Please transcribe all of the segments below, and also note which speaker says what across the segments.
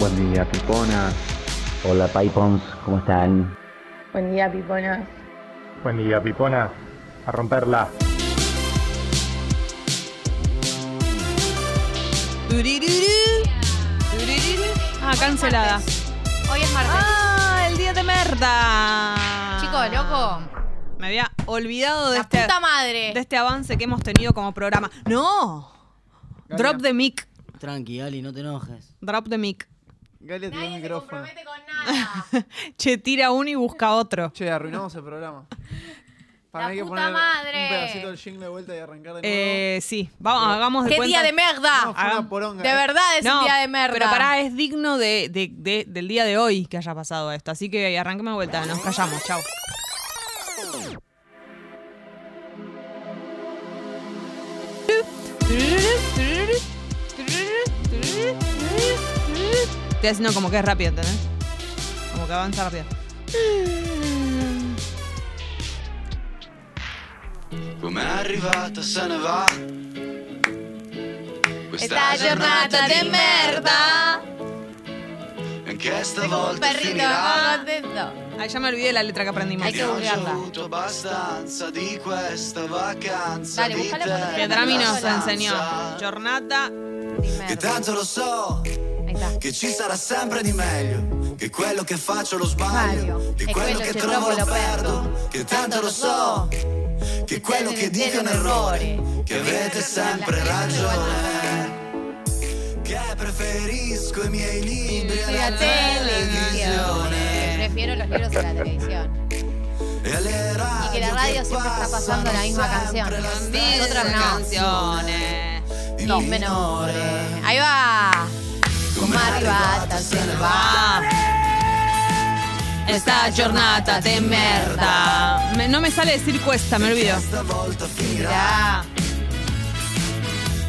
Speaker 1: Buen día, Piponas.
Speaker 2: Hola Pipons, ¿cómo están?
Speaker 3: Buen día, Piponas.
Speaker 4: Buen día, Piponas. A romperla.
Speaker 5: Turirurú. Turirurú.
Speaker 6: Ah, cancelada.
Speaker 5: Hoy es martes.
Speaker 6: Ah, el día de merda.
Speaker 5: Chico, loco.
Speaker 6: Me había olvidado de
Speaker 5: La
Speaker 6: este,
Speaker 5: puta madre.
Speaker 6: de este avance que hemos tenido como programa. ¡No! Drop the mic.
Speaker 7: Tranqui, Ali, no te enojes.
Speaker 6: Drop the mic.
Speaker 8: Galia tiene un
Speaker 5: Nadie se
Speaker 8: micrófono.
Speaker 5: compromete con nada.
Speaker 6: Che, tira uno y busca otro.
Speaker 8: Che, arruinamos el programa. Para
Speaker 5: La
Speaker 8: mí hay que
Speaker 5: puta
Speaker 8: poner
Speaker 5: madre.
Speaker 8: un pedacito del jingle de vuelta y arrancar de nuevo.
Speaker 6: Eh, sí, vamos, hagamos de
Speaker 5: ¡Qué
Speaker 6: cuenta-
Speaker 5: día de
Speaker 8: no, fue
Speaker 5: merda!
Speaker 6: hagamos-
Speaker 8: una poronga. eh.
Speaker 5: De verdad es un día de merda.
Speaker 6: Pero pará, es digno de, de- de- del día de hoy que haya pasado esto. Así que arranquemos de vuelta, nos callamos, chao. Estoy haciendo como que es rápido, ¿entendés? Como que avanza rápido.
Speaker 9: Com'è arrivata se ne va
Speaker 5: Esta giornata de merda.
Speaker 9: E anche
Speaker 5: Tengo un
Speaker 9: stavolta
Speaker 5: perrito
Speaker 9: finirà
Speaker 5: contento.
Speaker 6: Ay, ya me olvidé la letra que aprendimos.
Speaker 5: Hay que
Speaker 9: Abbiamo già
Speaker 5: googlearla.
Speaker 9: avuto abbastanza di questa vacanza
Speaker 5: Dale,
Speaker 9: di
Speaker 5: buscala cuando te
Speaker 9: te
Speaker 5: la
Speaker 9: nella
Speaker 6: Piedrami nos
Speaker 5: Stanza.
Speaker 6: enseñó. Giornata
Speaker 5: Di
Speaker 9: Che
Speaker 5: merda.
Speaker 9: tanto lo so
Speaker 5: Ahí está.
Speaker 9: che ci sarà sempre di meglio Che quello che faccio lo
Speaker 5: Sbaglio.
Speaker 9: sbaglio Che
Speaker 5: E
Speaker 9: quello che trovo lo perdo Che tanto lo so Che quello che dico è un errore Che avete sempre ragione Che preferisco i miei libri
Speaker 5: Y la
Speaker 9: alla
Speaker 5: televisión.
Speaker 9: televisione
Speaker 5: Prefiero los libros a la televisión.
Speaker 9: E alle
Speaker 5: Y que la radio siempre está pasando la misma canción. Nosotros no.
Speaker 6: canciones.
Speaker 5: Los
Speaker 6: eh.
Speaker 5: menores. Ahí va. Come arrivata se ne va.
Speaker 6: Ah. Esta jornada de merda. Me- no me sale decir cuesta, me olvido.
Speaker 9: Stavolta finirà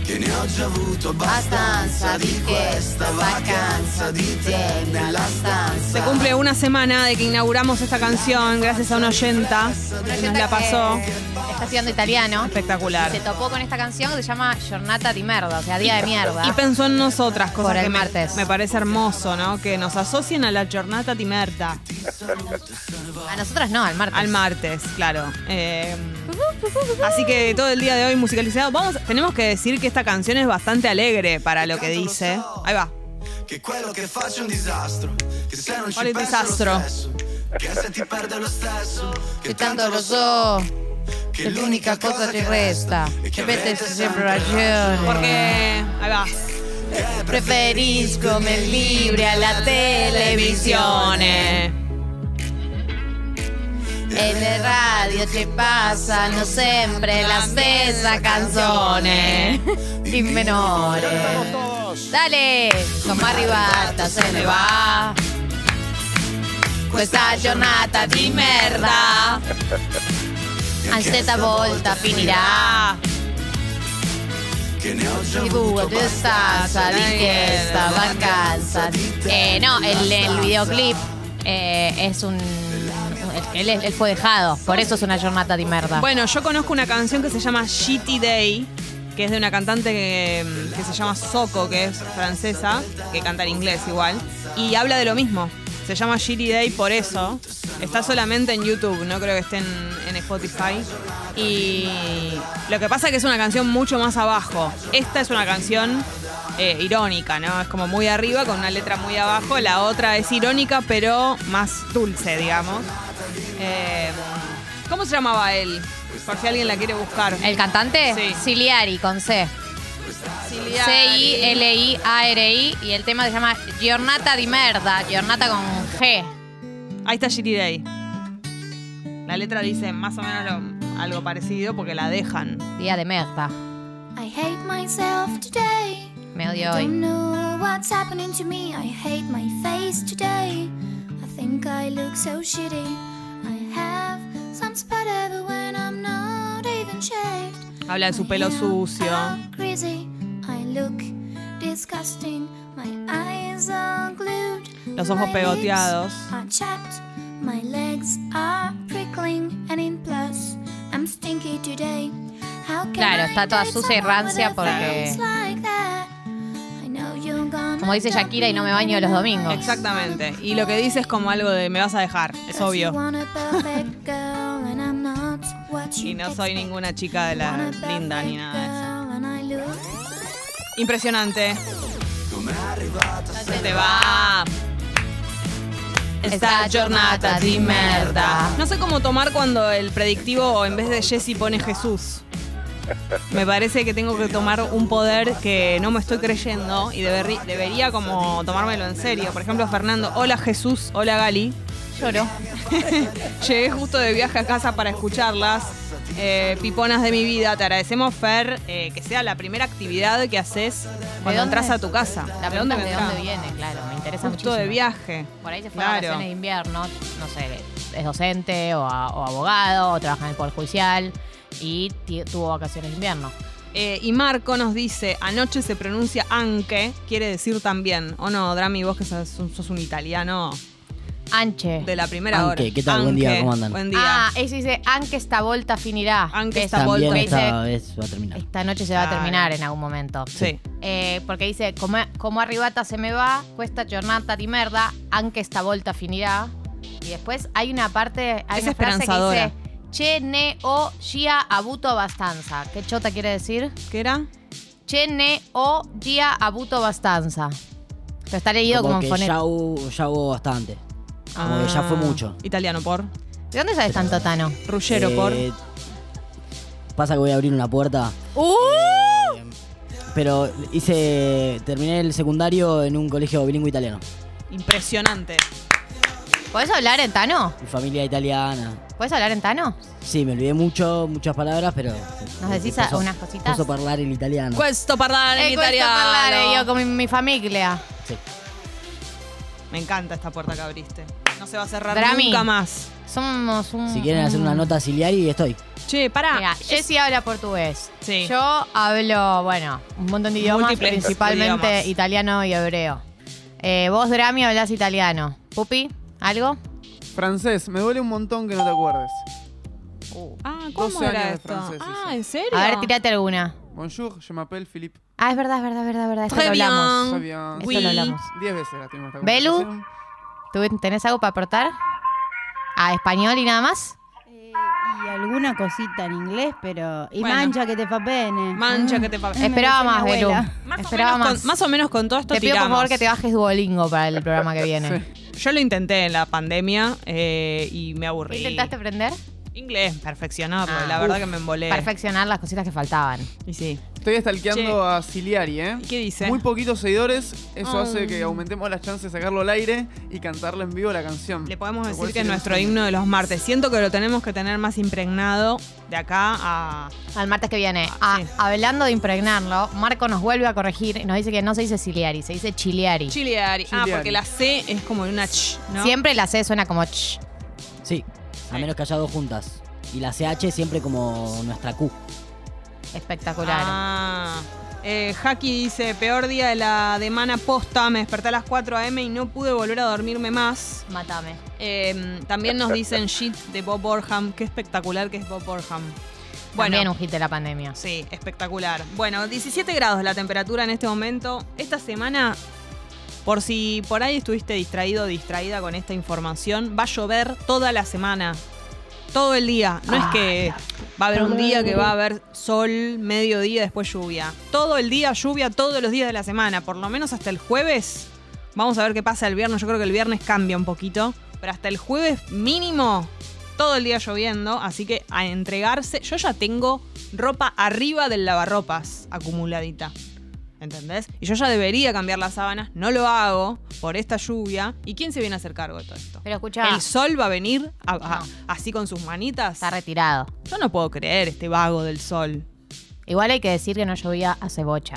Speaker 9: Che ne ho già avuto abbastanza di questa vacanza di te nella
Speaker 6: Se
Speaker 9: stanza
Speaker 6: cumple una semana de que inauguramos esta canción gracias a una oyenta que nos la pasó.
Speaker 5: Está estudiando italiano.
Speaker 6: Espectacular.
Speaker 5: Se topó con esta canción que se llama Giornata di merda, o sea, día de mierda.
Speaker 6: Y pensó en nosotras, cosa
Speaker 5: Por el
Speaker 6: que me,
Speaker 5: martes.
Speaker 6: me parece hermoso, ¿no? Que nos asocien a la jornada di merda.
Speaker 5: A nosotras no, al martes.
Speaker 6: Al martes, claro. Eh, así que todo el día de hoy musicalizado. Vamos, tenemos que decir que esta canción es bastante alegre para lo que dice. Ahí va.
Speaker 9: Che quello che faccio è un disastro Che se non
Speaker 6: Quale
Speaker 9: ci penso
Speaker 6: disastro?
Speaker 9: lo stesso Che se ti perdo lo stesso Che
Speaker 5: Che tanto lo so, che l'unica cosa che resta è che avete sempre ragione.
Speaker 6: Porque. Ahí va.
Speaker 5: Preferisco me libre a la televisione.
Speaker 6: Visiones.
Speaker 5: E le radio ci passano sempre la stessa canzone. Di menore. Dale, come arrivata se ne va. Questa giornata di merda. Anche stavolta finirà.
Speaker 9: Che ne ho già avuto
Speaker 5: TV, tu estás a esta vacanza. Eh, no, el, el videoclip eh, es un. Él, él fue dejado, por eso es una jornada de merda.
Speaker 6: Bueno, yo conozco una canción que se llama Shitty Day, que es de una cantante que, mm, que se llama Soko, que es francesa, que canta en inglés igual, y habla de lo mismo. Se llama Shitty Day por eso. Está solamente en YouTube, no creo que esté en, en Spotify. Y lo que pasa es que es una canción mucho más abajo. Esta es una canción eh, irónica, ¿no? Es como muy arriba con una letra muy abajo. La otra es irónica, pero más dulce, digamos. Eh, ¿Cómo se llamaba él? Por si alguien la quiere buscar.
Speaker 5: ¿El cantante?
Speaker 6: Sí.
Speaker 5: Ciliari con C. C-I-L-I-A-R-I. Y el tema se llama Giornata di merda. Giornata con G.
Speaker 6: Ahí está Shitty Day. La letra dice más o menos lo- algo parecido porque la dejan.
Speaker 5: Día de merda.
Speaker 10: I hate myself today.
Speaker 5: Me odio
Speaker 10: Don't
Speaker 5: hoy.
Speaker 10: know what's happening to me. I hate my face today. I think I look so shitty. I have some spot everywhere when I'm not even shaved.
Speaker 6: Habla de su
Speaker 10: My
Speaker 6: pelo
Speaker 10: hair
Speaker 6: sucio.
Speaker 10: are greasy. I look disgusting. My eyes are glued.
Speaker 6: Los ojos
Speaker 10: My
Speaker 6: pegoteados.
Speaker 10: lips are chapped. My legs are prickling and in plus I'm stinky today. How can
Speaker 5: Claro,
Speaker 10: I
Speaker 5: está toda
Speaker 10: date
Speaker 5: sucia y
Speaker 10: someone
Speaker 5: rancia
Speaker 10: with a
Speaker 5: porque-
Speaker 10: face like that? I know you're gonna
Speaker 5: como dice Shakira, y no me baño los domingos.
Speaker 6: Exactamente. Y lo que dice es como algo de me vas a dejar, es obvio. Y no soy ninguna chica de la linda ni nada
Speaker 10: de eso.
Speaker 6: de eso. Impresionante. Se te va.
Speaker 5: Esta giornata di merda.
Speaker 6: No sé cómo tomar cuando el predictivo en vez de Jesse pone Jesús. Me parece que tengo que tomar un poder que no me estoy creyendo y deberri- debería como tomármelo en serio. Por ejemplo, Fernando, hola Jesús, hola Gali.
Speaker 5: Lloro.
Speaker 6: Llegué justo de viaje a casa para escucharlas. Eh, piponas de mi vida, te agradecemos, Fer, eh, que sea la primera actividad que haces cuando
Speaker 5: dónde?
Speaker 6: entras a tu casa.
Speaker 5: La pregunta es de
Speaker 6: vendrá?
Speaker 5: dónde viene, claro, me interesa
Speaker 6: Justo
Speaker 5: muchísimo.
Speaker 6: de viaje.
Speaker 5: Por ahí se fue a
Speaker 6: Claro.
Speaker 5: vacaciones de invierno, no sé, es docente o, a- o abogado o trabaja en el Poder Judicial y ti- tuvo vacaciones de invierno.
Speaker 6: Eh, y Marco nos dice, anoche se pronuncia anche, quiere decir también. O no, Drami, vos que sos, un- sos un italiano
Speaker 5: Anche.
Speaker 6: de la primera
Speaker 8: Anche,
Speaker 6: hora.
Speaker 8: ¿qué tal? Buen día,
Speaker 6: Anche,
Speaker 8: ¿cómo andan?
Speaker 6: Buen día.
Speaker 5: Ah, ese dice, anche esta volta finirá.
Speaker 6: Anche
Speaker 5: Que
Speaker 6: esta
Speaker 8: También
Speaker 6: volta.
Speaker 8: esta vez va a terminar.
Speaker 5: Esta noche se va a
Speaker 6: Claro.
Speaker 5: terminar en algún momento.
Speaker 6: sí.
Speaker 5: Eh, porque dice, como, como arribata se me va, cuesta giornata di merda, anche esta volta finirá. Y después hay una parte, hay
Speaker 6: Es
Speaker 5: una frase que
Speaker 6: esperanzadora.
Speaker 5: dice, che ne o gia abuto bastanza. ¿Qué chota quiere decir?
Speaker 6: ¿Qué era?
Speaker 5: Che ne o gia abuto bastanza. Pero está leído como,
Speaker 8: Como
Speaker 5: en
Speaker 8: que
Speaker 5: fonética.
Speaker 8: ya hubo, ya hubo bastante. Como que Ah, ya fue mucho.
Speaker 6: Ah, Italiano por.
Speaker 5: ¿De dónde sabes tanto, Tano?
Speaker 6: Rullero
Speaker 8: Eh,
Speaker 6: por.
Speaker 8: Pasa que voy a abrir una puerta.
Speaker 5: ¡Uh!
Speaker 8: Eh, Pero hice. Terminé el secundario en un colegio bilingüe italiano.
Speaker 6: Impresionante.
Speaker 5: ¿Podés hablar en Tano?
Speaker 8: Mi familia italiana.
Speaker 5: ¿Podés hablar en Tano?
Speaker 8: Sí, me olvidé mucho, muchas palabras, pero.
Speaker 5: ¿Nos decís
Speaker 8: Posso-
Speaker 5: unas cositas?
Speaker 8: Posso parlare el italiano.
Speaker 6: Questo parlare in
Speaker 5: Eh, cuesta
Speaker 6: italiano.
Speaker 5: parlare yo con mi, mi familia.
Speaker 8: Sí.
Speaker 6: Me encanta esta puerta que abriste. No se va a cerrar
Speaker 5: Drami.
Speaker 6: nunca más.
Speaker 5: Somos un...
Speaker 8: Si quieren
Speaker 5: Mm.
Speaker 8: hacer una nota ciliari, estoy.
Speaker 6: Che, pará.
Speaker 5: Mira, Jessy habla portugués.
Speaker 6: Ah, Sí.
Speaker 5: Yo hablo, bueno, un montón de idiomas,
Speaker 6: Múltiples
Speaker 5: principalmente
Speaker 6: idiomas.
Speaker 5: italiano y hebreo. Eh, vos, Drami, hablas italiano. Pupi, ¿algo?
Speaker 11: Francés, me duele un montón que no te acuerdes.
Speaker 6: Ah, ¿cómo
Speaker 11: 12
Speaker 6: era
Speaker 11: años de
Speaker 6: esto?
Speaker 11: francés
Speaker 6: Ah,
Speaker 11: hice.
Speaker 6: ¿en serio?
Speaker 5: A ver, tirate alguna.
Speaker 11: Bonjour, je m'appelle Philippe.
Speaker 5: Ah, es verdad, es verdad, es verdad, es verdad. Esto
Speaker 6: Très
Speaker 5: lo hablamos.
Speaker 6: bien.
Speaker 11: Está bien.
Speaker 5: Esto
Speaker 6: Oui.
Speaker 5: lo hablamos.
Speaker 11: Diez veces la tuvimos esta
Speaker 5: Belu.
Speaker 11: conversación.
Speaker 5: ¿Tú tenés algo para aportar? ¿A español y nada más?
Speaker 3: Eh, y alguna cosita en inglés, pero. Y
Speaker 6: Bueno.
Speaker 3: mancha que te fa pene.
Speaker 6: Mancha que te pa-
Speaker 3: Me
Speaker 5: Esperaba
Speaker 3: decía
Speaker 5: más,
Speaker 3: mi
Speaker 5: Belu.
Speaker 3: abuela.
Speaker 6: Más o,
Speaker 5: Esperaba
Speaker 6: menos
Speaker 5: más.
Speaker 6: con, más o menos con todo esto
Speaker 5: Te pido, por
Speaker 6: tiramos.
Speaker 5: favor, que te bajes Duolingo para el programa que viene.
Speaker 11: Sí.
Speaker 6: Yo lo intenté en la pandemia eh, y me aburrí.
Speaker 5: ¿Intentaste aprender?
Speaker 6: Inglés, perfeccionarlo.
Speaker 5: Ah,
Speaker 6: la verdad
Speaker 5: uf,
Speaker 6: que me embolé.
Speaker 5: Perfeccionar las cositas que faltaban.
Speaker 6: Y sí.
Speaker 11: Estoy stalkeando
Speaker 6: Che.
Speaker 11: a Ciliari, ¿eh?
Speaker 6: ¿Y qué dice?
Speaker 11: Muy poquitos seguidores, eso
Speaker 6: Ay.
Speaker 11: hace que aumentemos las chances de sacarlo al aire y cantarle en vivo la canción.
Speaker 6: Le podemos
Speaker 11: Lo cual
Speaker 6: decir que es
Speaker 11: sería
Speaker 6: nuestro
Speaker 11: un-
Speaker 6: himno de los martes. Siento que lo tenemos que tener más impregnado de acá a.
Speaker 5: Al martes que viene.
Speaker 6: Ah,
Speaker 5: Ah,
Speaker 6: sí.
Speaker 5: Hablando de impregnarlo, Marco nos vuelve a corregir y nos dice que no se dice ciliari, se dice chiliari.
Speaker 6: Chileari. Ah,
Speaker 11: Chileari.
Speaker 6: porque la C es como una ch, ¿no?
Speaker 5: Siempre la C suena como ch.
Speaker 8: Sí. A menos que haya dos juntas. Y la CH siempre como nuestra Q.
Speaker 5: Espectacular.
Speaker 6: Ah. Eh, Haki dice, peor día de la demana posta, me desperté a las 4 a.m. y no pude volver a dormirme más.
Speaker 5: Matame.
Speaker 6: Eh, también nos dicen shit de Bob Orham, qué espectacular que es Bob Orham.
Speaker 5: Bueno.
Speaker 6: Bueno,
Speaker 5: También un hit de la pandemia.
Speaker 6: sí, espectacular. Bueno, 17 grados la temperatura en este momento. Esta semana, por si por ahí estuviste distraído o distraída con esta información, va a llover toda la semana. Todo el día. No es que va a haber un día que va a haber sol, mediodía, después lluvia. Todo el día lluvia, todos los días de la semana. Por lo menos hasta el jueves. Vamos a ver qué pasa el viernes. Yo creo que el viernes cambia un poquito. Pero hasta el jueves mínimo, todo el día lloviendo. Así que a entregarse. Yo ya tengo ropa arriba del lavarropas acumuladita. ¿Entendés? Y yo ya debería cambiar las sábanas. No lo hago por esta lluvia. ¿Y quién se viene a hacer cargo de todo esto?
Speaker 5: Pero escucha,
Speaker 6: El sol va a venir a- a-
Speaker 5: No.
Speaker 6: así con sus manitas.
Speaker 5: está retirado.
Speaker 6: Yo no puedo creer este vago del sol.
Speaker 5: Igual hay que decir que no llovía hace bocha.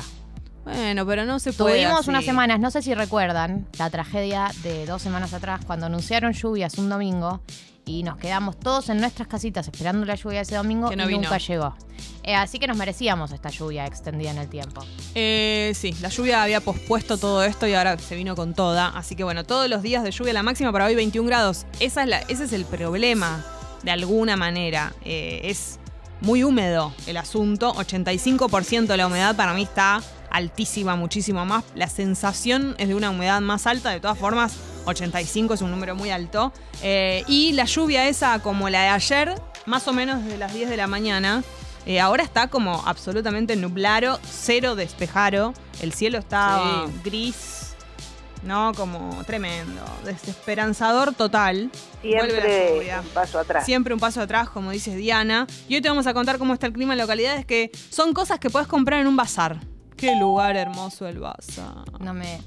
Speaker 6: Bueno, pero no se puede.
Speaker 5: Tuvimos
Speaker 6: así.
Speaker 5: unas semanas, no sé si recuerdan, la tragedia de dos semanas atrás cuando anunciaron lluvias un domingo y nos quedamos todos en nuestras casitas esperando la lluvia ese domingo
Speaker 6: Que no
Speaker 5: y
Speaker 6: vino.
Speaker 5: nunca llegó. Eh, así que nos merecíamos esta lluvia extendida en el tiempo.
Speaker 6: Eh, sí, la lluvia había pospuesto todo esto y ahora se vino con toda. Así que bueno, todos los días de lluvia, la máxima para hoy 21 grados. Esa es la- ese es el problema, de alguna manera. Eh, es muy húmedo el asunto. 85% de la humedad para mí está altísima, muchísimo más. La sensación es de una humedad más alta, de todas formas, 85 es un número muy alto. Eh, y la lluvia esa, como la de ayer, más o menos de las 10 de la mañana, eh, ahora está como absolutamente nublado, cero despejaro, el cielo está
Speaker 11: Sí.
Speaker 6: gris, ¿no? Como tremendo, desesperanzador total. Vuelve la
Speaker 12: Siempre
Speaker 6: lluvia.
Speaker 12: un paso atrás.
Speaker 6: Siempre un paso atrás, como dices Diana. Y hoy te vamos a contar cómo está el clima en localidades que son cosas que puedes comprar en un bazar. Qué lugar hermoso el bazar.
Speaker 5: No me,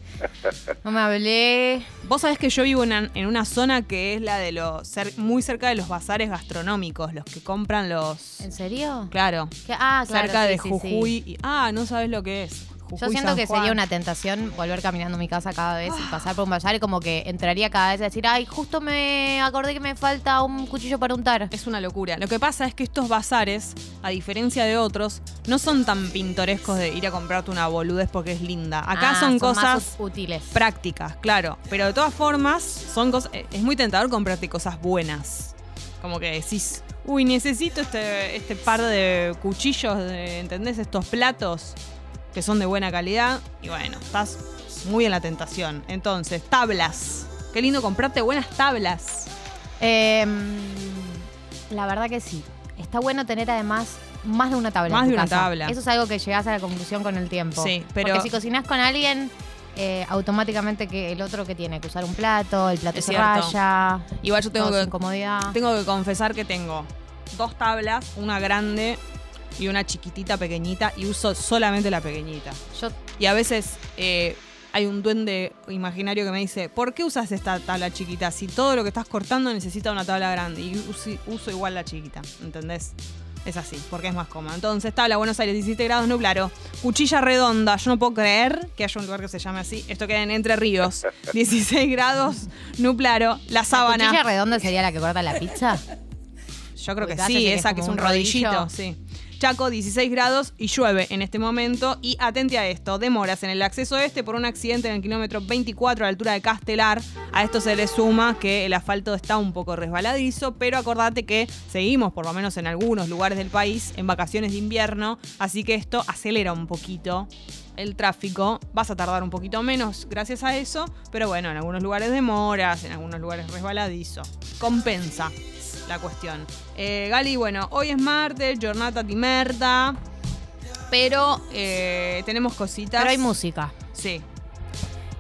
Speaker 5: no me hablé.
Speaker 6: Vos sabés que yo vivo en una- en una zona que es la de los cer- muy cerca de los bazares gastronómicos, los que compran los
Speaker 5: ¿En serio?
Speaker 6: claro,
Speaker 5: Que- Ah, claro.
Speaker 6: cerca
Speaker 5: sí,
Speaker 6: de
Speaker 5: sí, sí.
Speaker 6: Jujuy y- ah, no sabés lo que es. Jujuy,
Speaker 5: Yo siento
Speaker 6: San
Speaker 5: que
Speaker 6: Juan.
Speaker 5: sería una tentación volver caminando a mi casa cada vez y pasar por un bazar y como que entraría cada vez a decir, ay, justo me acordé que me falta un cuchillo para untar.
Speaker 6: Es una locura. Lo que pasa es que estos bazares, a diferencia de otros, no son tan pintorescos de ir a comprarte una boludez porque es linda. Acá
Speaker 5: Ah,
Speaker 6: son,
Speaker 5: más
Speaker 6: cosas
Speaker 5: ut- útiles.
Speaker 6: prácticas, claro. Pero de todas formas, son cosas. eh, Es muy tentador comprarte cosas buenas. Como que decís, uy, necesito este, este par de cuchillos, de- ¿entendés? Estos platos que son de buena calidad. Y bueno, estás muy en la tentación. Entonces, tablas. Qué lindo comprarte buenas tablas.
Speaker 5: Eh, la verdad que sí. Está bueno tener además más de una tabla.
Speaker 6: Más
Speaker 5: en tu
Speaker 6: de una
Speaker 5: casa.
Speaker 6: tabla.
Speaker 5: Eso es algo que llegás a la conclusión con el tiempo.
Speaker 6: Sí, pero-
Speaker 5: Porque si cocinás con alguien, eh, automáticamente que el otro que tiene que usar un plato, el plato
Speaker 6: Es
Speaker 5: se
Speaker 6: cierto.
Speaker 5: raya.
Speaker 6: Igual yo tengo
Speaker 5: todo
Speaker 6: que
Speaker 5: sin comodidad.
Speaker 6: Tengo que confesar que tengo dos tablas, una grande y una chiquitita pequeñita, y uso solamente la pequeñita.
Speaker 5: Yo
Speaker 6: Y a veces eh, hay un duende imaginario que me dice, ¿por qué usas esta tabla chiquita? Si todo lo que estás cortando necesita una tabla grande. Y usi- uso igual la chiquita, ¿entendés? Es así, porque es más cómodo. Entonces, tabla Buenos Aires, 17 grados, nublaro. Cuchilla redonda, yo no puedo creer que haya un lugar que se llame así. Esto queda en Entre Ríos. 16 grados, nublaro, la sábana.
Speaker 5: ¿La cuchilla redonda sería la que corta la pizza?
Speaker 6: Yo creo que
Speaker 5: Ubicás
Speaker 6: sí,
Speaker 5: ese que
Speaker 6: esa
Speaker 5: es
Speaker 6: que es
Speaker 5: como
Speaker 6: un
Speaker 5: un rodillo.
Speaker 6: rodillito, sí. Chaco, 16 grados y llueve en este momento. Y atente a esto, demoras en el acceso este por un accidente en el kilómetro 24 a la altura de Castelar. A esto se le suma que el asfalto está un poco resbaladizo, pero acordate que seguimos, por lo menos en algunos lugares del país, en vacaciones de invierno, así que esto acelera un poquito el tráfico. Vas a tardar un poquito menos gracias a eso, pero bueno, en algunos lugares demoras, en algunos lugares resbaladizo. Compensa la cuestión. Eh, Gali, bueno, hoy es martes, jornata timerta, pero eh, tenemos cositas.
Speaker 5: Pero hay música.
Speaker 6: Sí,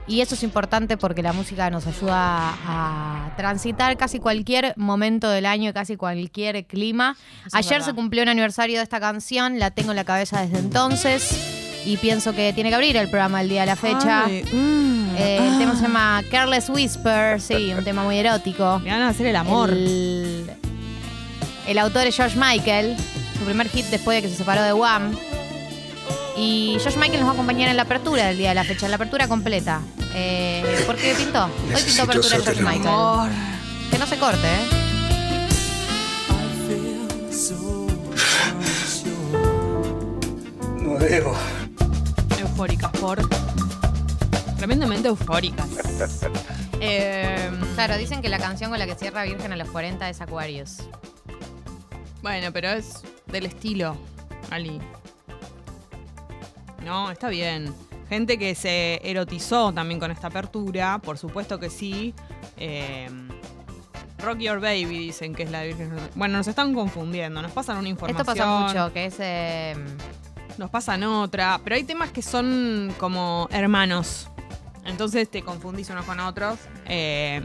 Speaker 5: Y eso es importante porque la música nos ayuda a transitar casi cualquier momento del año, y casi cualquier clima.
Speaker 6: es
Speaker 5: Ayer
Speaker 6: verdad.
Speaker 5: se cumplió un aniversario de esta canción, la tengo en la cabeza desde entonces y pienso que tiene que abrir el programa el día de la fecha.
Speaker 6: Ay, mm.
Speaker 3: Mm,
Speaker 5: Eh, El tema se llama Careless Whisper, sí, un tema muy erótico.
Speaker 6: me van a hacer el amor.
Speaker 5: El, el autor es George Michael, su primer hit después de que se separó de Wham. Y George Michael nos va a acompañar en la apertura del día de la fecha, en la apertura completa. Eh, porque pintó, hoy pintó apertura George Michael. Que no se corte, ¿eh?
Speaker 13: No debo.
Speaker 6: Eufóricas, por. Tremendamente eufóricas. Eh,
Speaker 5: Claro, dicen que la canción con la que cierra Virgen a los 40 es Aquarius.
Speaker 6: Bueno, pero es del estilo, Ali. No, está bien. Gente que se erotizó también con esta apertura, por supuesto que sí. Eh, Rock Your Baby dicen que es la de Virgen. Bueno, nos están confundiendo, nos pasan una información.
Speaker 5: Esto pasa mucho, que es... eh,
Speaker 6: Nos pasan otra, pero hay temas que son como hermanos. Entonces te confundís unos con otros. Eh,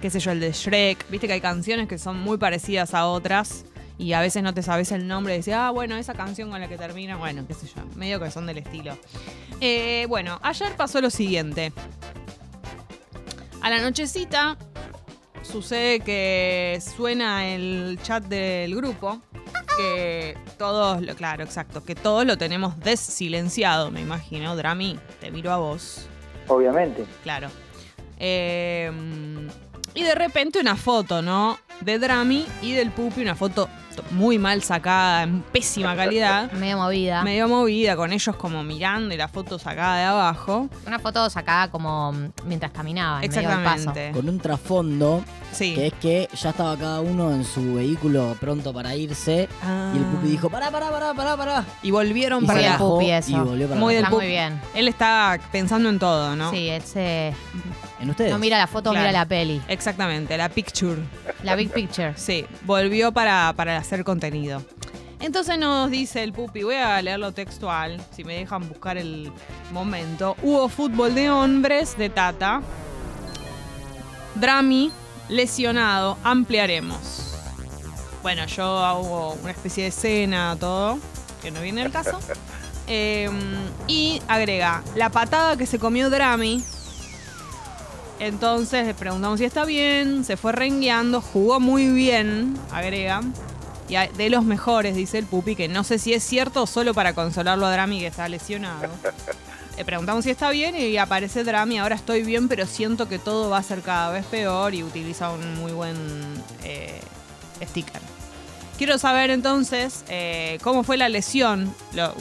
Speaker 6: qué sé yo, el de Shrek. Viste que hay canciones que son muy parecidas a otras y a veces no te sabes el nombre. Decís, ah, bueno, esa canción con la que termina, bueno, qué sé yo. Medio que son del estilo. Eh, bueno, ayer pasó lo siguiente. A la nochecita sucede que suena el chat del grupo. Que todos, lo, claro, exacto, que todos lo tenemos desilenciado, me imagino. Drami, te miro a vos.
Speaker 14: Obviamente.
Speaker 6: Em, Claro. Eh, y de repente una foto, ¿no? de Drami y del Pupi, una foto to- muy mal sacada, en pésima calidad.
Speaker 5: Medio movida.
Speaker 6: Medio movida, con ellos como mirando y la foto sacada de abajo.
Speaker 5: Una foto sacada como mm, mientras caminaba. en medio del paso.
Speaker 6: Exactamente.
Speaker 8: Con un trasfondo que
Speaker 6: Sí.
Speaker 8: es que ya estaba cada uno en su vehículo pronto para irse. Y el pupi dijo, pará, pará, pará, pará, pará.
Speaker 6: Y volvieron
Speaker 8: Y
Speaker 5: Muy
Speaker 6: Ah. para
Speaker 5: del
Speaker 6: la...
Speaker 5: Pupi
Speaker 8: bajó
Speaker 5: eso.
Speaker 8: Y volvió para
Speaker 6: Muy
Speaker 8: la-
Speaker 6: del
Speaker 5: Está muy
Speaker 6: pup-
Speaker 5: bien.
Speaker 6: Él está pensando en todo, ¿no?
Speaker 5: Sí, ese.
Speaker 8: ¿En ustedes?
Speaker 5: No mira la foto,
Speaker 6: Claro.
Speaker 5: mira la peli.
Speaker 6: Exactamente, la picture.
Speaker 5: La big picture.
Speaker 6: Sí, volvió para, para hacer contenido. Entonces nos dice el pupi, voy a leerlo textual, si me dejan buscar el momento. Hubo fútbol de hombres de Tata. Drami, lesionado, ampliaremos. Bueno, yo hago una especie de escena, todo, que no viene el caso. Eh, y agrega, la patada que se comió Drami. Entonces le preguntamos si está bien, se fue rengueando, jugó muy bien, agrega. Y a- de los mejores, dice el pupi, que no sé si es cierto o solo para consolarlo a Drami que está lesionado. Le preguntamos si está bien y aparece Drami, ahora estoy bien, pero siento que todo va a ser cada vez peor y utiliza un muy buen eh, sticker. Quiero saber entonces eh, cómo fue la lesión. Lo-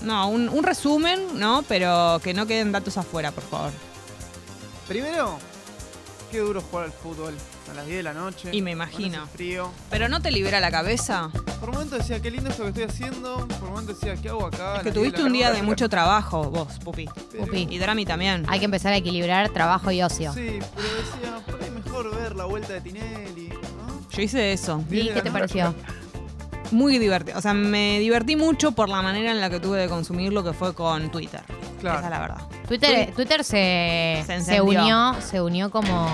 Speaker 6: no, un, un resumen, ¿no? Pero que no queden datos afuera, por favor.
Speaker 11: Primero, qué duro jugar al fútbol. A las 10 de la noche.
Speaker 6: Y me
Speaker 11: con ese
Speaker 6: imagino.
Speaker 11: frío. Ah,
Speaker 6: Pero no te libera la cabeza.
Speaker 11: Por momentos decía, qué lindo esto que estoy haciendo. Por momentos decía, ¿qué hago acá?
Speaker 6: Es
Speaker 11: A
Speaker 6: que
Speaker 11: las 10
Speaker 6: tuviste
Speaker 11: la
Speaker 6: un día de
Speaker 11: noche.
Speaker 6: mucho trabajo, vos, Pupi.
Speaker 11: Pero-
Speaker 5: Pupi.
Speaker 6: Y Drami también.
Speaker 5: Hay que empezar a equilibrar trabajo y ocio.
Speaker 11: Sí, pero decía, por ahí mejor ver la vuelta de Tinelli, ¿no?
Speaker 6: Yo hice eso.
Speaker 11: Diez
Speaker 5: ¿Y
Speaker 11: de
Speaker 5: qué
Speaker 11: la
Speaker 5: te
Speaker 11: noche.
Speaker 5: pareció?
Speaker 6: Muy divertido. O sea, me divertí mucho por la manera en la que tuve de consumir lo que fue con Twitter.
Speaker 11: Claro.
Speaker 6: Esa es la verdad.
Speaker 5: Twitter, Twitter se,
Speaker 6: Se
Speaker 5: se,
Speaker 6: encendió.
Speaker 5: unió, se unió como,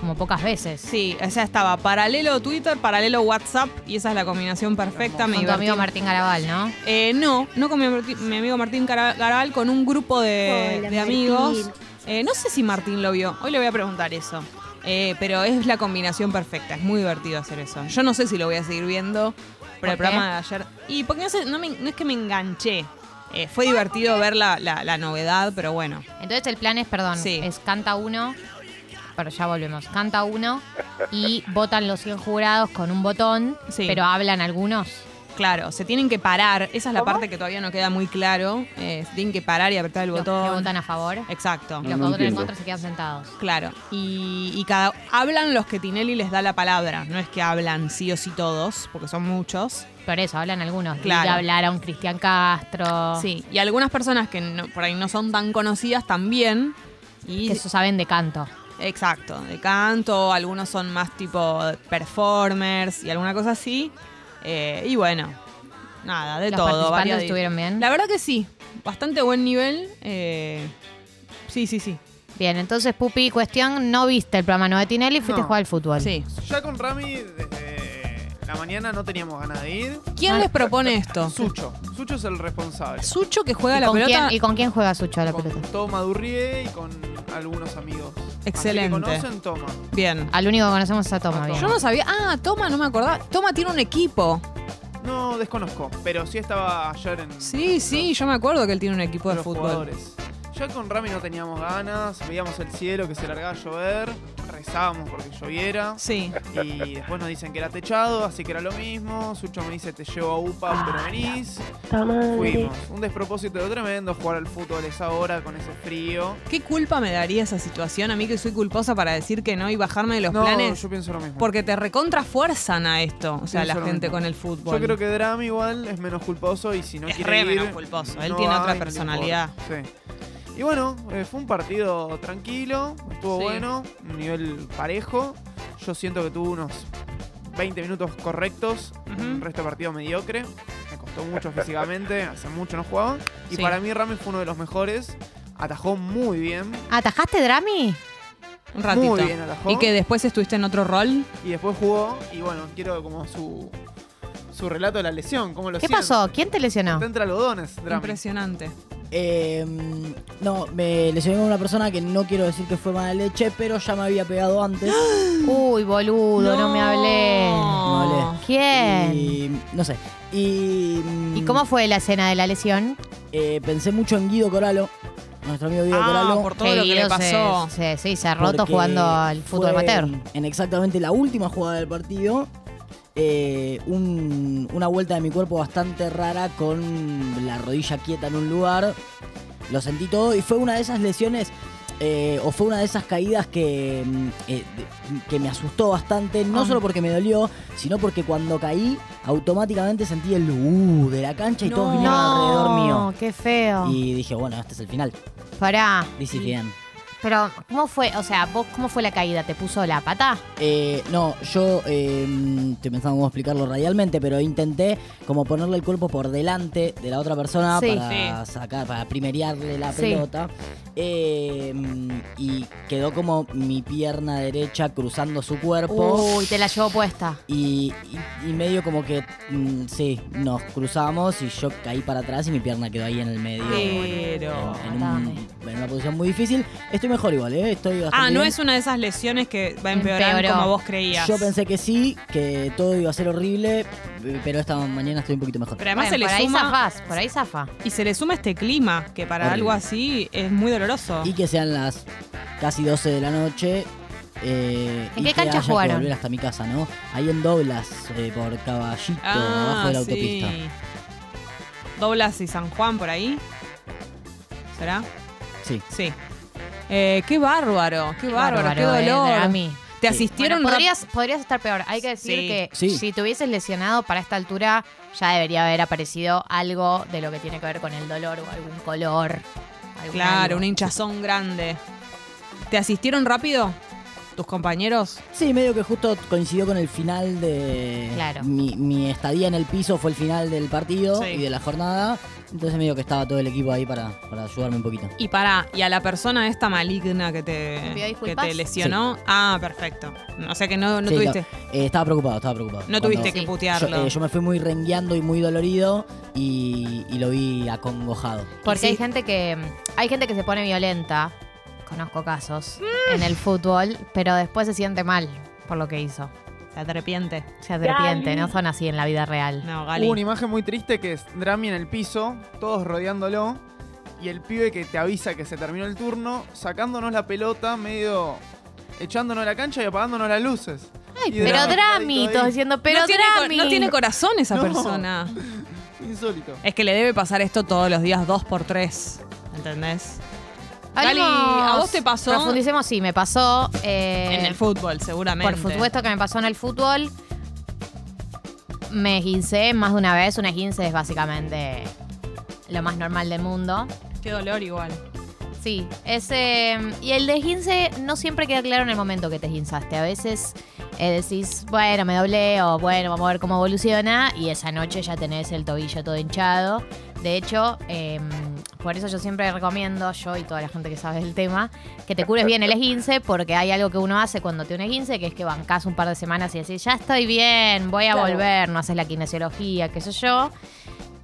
Speaker 5: como pocas veces.
Speaker 6: Sí, o sea, estaba paralelo Twitter, paralelo WhatsApp y esa es la combinación perfecta. Me
Speaker 5: Con tu amigo
Speaker 6: divertí.
Speaker 5: Martín Garabal, ¿no?
Speaker 6: Eh, no, no con mi, Marti- mi amigo Martín Cara- Garal, con un grupo de,
Speaker 15: Hola,
Speaker 6: de amigos. Eh, no sé si Martín lo vio, hoy le voy a preguntar eso. Eh, pero es la combinación perfecta, es muy divertido hacer eso. Yo no sé si lo voy a seguir viendo, pero el
Speaker 5: qué?
Speaker 6: programa de ayer... Y porque no, sé, no, me- no es que me enganché, Eh, fue divertido ver la, la- la novedad, pero bueno.
Speaker 5: Entonces el plan es, perdón,
Speaker 6: Sí.
Speaker 5: es canta uno, pero ya volvemos, canta uno y votan los 100 jurados con un botón,
Speaker 6: Sí.
Speaker 5: pero hablan algunos.
Speaker 6: Claro, se tienen que parar, esa es la parte que todavía no queda muy claro. Eh, se tienen que parar y apretar el
Speaker 5: Los que
Speaker 6: botón.
Speaker 5: votan a favor.
Speaker 6: Exacto.
Speaker 5: y
Speaker 14: no
Speaker 5: los que votan en
Speaker 14: entiendo.
Speaker 5: contra se quedan sentados.
Speaker 6: Claro, y, y cada hablan los que Tinelli les da la palabra, no es que hablan sí o sí todos, porque son muchos.
Speaker 5: Por eso, hablan algunos.
Speaker 6: Claro.
Speaker 5: Y hablaron Cristian Castro,
Speaker 6: Sí, y algunas personas que no- por ahí no son tan conocidas también. Y
Speaker 5: que eso saben de canto.
Speaker 6: exacto, de canto, algunos son más tipo performers y alguna cosa así. Eh, y bueno, nada, de
Speaker 5: los
Speaker 6: todo.
Speaker 5: participantes
Speaker 6: variadi-
Speaker 5: estuvieron bien.
Speaker 6: La verdad que sí, bastante buen nivel. eh, sí, sí, sí.
Speaker 5: Bien, entonces Pupi, cuestión, no viste el programa no de Tinelli, fuiste
Speaker 11: No.
Speaker 5: a jugar al fútbol.
Speaker 6: sí.
Speaker 11: Ya con Rami, desde la mañana no teníamos ganas de ir.
Speaker 6: ¿Quién les propone esto?
Speaker 11: Sucho. Sucho es el responsable.
Speaker 6: Sucho que
Speaker 5: ¿Y,
Speaker 6: juega la
Speaker 5: con
Speaker 6: pelota.
Speaker 5: quién, ¿Y con quién juega Sucho a la
Speaker 11: con
Speaker 5: pelota?
Speaker 11: Toma Madurrie y con algunos amigos.
Speaker 6: Excelente.
Speaker 11: Así que conocen, toma.
Speaker 6: Bien.
Speaker 5: Al único que conocemos es a Toma.
Speaker 11: A
Speaker 5: bien.
Speaker 6: Yo no sabía. Ah, Toma, no me acordaba. Toma tiene un equipo.
Speaker 11: No desconozco, pero sí estaba ayer en.
Speaker 6: Sí, sí, yo me acuerdo que él tiene un equipo
Speaker 11: los,
Speaker 6: de
Speaker 11: los
Speaker 6: fútbol.
Speaker 11: jugadores. Ya con Rami no teníamos ganas, veíamos el cielo que se largaba a llover, rezábamos porque lloviera.
Speaker 6: Sí.
Speaker 11: Y después nos dicen que era techado, así que era lo mismo. Sucho me dice, te llevo a UPA, pero venís.
Speaker 15: Puta madre.
Speaker 11: Fuimos. Un despropósito de tremendo jugar al fútbol a esa hora con ese frío.
Speaker 6: ¿Qué culpa me daría esa situación a mí que soy culposa para decir que no y bajarme de los
Speaker 11: no,
Speaker 6: planes?
Speaker 11: yo pienso lo mismo.
Speaker 6: Porque te recontrafuerzan a esto, o sea,
Speaker 11: Pienso
Speaker 6: la
Speaker 11: lo
Speaker 6: gente
Speaker 11: mismo.
Speaker 6: con el fútbol.
Speaker 11: Yo creo que Drama igual es menos culposo y si no
Speaker 6: Es
Speaker 11: quiere
Speaker 6: re
Speaker 11: ir,
Speaker 6: menos culposo. Él
Speaker 11: no
Speaker 6: tiene
Speaker 11: va
Speaker 6: otra
Speaker 11: y no le
Speaker 6: personalidad.
Speaker 11: importa. Sí. Y bueno, eh, fue un partido tranquilo, estuvo
Speaker 6: Sí.
Speaker 11: bueno, un nivel parejo. Yo siento que tuvo unos 20 minutos correctos,
Speaker 6: Ujú.
Speaker 11: el resto del partido mediocre. Me costó mucho físicamente, hace mucho no jugaba. Y
Speaker 6: Sí.
Speaker 11: para mí Rami fue uno de los mejores. Atajó muy bien,
Speaker 5: ¿Atajaste Drami?
Speaker 6: Un ratito.
Speaker 11: muy bien atajó.
Speaker 6: Y que después estuviste en otro rol.
Speaker 11: Y después jugó, y bueno, quiero como su, su relato de la lesión, cómo lo
Speaker 5: ¿Qué
Speaker 11: siente.
Speaker 5: pasó? ¿Quién te lesionó?
Speaker 11: Está entre algodones, Drami.
Speaker 6: Impresionante.
Speaker 8: Eh, mm, no, me lesioné con una persona que no quiero decir que fue mala leche, pero ya me había pegado antes.
Speaker 5: Uy, boludo, no, me hablé.
Speaker 8: No
Speaker 6: hablé.
Speaker 8: hablé.
Speaker 5: ¿Quién?
Speaker 8: Y, no sé. Y, mm,
Speaker 5: ¿Y cómo fue la escena de la lesión?
Speaker 8: eh, pensé mucho en Guido Coralo. nuestro amigo Guido
Speaker 6: Ah,
Speaker 8: Coralo.
Speaker 6: por todo lo que le
Speaker 5: Guido se-
Speaker 6: pasó.
Speaker 5: se- sí, se ha roto
Speaker 8: porque
Speaker 5: jugando al fútbol
Speaker 8: fue
Speaker 5: amateur.
Speaker 8: en- En exactamente la última jugada del partido, eh, un- una vuelta de mi cuerpo bastante rara con la rodilla quieta en un lugar. Lo sentí todo y fue una de esas lesiones. eh, o fue una de esas caídas que, mm, eh, de- que me asustó bastante,
Speaker 5: Ah.
Speaker 8: no solo porque me dolió, sino porque cuando caí automáticamente sentí el uh de la cancha y todos
Speaker 6: No.
Speaker 8: vinieron alrededor mío.
Speaker 5: qué feo.
Speaker 8: Y dije, bueno, este es el final.
Speaker 5: Pará.
Speaker 8: Dice bien.
Speaker 5: Pero, ¿cómo fue? O sea, ¿vos cómo fue la caída? ¿Te puso la pata?
Speaker 8: Eh, no, yo eh, mm, estoy pensando cómo explicarlo radialmente, pero intenté como ponerle el cuerpo por delante de la otra persona
Speaker 5: Sí.
Speaker 8: para sacar, para primerearle la
Speaker 5: Sí.
Speaker 8: pelota. Eh, mm, y quedó como mi pierna derecha cruzando su cuerpo.
Speaker 5: Uy, te la llevó puesta.
Speaker 8: Y, y- y medio como que, mm, sí, nos cruzamos y yo caí para atrás y mi pierna quedó ahí en el medio.
Speaker 6: Ah, Pero-
Speaker 8: En, en un- en una posición muy difícil. Estoy mejor igual, ¿eh? Estoy bastante
Speaker 6: Ah, no
Speaker 8: bien.
Speaker 6: es una de esas lesiones que va a empeorar
Speaker 5: Empeoró.
Speaker 6: como vos creías.
Speaker 8: Yo pensé que sí, que todo iba a ser horrible, eh, pero esta mañana estoy un poquito mejor.
Speaker 6: Pero además
Speaker 5: Bueno, por
Speaker 6: se le
Speaker 5: ahí
Speaker 6: suma
Speaker 5: zafás, por ahí zafa.
Speaker 6: y se le suma este clima que para
Speaker 8: Horrible.
Speaker 6: algo así es muy doloroso.
Speaker 8: Y que sean las casi 12 de la noche. eh,
Speaker 5: ¿En
Speaker 8: y
Speaker 5: qué
Speaker 8: que
Speaker 5: cancha
Speaker 8: haya que
Speaker 5: jugaron?
Speaker 8: volver hasta mi casa, ¿no? Ahí en Doblas, eh, por Caballito,
Speaker 5: Ah,
Speaker 8: abajo de la autopista.
Speaker 6: Ah, sí. Doblas y San Juan por ahí. ¿Será?
Speaker 8: Sí.
Speaker 6: Sí. Eh, qué bárbaro, qué bárbaro, qué
Speaker 5: eh,
Speaker 6: dolor.
Speaker 5: Drami.
Speaker 6: Te
Speaker 8: Sí.
Speaker 6: asistieron
Speaker 5: Bueno,
Speaker 6: rap-
Speaker 5: podrías, podrías estar peor. Hay que decir
Speaker 6: Sí.
Speaker 5: que
Speaker 8: Sí.
Speaker 5: si te hubieses lesionado para esta altura, ya debería haber aparecido algo de lo que tiene que ver con el dolor o algún color. algún
Speaker 6: Claro,
Speaker 5: algo.
Speaker 6: un hinchazón grande. ¿Te asistieron rápido tus compañeros?
Speaker 8: Sí, medio que justo coincidió con el final de.
Speaker 5: Claro.
Speaker 8: Mi, mi estadía en el piso fue el final del partido
Speaker 6: Sí.
Speaker 8: y de la jornada. Entonces, medio que estaba todo el equipo ahí para, para ayudarme un poquito.
Speaker 6: Y para, y a la persona esta maligna que te,
Speaker 5: ¿Pidió
Speaker 6: que
Speaker 5: disculpas?
Speaker 6: te lesionó. Ah, perfecto. O sea que no, no
Speaker 8: Sí,
Speaker 6: tuviste,
Speaker 8: Eh, estaba preocupado, estaba preocupado.
Speaker 6: no
Speaker 8: Cuando-
Speaker 6: tuviste que
Speaker 5: Sí.
Speaker 6: putearlo.
Speaker 8: Yo, eh, yo me fui muy rengueando y muy dolorido y, y lo vi acongojado.
Speaker 5: Porque
Speaker 6: Y sí.
Speaker 5: hay gente que hay gente que se pone violenta, conozco casos, en el fútbol, pero después se siente mal por lo que hizo.
Speaker 6: ¿Te arrepientes?
Speaker 5: Se arrepiente, no son así en la vida real.
Speaker 6: No, Gali.
Speaker 11: Hubo una imagen muy triste que es Drami en el piso, todos rodeándolo, y el pibe que te avisa que se terminó el turno, sacándonos la pelota, medio echándonos a la cancha y apagándonos las luces. Y
Speaker 5: Pero
Speaker 11: Drami
Speaker 5: Drami,
Speaker 11: ahí.
Speaker 5: todos diciendo, pero
Speaker 6: no tiene, co-
Speaker 5: Drami.
Speaker 6: no tiene corazón esa
Speaker 11: No.
Speaker 6: persona.
Speaker 11: Insólito.
Speaker 6: Es que le debe pasar esto todos los días, dos por tres. ¿Entendés? Gali,
Speaker 5: Hablemos-
Speaker 6: ¿a vos te pasó?
Speaker 5: Profundicemos, sí, me pasó. eh,
Speaker 6: en el fútbol, seguramente.
Speaker 5: Por supuesto que me pasó en el fútbol. Me esguincé más de una vez. Un esguince es básicamente lo más normal del mundo.
Speaker 6: Qué dolor igual.
Speaker 5: Sí, ese. Y el de esguince no siempre queda claro en el momento que te esguinzaste. A veces eh, decís, bueno, me doblé o bueno, vamos a ver cómo evoluciona. Y esa noche ya tenés el tobillo todo hinchado. De hecho, eh, por eso yo siempre recomiendo, yo y toda la gente que sabe del tema, que te cures bien el esguince, porque hay algo que uno hace cuando tiene un esguince, que es que bancás un par de semanas y decís, ya estoy bien, voy a volver, no haces la kinesiología, qué sé yo.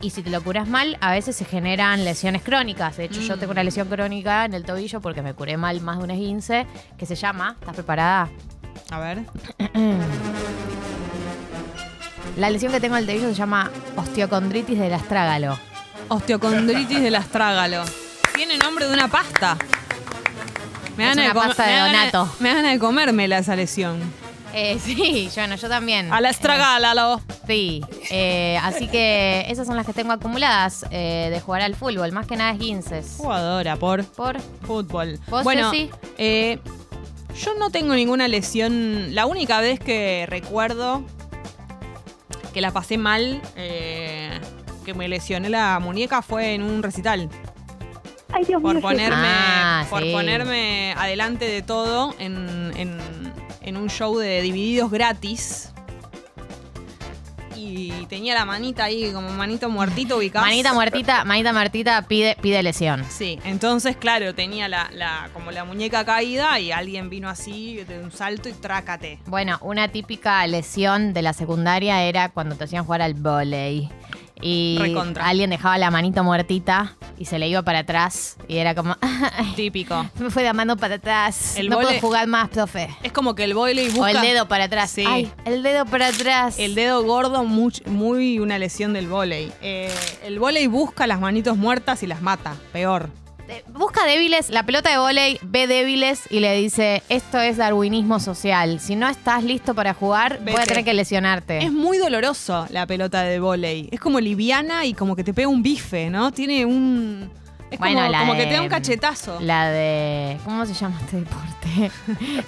Speaker 5: Y si te lo curas mal, a veces se generan lesiones crónicas. De hecho, yo tengo una lesión crónica en el tobillo porque me curé mal más de un esguince, que se llama, ¿estás preparada?
Speaker 6: A ver.
Speaker 5: La lesión que tengo en el tobillo se llama osteocondritis del astrágalo.
Speaker 6: Osteocondritis del astrágalo. Tiene nombre de una pasta. Me
Speaker 5: Es
Speaker 6: dan
Speaker 5: una
Speaker 6: de com-
Speaker 5: pasta
Speaker 6: me
Speaker 5: de
Speaker 6: dan ganas-
Speaker 5: Donato.
Speaker 6: Me dan ganas de comérmela esa lesión.
Speaker 5: Eh, sí, bueno, yo también.
Speaker 6: Al
Speaker 5: astrágalo.
Speaker 6: astragálalo.
Speaker 5: Sí, eh, así que esas son las que tengo acumuladas eh, de jugar al fútbol, más que nada esguinces.
Speaker 6: Jugadora por
Speaker 5: Por
Speaker 6: fútbol.
Speaker 5: ¿Vos,
Speaker 6: bueno,
Speaker 5: Ceci?
Speaker 6: eh, yo no tengo ninguna lesión. La única vez que recuerdo que la pasé mal, eh, que me lesioné la muñeca fue en un recital.
Speaker 12: Ay, Dios
Speaker 6: por
Speaker 12: mío.
Speaker 6: ponerme,
Speaker 5: Ah,
Speaker 6: por
Speaker 5: sí.
Speaker 6: ponerme adelante de todo en, en- en un show de divididos gratis. Y tenía la manita ahí, como manito muertito ubicada.
Speaker 5: manita muertita, manita muertita pide, pide lesión.
Speaker 6: Sí, entonces, claro, tenía la, la- como la muñeca caída y alguien vino así de un salto y trácate.
Speaker 5: Bueno, una típica lesión de la secundaria era cuando te hacían jugar al volei. Y
Speaker 6: Recontra.
Speaker 5: alguien dejaba la manito muertita y se le iba para atrás. Y era como, "Ah,
Speaker 6: Típico.
Speaker 5: me fue la mano para atrás.
Speaker 6: El
Speaker 5: no
Speaker 6: vóley-
Speaker 5: puedo jugar más, profe.
Speaker 6: Es como que el boile busca...
Speaker 5: O el dedo para atrás.
Speaker 6: Sí.
Speaker 5: Ay, el dedo para atrás.
Speaker 6: El dedo gordo, much- muy, una lesión del vóley. Eh, el vóley busca las manitos muertas y las mata. Peor.
Speaker 5: de- busca débiles, la pelota de volei ve débiles y le dice, esto es darwinismo social. Si no estás listo para jugar,
Speaker 6: Vete.
Speaker 5: voy a tener que lesionarte.
Speaker 6: Es muy doloroso la pelota de vóley. Es como liviana y como que te pega un bife, ¿no? Tiene un. Es
Speaker 5: Bueno,
Speaker 6: como,
Speaker 5: la
Speaker 6: como que
Speaker 5: de-
Speaker 6: te da un cachetazo.
Speaker 5: La de. ¿Cómo se llama este deporte?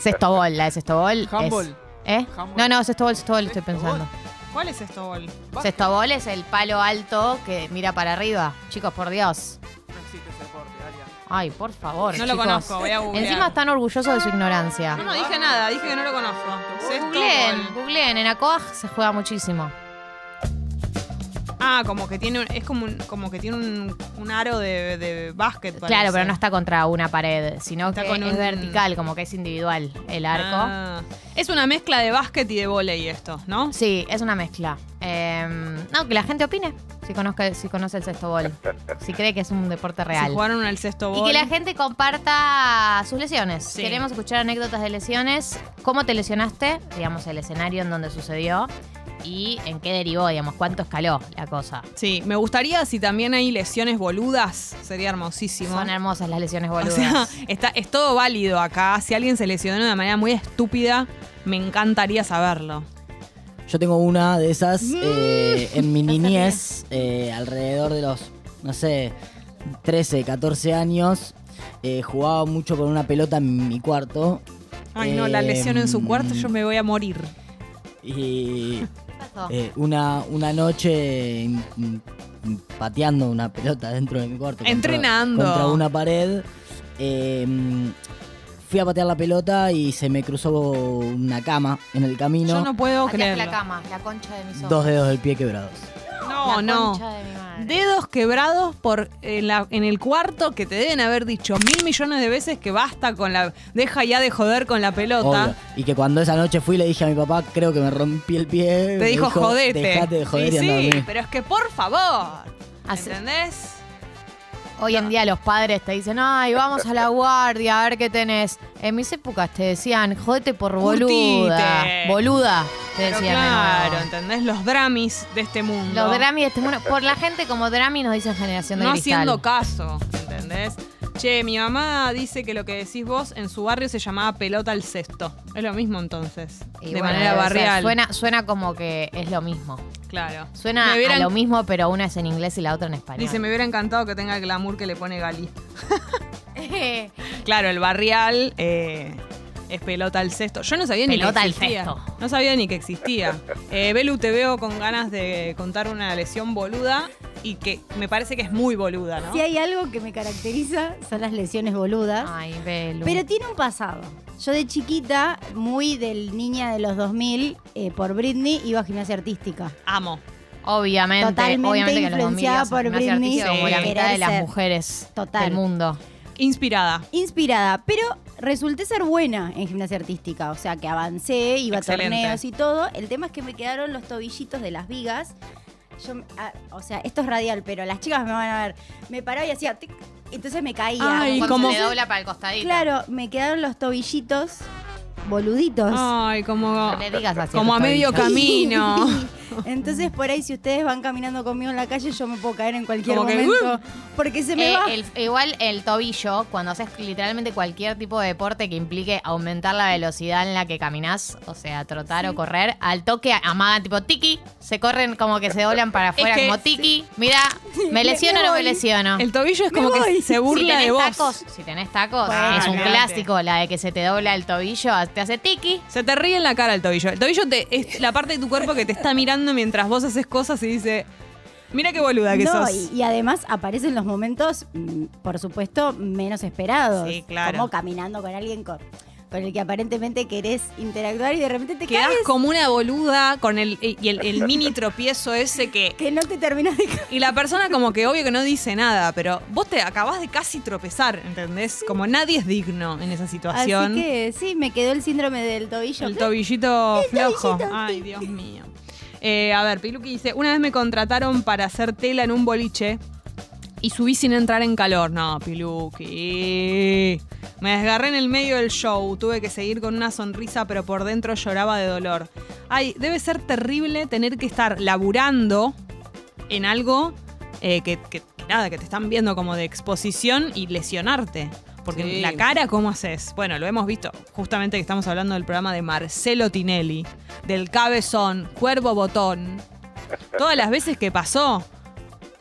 Speaker 5: sextobol, la de sextobol.
Speaker 11: Handball.
Speaker 5: Es, ¿Eh?
Speaker 11: Handball.
Speaker 5: No, no, sextobol, sextobol estoy
Speaker 11: Sextobol.
Speaker 5: pensando.
Speaker 6: ¿Cuál es esto, Bol?
Speaker 5: Sextobol es el palo alto que mira para arriba. Chicos, por Dios.
Speaker 11: No existe ese deporte, Aria.
Speaker 5: Ay, por favor.
Speaker 6: No lo
Speaker 5: chicos.
Speaker 6: conozco, voy a googlear.
Speaker 5: Encima están orgullosos de su ignorancia.
Speaker 6: No, no dije nada, dije que no lo conozco. Sexto
Speaker 5: Googleen,
Speaker 6: gol.
Speaker 5: googleen. En Acoaj se juega muchísimo.
Speaker 6: Ah, como que tiene un, es como un- como que tiene un, un aro de, de básquet.
Speaker 5: Claro,
Speaker 6: parece.
Speaker 5: pero no está contra una pared, sino
Speaker 6: Está
Speaker 5: que
Speaker 6: con
Speaker 5: es
Speaker 6: un-
Speaker 5: vertical, como que es individual el arco.
Speaker 6: Ah. Es una mezcla de básquet y de volei esto, ¿no?
Speaker 5: Sí, es una mezcla. Eh, no, que la gente opine si, conozca, si conoce el sexto bol, si cree que es un deporte
Speaker 6: Se
Speaker 5: real.
Speaker 6: jugaron al sexto
Speaker 5: Y
Speaker 6: gol.
Speaker 5: que la gente comparta sus lesiones.
Speaker 6: Sí.
Speaker 5: Queremos escuchar anécdotas de lesiones, cómo te lesionaste, digamos, el escenario en donde sucedió y en qué derivó, digamos, cuánto escaló la cosa.
Speaker 6: Sí, me gustaría si también hay lesiones boludas, sería hermosísimo.
Speaker 5: Son hermosas las lesiones
Speaker 6: O
Speaker 5: boludas.
Speaker 6: sea, está, es todo válido acá. Si alguien se lesionó de una manera muy estúpida, me encantaría saberlo.
Speaker 8: Yo tengo una de esas
Speaker 6: Mm.
Speaker 8: eh, en mi niñez, eh, alrededor de los, no sé, 13, 14 años. eh, jugaba mucho con una pelota en mi cuarto.
Speaker 6: Ay, no, la
Speaker 8: Eh,
Speaker 6: lesión en su cuarto, yo me voy a morir.
Speaker 8: Y
Speaker 5: ¿Qué pasó?
Speaker 8: eh, una, una noche in- in- in- pateando una pelota dentro de mi cuarto. contra-
Speaker 6: Entrenando.
Speaker 8: Contra, una pared. eh, fui a patear la pelota y se me cruzó una cama en el camino.
Speaker 6: Yo no puedo
Speaker 5: Pateaste
Speaker 6: creerlo.
Speaker 5: la cama, la concha de mis ojos.
Speaker 8: Dos dedos del pie quebrados.
Speaker 6: No,
Speaker 5: La
Speaker 6: no.
Speaker 5: concha de mi madre.
Speaker 6: Dedos quebrados por en, la- en el cuarto que te deben haber dicho mil millones de veces que basta con la. Deja ya de joder con la pelota.
Speaker 8: Obvio. Y que cuando esa noche fui le dije a mi papá, creo que me rompí el pie.
Speaker 6: Te
Speaker 8: Me
Speaker 6: dijo, jodete.
Speaker 8: Dejate de joder y,
Speaker 6: sí,
Speaker 8: anda a
Speaker 6: sí,
Speaker 8: dormir".
Speaker 6: pero es que por favor.
Speaker 5: Así-
Speaker 6: ¿Entendés?
Speaker 5: Hoy en día los padres te dicen, ay, vamos a la guardia, a ver qué tenés. En mis épocas te decían, jodete por boluda.
Speaker 6: Curtite.
Speaker 5: Boluda, te
Speaker 6: Pero
Speaker 5: decían. de
Speaker 6: claro,
Speaker 5: nuevo.
Speaker 6: ¿entendés? Los dramis de este mundo.
Speaker 5: Los Grammy de este mundo- por la gente como Grammy nos dicen generación de
Speaker 6: no
Speaker 5: cristal.
Speaker 6: haciendo caso, ¿entendés? Che, mi mamá dice que lo que decís vos en su barrio se llamaba pelota al cesto. Es lo mismo entonces.
Speaker 5: Y
Speaker 6: de
Speaker 5: bueno,
Speaker 6: manera
Speaker 5: debe ser.
Speaker 6: barrial.
Speaker 5: Suena, suena como que es lo mismo.
Speaker 6: claro.
Speaker 5: Suena
Speaker 6: Me hubieran-
Speaker 5: a lo mismo, pero una es en inglés y la otra en español.
Speaker 6: Dice, me hubiera encantado que tenga el glamour que le pone Gali. Claro, el barrial eh, es pelota al cesto. Yo no sabía
Speaker 5: Pelota al
Speaker 6: ni que existía.
Speaker 5: cesto.
Speaker 6: No sabía ni que existía. Eh, Belu, te veo con ganas de contar una lesión boluda y que me parece que es muy boluda, ¿no?
Speaker 3: Si hay algo que me caracteriza, son las lesiones boludas.
Speaker 5: Ay, Belu.
Speaker 3: Pero tiene un pasado. Yo de chiquita, muy del niña de los 2000, eh, por Britney, iba a gimnasia artística.
Speaker 6: Amo.
Speaker 5: obviamente,
Speaker 3: Totalmente
Speaker 5: obviamente que los
Speaker 3: influenciada
Speaker 5: domingos son
Speaker 3: por
Speaker 5: gimnasia
Speaker 3: Britney.
Speaker 5: artística como la
Speaker 6: Sí.
Speaker 5: mitad de
Speaker 3: Querer
Speaker 5: las
Speaker 3: ser.
Speaker 5: mujeres
Speaker 3: Total.
Speaker 5: del mundo.
Speaker 6: Inspirada.
Speaker 3: Inspirada, pero resulté ser buena en gimnasia artística. O sea, que avancé, iba
Speaker 6: Excelente.
Speaker 3: a torneos y todo. El tema es que me quedaron los tobillitos de las vigas. Yo, me- ah, o sea, esto es radial, pero las chicas me van a ver. Me paraba y hacía... tic, entonces me caía.
Speaker 6: Ay,
Speaker 5: Cuando
Speaker 6: como-
Speaker 5: se le dobla para el costadito.
Speaker 3: Claro, me quedaron los tobillitos boluditos.
Speaker 5: Ah.
Speaker 6: Ay, como,
Speaker 5: No le digas así.
Speaker 6: como a
Speaker 5: los
Speaker 6: medio
Speaker 5: tobillos.
Speaker 6: camino.
Speaker 3: Entonces por ahí si ustedes van caminando conmigo en la calle yo me puedo caer en cualquier
Speaker 6: Como que, uh,
Speaker 3: momento porque se me
Speaker 5: Eh,
Speaker 3: va.
Speaker 5: el- igual el tobillo, cuando haces literalmente cualquier tipo de deporte que implique aumentar la velocidad en la que caminás, o sea, trotar o correr, al toque amagan tipo tiki, se corren como que se doblan para afuera,
Speaker 6: que-
Speaker 5: como tiki, mira, me
Speaker 3: me-
Speaker 5: lesiono o no me
Speaker 3: voy.
Speaker 5: lesiono.
Speaker 6: El tobillo es
Speaker 3: Me
Speaker 6: como que
Speaker 3: voy.
Speaker 6: se burla
Speaker 5: si
Speaker 6: de
Speaker 5: tenés
Speaker 6: vos.
Speaker 5: tacos, si tenés tacos,
Speaker 3: Bueno,
Speaker 5: es un
Speaker 6: olvídate.
Speaker 5: clásico, la de que se te dobla el tobillo, te hace tiki.
Speaker 6: Se te ríe en la cara el tobillo. El tobillo te- es la parte de tu cuerpo que te está mirando mientras vos haces cosas y dice, mira qué boluda que
Speaker 3: No,
Speaker 6: sos.
Speaker 3: y, y además aparecen los momentos, mm, por supuesto, menos esperados.
Speaker 6: Sí, claro.
Speaker 3: Como caminando con alguien con, con el que aparentemente querés interactuar y de repente te
Speaker 6: Quedás
Speaker 3: caes
Speaker 6: como una boluda con el, y el, el mini tropiezo ese que...
Speaker 3: que no te terminás de caer.
Speaker 6: Y la persona como que obvio que no dice nada, pero vos te acabás de casi tropezar, ¿entendés? Como nadie es digno en esa
Speaker 3: Así
Speaker 6: situación.
Speaker 3: que sí, me quedó el síndrome del tobillo.
Speaker 6: El tobillito flojo.
Speaker 3: tobillito.
Speaker 6: Ay, Dios mío. Eh, a ver, Piluki dice, una vez me contrataron para hacer tela en un boliche y subí sin entrar en calor. No, Piluki. Me desgarré en el medio del show, tuve que seguir con una sonrisa, pero por dentro lloraba de dolor. Ay, debe ser terrible tener que estar laburando en algo eh, que, que- que nada, que te están viendo como de exposición y lesionarte. Porque
Speaker 5: Sí.
Speaker 6: la cara, ¿cómo haces? Bueno, lo hemos visto justamente que estamos hablando del programa de Marcelo Tinelli, del cabezón, cuervo botón. Todas las veces que pasó,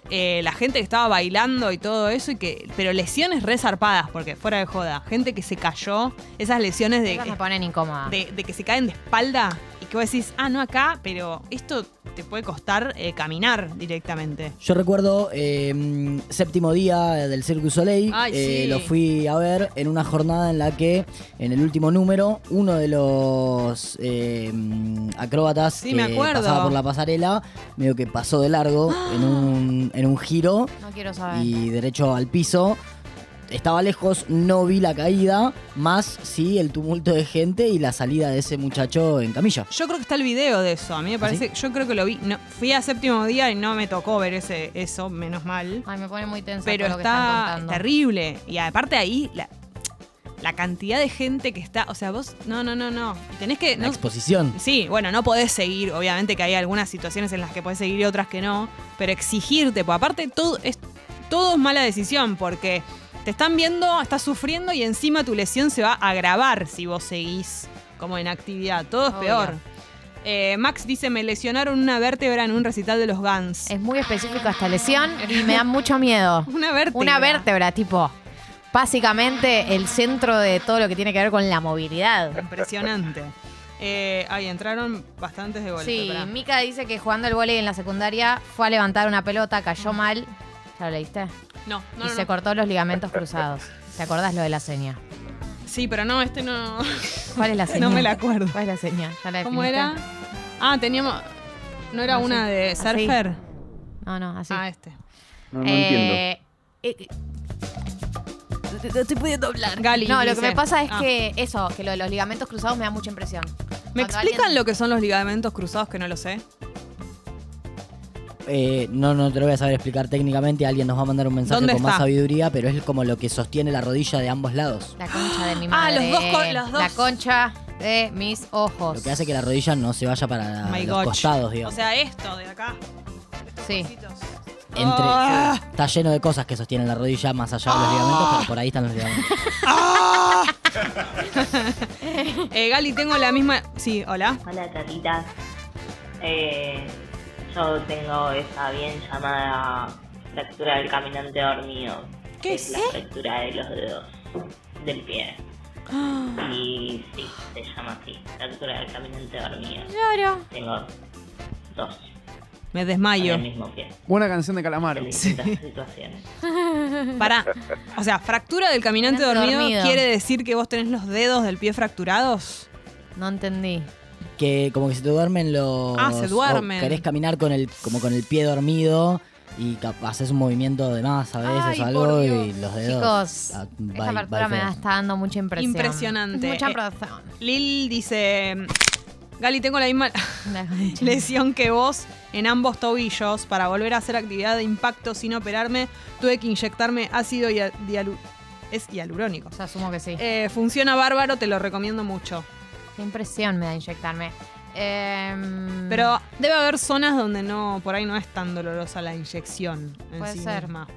Speaker 6: eh, la gente que estaba bailando y todo eso, y que, pero lesiones resarpadas, porque fuera de joda, gente que se cayó, esas lesiones de,
Speaker 5: Esas me ponen incómoda.
Speaker 6: de, de que se caen de espalda y que vos decís, ah, no acá, pero esto te puede costar eh, caminar directamente.
Speaker 8: Yo recuerdo eh, séptimo día del Cirque du Soleil,
Speaker 6: Ay,
Speaker 8: eh,
Speaker 6: sí.
Speaker 8: lo fui a ver en una jornada en la que en el último número uno de los eh, acróbatas
Speaker 6: Sí,
Speaker 8: que
Speaker 6: me acuerdo.
Speaker 8: pasaba por la pasarela medio que pasó de largo en, un, en un giro
Speaker 5: No quiero saber.
Speaker 8: y derecho al piso. Estaba lejos, no vi la caída, más sí el tumulto de gente y la salida de ese muchacho en camilla.
Speaker 6: Yo creo que está el video de eso, a
Speaker 5: ¿Ah,
Speaker 6: mí me parece, yo creo que lo vi, no, fui a séptimo día y no me tocó ver ese eso, menos mal.
Speaker 5: Ay, me pone muy tensa
Speaker 6: pero
Speaker 5: todo lo que están
Speaker 6: está
Speaker 5: contando.
Speaker 6: terrible. Y aparte ahí, la, la cantidad de gente que está, o sea, vos, no, no, no, no. Y tenés que...
Speaker 8: Una
Speaker 6: no-
Speaker 8: exposición.
Speaker 6: Sí, bueno, no podés seguir, obviamente que hay algunas situaciones en las que podés seguir y otras que no, pero exigirte, pues aparte todo es, todo es mala decisión, porque te están viendo, estás sufriendo y encima tu lesión se va a agravar si vos seguís como en actividad, todo es
Speaker 5: Obvio.
Speaker 6: peor. Eh, Max dice, me lesionaron una vértebra en un recital de los Guns.
Speaker 5: Es muy específico esta lesión y me da mucho miedo.
Speaker 6: Una vértebra.
Speaker 5: Una vértebra, tipo. Básicamente el centro de todo lo que tiene que ver con la movilidad.
Speaker 6: Impresionante. Eh, ay, entraron bastantes de golpe.
Speaker 5: Sí,
Speaker 6: pará.
Speaker 5: Mika dice que jugando el vóley en la secundaria fue a levantar una pelota, cayó mal. ¿Ya lo leíste?
Speaker 6: No, no,
Speaker 5: y
Speaker 6: no,
Speaker 5: se
Speaker 6: no.
Speaker 5: cortó los ligamentos cruzados. ¿Te acordás lo de la seña?
Speaker 6: Sí, pero no, este no.
Speaker 5: ¿Cuál es la seña?
Speaker 6: No me la acuerdo.
Speaker 5: ¿Cuál es la seña? ¿Ya la
Speaker 6: ¿Cómo
Speaker 5: definiste?
Speaker 6: era? Ah, teníamos. ¿No era
Speaker 5: No sé.
Speaker 6: una de
Speaker 5: Así.
Speaker 6: Surfer?
Speaker 5: No, no, así.
Speaker 6: Ah, este.
Speaker 14: No, no entiendo.
Speaker 5: Eh, eh,
Speaker 3: estoy pudiendo hablar.
Speaker 6: Gali.
Speaker 5: no, lo
Speaker 6: dice.
Speaker 5: que me pasa es
Speaker 6: Ah.
Speaker 5: que eso, que lo de los ligamentos cruzados me da mucha impresión.
Speaker 6: ¿Me
Speaker 5: Cuando
Speaker 6: explican
Speaker 5: alguien-
Speaker 6: lo que son los ligamentos cruzados que no lo sé?
Speaker 8: Eh, no, no te lo voy a saber explicar técnicamente. Alguien nos va a mandar un mensaje
Speaker 6: ¿Dónde
Speaker 8: con más
Speaker 6: está?
Speaker 8: sabiduría, pero es como lo que sostiene la rodilla de ambos lados.
Speaker 5: La concha de mi
Speaker 6: Ah,
Speaker 5: madre.
Speaker 6: los dos co- los dos.
Speaker 5: La concha de mis ojos.
Speaker 8: Lo que hace que la rodilla no se vaya para
Speaker 6: Oh My
Speaker 8: Ah, los
Speaker 6: gosh.
Speaker 8: costados, digamos.
Speaker 6: O sea, esto de acá.
Speaker 5: Sí.
Speaker 6: Cositos.
Speaker 8: Entre,
Speaker 6: Ah.
Speaker 8: Está lleno de cosas que sostienen la rodilla más allá de los ligamentos, pero por ahí están los ligamentos.
Speaker 5: ¡Ah!
Speaker 6: Eh, Gali, tengo la misma. Sí, hola.
Speaker 15: Hola, tatitas. Eh, yo tengo esa bien llamada fractura del caminante dormido.
Speaker 6: ¿Qué
Speaker 15: es? La
Speaker 6: es?
Speaker 15: fractura de los dedos del pie. Y sí, se llama así, fractura del caminante dormido.
Speaker 5: Claro.
Speaker 15: Tengo dos
Speaker 6: Me
Speaker 15: en
Speaker 6: desmayo.
Speaker 15: el mismo pie,
Speaker 11: Buena canción de Calamaro.
Speaker 15: en distintas situaciones.
Speaker 6: Pará. O sea, fractura del caminante
Speaker 5: Caminante
Speaker 6: dormido,
Speaker 5: dormido.
Speaker 6: quiere decir que vos tenés los dedos del pie fracturados.
Speaker 5: No entendí.
Speaker 8: Que como que se te duermen los.
Speaker 6: Ah, se duermen.
Speaker 8: o querés caminar con el, como con el pie dormido y cap- haces un movimiento de más a veces
Speaker 6: Ay,
Speaker 8: o
Speaker 6: por
Speaker 8: algo y
Speaker 6: Dios.
Speaker 8: los dedos.
Speaker 5: Chicos,
Speaker 8: ah,
Speaker 5: esta
Speaker 8: bye-
Speaker 5: apertura
Speaker 8: bye
Speaker 5: me da-
Speaker 8: forever.
Speaker 5: está dando mucha impresión.
Speaker 6: Impresionante.
Speaker 5: Mucha
Speaker 6: Eh,
Speaker 5: impresión.
Speaker 6: Lil dice. Gali, tengo la misma.
Speaker 5: La concha.
Speaker 6: lesión que vos en ambos tobillos. Para volver a hacer actividad de impacto sin operarme, tuve que inyectarme ácido hia- dialu- es hialurónico.
Speaker 5: Yo asumo que sí.
Speaker 6: Eh, funciona bárbaro, te lo recomiendo mucho.
Speaker 5: Qué impresión me da inyectarme. Em,
Speaker 6: Pero debe haber zonas donde no, por ahí no es tan dolorosa la inyección. En
Speaker 5: Puede
Speaker 6: sí
Speaker 5: ser.
Speaker 6: misma.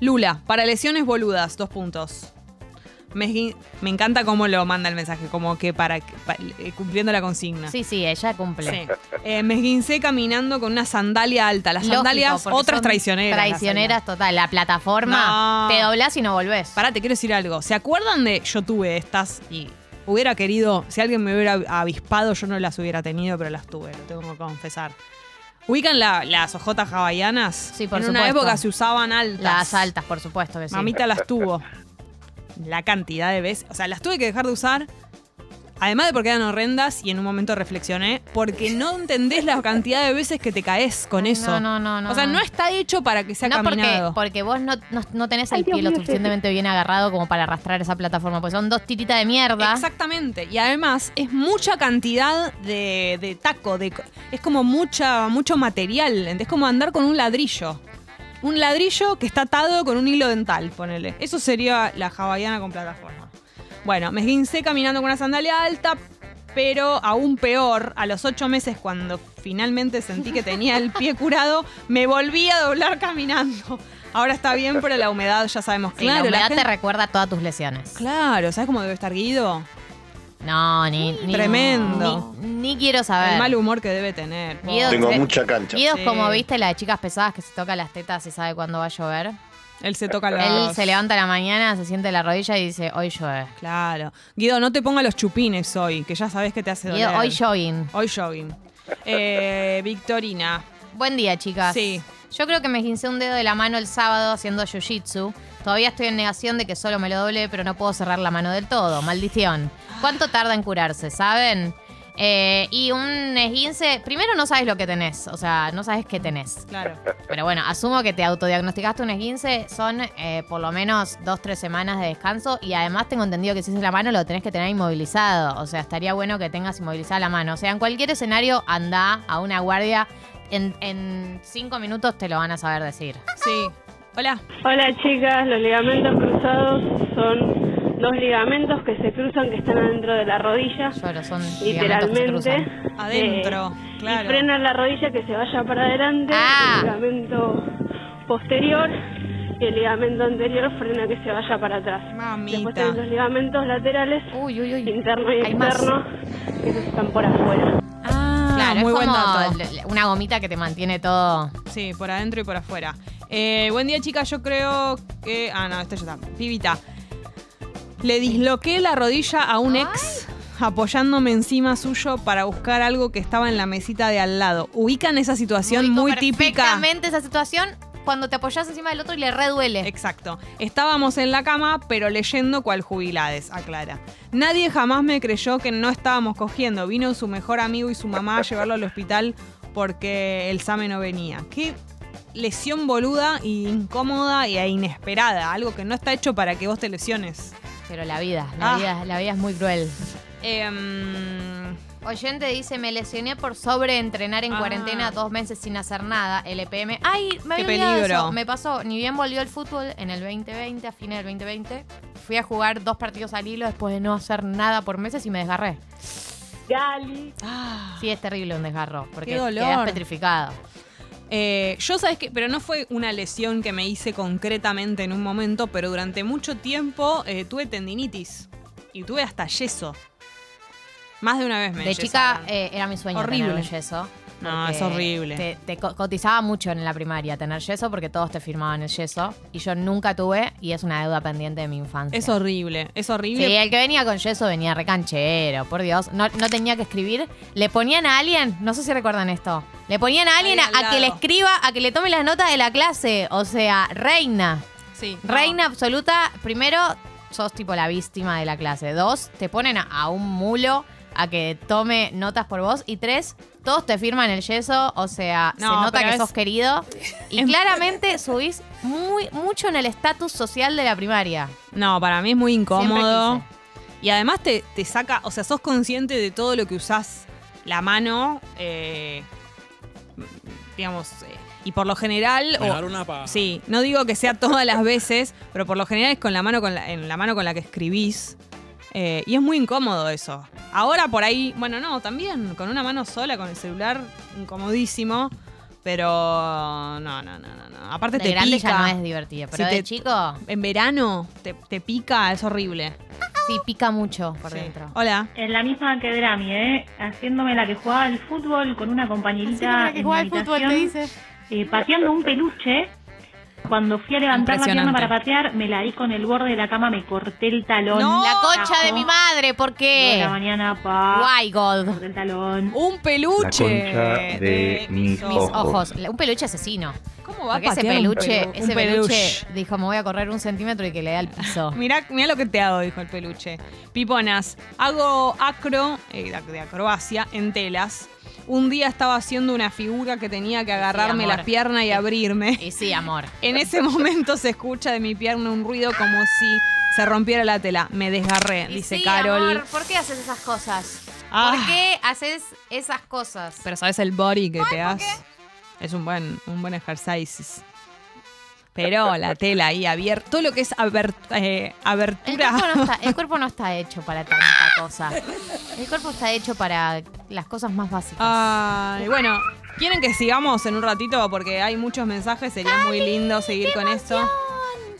Speaker 6: Lula, para lesiones boludas, dos puntos. Me, esgui- me encanta cómo lo manda el mensaje, como que para, pa- eh, cumpliendo la consigna.
Speaker 5: Sí, sí, ella cumple.
Speaker 6: Sí. Eh, me esguincé caminando con una sandalia alta. Las
Speaker 5: Lógico,
Speaker 6: sandalias,
Speaker 5: porque
Speaker 6: otras
Speaker 5: son
Speaker 6: traicioneras. las
Speaker 5: Traicioneras total. La plataforma,
Speaker 6: No.
Speaker 5: te doblás y no volvés.
Speaker 6: sandalias. Pará, te quiero decir algo. ¿Se acuerdan de yo tuve estas y hubiera querido, si alguien me hubiera avispado, yo no las hubiera tenido, pero las tuve, lo tengo que confesar. Ubican la- las ojotas hawaianas.
Speaker 5: Sí, por
Speaker 6: En una
Speaker 5: supuesto.
Speaker 6: época se usaban altas.
Speaker 5: Las altas, por supuesto que sí.
Speaker 6: Mamita las tuvo. La cantidad de veces. O sea, las tuve que dejar de usar. Además de porque eran horrendas y en un momento reflexioné, porque no entendés la cantidad de veces que te caes con
Speaker 5: No,
Speaker 6: eso.
Speaker 5: no, no, no,
Speaker 6: O sea,
Speaker 5: no.
Speaker 6: no está hecho para que sea
Speaker 5: no porque,
Speaker 6: caminado.
Speaker 5: porque vos no, no- no tenés el pie lo suficientemente bien agarrado como para arrastrar esa plataforma, pues son dos tiritas de mierda.
Speaker 6: Exactamente. Y además es mucha cantidad de, de taco, de, co- es como mucha, mucho material. ¿entendés? Es como andar con un ladrillo. Un ladrillo que está atado con un hilo dental, ponele. Eso sería la hawaiana con plataforma. Bueno, me esguincé caminando con una sandalia alta, Pero aún peor, a los ocho meses cuando finalmente sentí que tenía el pie curado, me volví a doblar caminando. Ahora está bien, pero la humedad ya sabemos que
Speaker 5: Sí, la humedad te recuerda todas tus lesiones.
Speaker 6: Claro, ¿sabes cómo debe estar Guido?
Speaker 5: No, ni. ni-
Speaker 6: Tremendo.
Speaker 5: Ni, ni quiero saber.
Speaker 6: El mal humor que debe tener.
Speaker 5: Guido,
Speaker 16: Tengo
Speaker 5: se-
Speaker 16: mucha cancha.
Speaker 5: Guido es
Speaker 6: Sí.
Speaker 5: como viste las chicas pesadas que se toca las tetas y sabe cuándo va a llover.
Speaker 6: Él se toca los...
Speaker 5: Él se levanta a la mañana, se siente la rodilla y dice, hoy llueve.
Speaker 6: Claro. Guido, no te ponga los chupines hoy, que ya sabes que te hace doler.
Speaker 5: Guido, hoy jogging.
Speaker 6: Hoy jogging. Eh, Victorina.
Speaker 5: Buen día, chicas.
Speaker 6: Sí.
Speaker 5: Yo creo que me gincé un dedo de la mano el sábado haciendo jiu-jitsu. Todavía estoy en negación de que solo me lo doblé, pero no puedo cerrar la mano del todo. Maldición. ¿Cuánto tarda en curarse, saben? Eh, y un esguince, primero no sabes lo que tenés, o sea, no sabes qué tenés.
Speaker 6: Claro.
Speaker 5: Pero bueno, asumo que te autodiagnosticaste un esguince, son eh, por lo menos dos, tres semanas de descanso y además tengo entendido que si es en la mano lo tenés que tener inmovilizado, o sea, estaría bueno que tengas inmovilizada la mano. O sea, en cualquier escenario anda a una guardia, en, en cinco minutos te lo van a saber decir.
Speaker 6: Sí. Hola.
Speaker 17: Hola chicas, los ligamentos cruzados son dos ligamentos que se cruzan que están adentro de la rodilla.
Speaker 5: ligamentos que se
Speaker 17: literalmente.
Speaker 5: cruzan.
Speaker 6: Adentro,
Speaker 17: Eh, Y
Speaker 6: claro.
Speaker 17: frenan la rodilla que se vaya para adelante.
Speaker 5: Ah.
Speaker 17: El
Speaker 10: Ah,
Speaker 17: ligamento posterior y el ligamento anterior frena que se vaya para atrás. Después tenés los ligamentos laterales, interno y
Speaker 5: Hay más.
Speaker 17: externo, que esos están por afuera.
Speaker 5: claro,
Speaker 6: Ah, muy
Speaker 5: es
Speaker 6: buen
Speaker 5: como
Speaker 6: dato.
Speaker 5: l- l- una gomita que te mantiene todo.
Speaker 6: Sí, por adentro y por afuera. Eh, buen día, chicas. Yo creo que. Ah, no, esto ya está. Pibita. Le disloqué la rodilla a un ex apoyándome encima suyo para buscar algo que estaba en la mesita de al lado. Ubican esa situación muy típica.
Speaker 5: Exactamente esa situación cuando te apoyas encima del otro y le reduele.
Speaker 6: Exacto. Estábamos en la cama, pero leyendo cual jubilades, aclara. Nadie jamás me creyó que no estábamos cogiendo. Vino su mejor amigo y su mamá a llevarlo al hospital porque el SAME no venía. Qué lesión boluda y incómoda e inesperada. Algo que no está hecho para que vos te lesiones.
Speaker 5: Pero la vida, la,
Speaker 6: Ah.
Speaker 5: vida, la vida es muy cruel.
Speaker 6: Em,
Speaker 5: Oyente dice, me lesioné por sobreentrenar en
Speaker 6: Ah.
Speaker 5: cuarentena dos meses sin hacer nada, LPM. ¡Ay, me había
Speaker 6: Qué
Speaker 5: olvidado
Speaker 6: peligro.
Speaker 5: eso. Me pasó, ni bien volvió el fútbol en el 2020, a fines del 2020, fui a jugar dos partidos al hilo después de no hacer nada por meses y me desgarré. Ah.
Speaker 17: Gali.
Speaker 5: Sí, es terrible un desgarro, porque
Speaker 6: Qué dolor.
Speaker 5: quedás petrificado.
Speaker 6: Eh, yo sabes que, pero no fue una lesión que me hice concretamente en un momento, pero durante mucho tiempo eh, tuve tendinitis y tuve hasta yeso. Más de una vez me
Speaker 5: De chica
Speaker 6: yesaron.
Speaker 5: eh, era mi sueño
Speaker 6: Horrible.
Speaker 5: tener un yeso.
Speaker 6: No,
Speaker 5: porque
Speaker 6: es horrible.
Speaker 5: Te, te co- cotizaba mucho en la primaria tener yeso porque todos te firmaban el yeso y yo nunca tuve y es una deuda pendiente de mi infancia.
Speaker 6: Es horrible, es horrible.
Speaker 5: Sí, eh. el que venía con yeso venía recanchero, por Dios. No, no tenía que escribir. Le ponían a alguien, no sé si recuerdan esto, le ponían a alguien a,
Speaker 6: Ahí al
Speaker 5: a que le
Speaker 6: lado.
Speaker 5: escriba, a que le tome las notas de la clase. O sea, reina.
Speaker 6: Sí, no.
Speaker 5: Reina absoluta, primero, sos tipo la víctima de la clase. Dos, te ponen a, a un mulo a que tome notas por vos. Y tres, todos te firman el yeso, o sea,
Speaker 6: No,
Speaker 5: se nota
Speaker 6: pero
Speaker 5: que
Speaker 6: es-
Speaker 5: sos querido. Y claramente subís muy, mucho en el estatus social de la primaria.
Speaker 6: No, para mí es muy incómodo. Y además te, te saca, o sea, sos consciente de todo lo que usás la mano, eh, digamos, eh, y por lo general...
Speaker 18: Me
Speaker 6: o-
Speaker 18: dar una pa-
Speaker 6: Sí, no digo que sea todas las veces, pero por lo general es con la mano con la, en la mano con la que escribís. Eh, y es muy incómodo eso. Ahora por ahí, bueno, no, también con una mano sola, con el celular, incomodísimo. Pero no, no, no, no. no. Aparte
Speaker 5: De
Speaker 6: te
Speaker 5: grande
Speaker 6: pica.
Speaker 5: ya no es divertido, pero de chico-
Speaker 6: En verano te, te pica, es horrible.
Speaker 5: Sí, pica mucho por dentro.
Speaker 6: Hola.
Speaker 19: En la misma que Drami, ¿eh? Haciéndome la que jugaba al fútbol con una
Speaker 5: Haciéndome
Speaker 19: compañerita.
Speaker 5: la que
Speaker 19: en
Speaker 5: jugaba
Speaker 19: mi
Speaker 5: al fútbol,
Speaker 19: habitación,
Speaker 5: ¿qué dice?
Speaker 19: eh, pateando un peluche. Cuando fui a levantar la pierna
Speaker 5: Impresionante.
Speaker 19: para patear, me la di con el borde de la cama, me corté el
Speaker 6: Oh,
Speaker 19: talón.
Speaker 5: La concha de mi madre, ¿por
Speaker 19: De
Speaker 5: qué?
Speaker 19: la mañana, pa.
Speaker 5: Why God.
Speaker 19: Corté el talón.
Speaker 6: Un peluche.
Speaker 5: de de
Speaker 16: mis
Speaker 5: Mis ojos. Un peluche asesino.
Speaker 6: ¿Cómo va a
Speaker 5: Porque ese
Speaker 6: patear un
Speaker 5: peluche,
Speaker 6: pelu- un
Speaker 5: ese peluche,
Speaker 6: peluche?
Speaker 5: dijo, me voy a correr un centímetro y que le dé al piso.
Speaker 6: Mirá, mirá lo que te hago, dijo el peluche. Piponas, hago acro, eh, de- de acrobacia, en telas. Un día estaba haciendo una figura que tenía que agarrarme
Speaker 5: amor.
Speaker 6: la pierna y abrirme.
Speaker 5: Y sí, amor.
Speaker 6: En ese momento se escucha de mi pierna un ruido como si se rompiera la tela. Me desgarré, dice
Speaker 5: Sí,
Speaker 6: Carol.
Speaker 5: amor, ¿por qué haces esas cosas?
Speaker 6: Ah.
Speaker 5: ¿Por qué haces esas cosas?
Speaker 6: Pero sabes el body que te das. Es un buen, un buen ejercicio. Pero la tela ahí abierta, todo lo que es aber- eh,
Speaker 5: El
Speaker 6: abertura.
Speaker 5: cuerpo, no está, el cuerpo no está hecho para tanta cosa. El cuerpo está hecho para las cosas más básicas.
Speaker 6: Ah, Ay, bueno, ¿quieren que sigamos en un ratito? Porque hay muchos mensajes, sería muy lindo seguir con esto.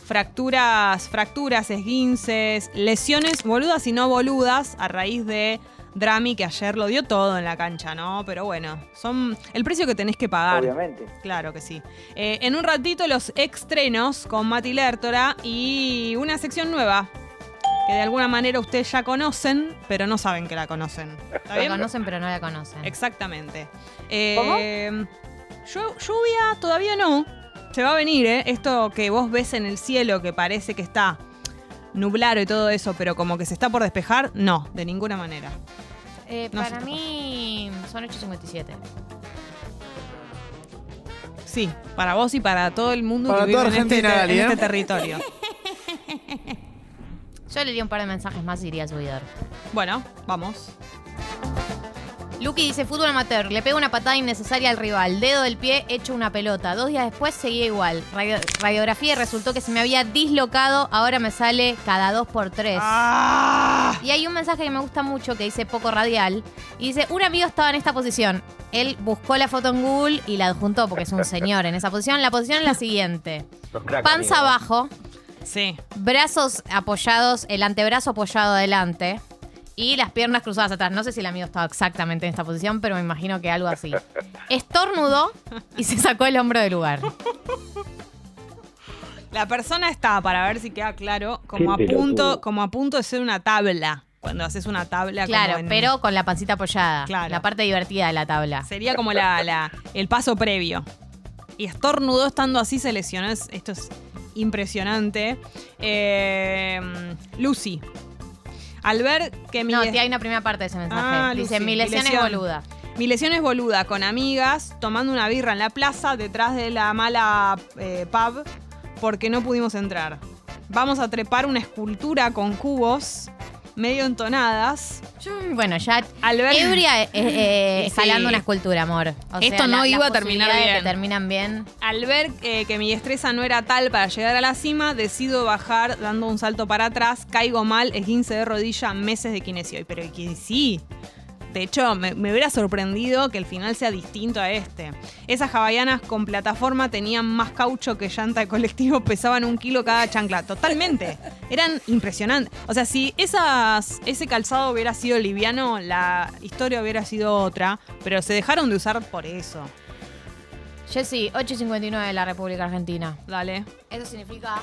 Speaker 6: Fracturas, fracturas, esguinces, lesiones boludas y no boludas a raíz de Drami que ayer lo dio todo en la cancha, ¿no? Pero bueno, son el precio que tenés que pagar.
Speaker 16: Obviamente.
Speaker 6: Claro que sí. Eh, en un ratito los estrenos con Mati Lertora y una sección nueva que de alguna manera ustedes ya conocen, pero no saben que la conocen. ¿Está
Speaker 5: La
Speaker 6: bien?
Speaker 5: conocen, pero no la conocen.
Speaker 6: Exactamente. Eh, llu- Lluvia todavía no. Se va a venir, ¿eh? Esto que vos ves en el cielo que parece que está nublado y todo eso, pero como que se está por despejar, no, de ninguna manera.
Speaker 5: Eh,
Speaker 6: No
Speaker 5: para
Speaker 6: se
Speaker 5: mí son 8.57.
Speaker 6: Sí, para vos y para todo el mundo
Speaker 11: Para
Speaker 6: que
Speaker 11: toda
Speaker 6: vive en este
Speaker 11: Argentina,
Speaker 6: te- en
Speaker 11: Gali, ¿eh?
Speaker 6: este territorio.
Speaker 5: Yo leería un par de mensajes más y iría a subidor.
Speaker 6: Bueno, vamos.
Speaker 5: Luqui dice, fútbol amateur, le pega una patada innecesaria al rival, dedo del pie, hecho una pelota. Dos días después seguía igual. Radio- radiografía y resultó que se me había dislocado, ahora me sale cada dos por tres.
Speaker 6: Ah.
Speaker 5: Y hay un mensaje que me gusta mucho que dice poco radial. Y dice, un amigo estaba en esta posición. Él buscó la foto en Google y la adjuntó porque es un señor en esa posición. La posición es la siguiente. Panza abajo,
Speaker 6: Sí.
Speaker 5: brazos apoyados, el antebrazo apoyado adelante y las piernas cruzadas atrás. No sé si el amigo estaba exactamente en esta posición, pero me imagino que algo así. Estornudó y se sacó el hombro del lugar.
Speaker 6: La persona está, para ver si queda claro, como a
Speaker 5: Qué pelotudo.
Speaker 6: punto, como a punto de ser una tabla. Cuando haces una tabla como
Speaker 5: Claro,
Speaker 6: en-
Speaker 5: pero con la pancita apoyada. La parte divertida de la tabla.
Speaker 6: Sería como la, la- el paso previo. Y estornudó estando así, se lesionó. Es- Esto es impresionante. Eh, Lucy. Al ver que mi.
Speaker 5: No, tía, hay una primera parte de
Speaker 6: Ah,
Speaker 5: ese mensaje. Dice, mi lesión es boluda.
Speaker 6: Mi lesión es boluda, con amigas, tomando una birra en la plaza, detrás de la mala eh, pub, porque no pudimos entrar. Vamos a trepar una escultura con cubos, medio entonadas.
Speaker 5: bueno, ya.
Speaker 6: Al ver-
Speaker 5: Ebria eh, eh,
Speaker 6: Sí.
Speaker 5: escalando una escultura, amor. O
Speaker 6: Esto
Speaker 5: sea,
Speaker 6: no
Speaker 5: la-
Speaker 6: iba
Speaker 5: las
Speaker 6: a terminar
Speaker 5: posibilidades que
Speaker 6: bien.
Speaker 5: terminan bien.
Speaker 6: Al ver eh, que mi destreza no era tal para llegar a la cima, decido bajar dando un salto para atrás, caigo mal, esguince de rodilla, meses de kinesio. Y Pero que sí. De hecho, me, me hubiera sorprendido que el final sea distinto a este. Esas hawaianas con plataforma tenían más caucho que llanta de colectivo, pesaban un kilo cada chancla. Totalmente. Eran impresionantes. O sea, si esas, ese calzado hubiera sido liviano, la historia hubiera sido otra. Pero se dejaron de usar por eso.
Speaker 5: Jessy, 8.59 de la República Argentina.
Speaker 6: Dale.
Speaker 5: Eso significa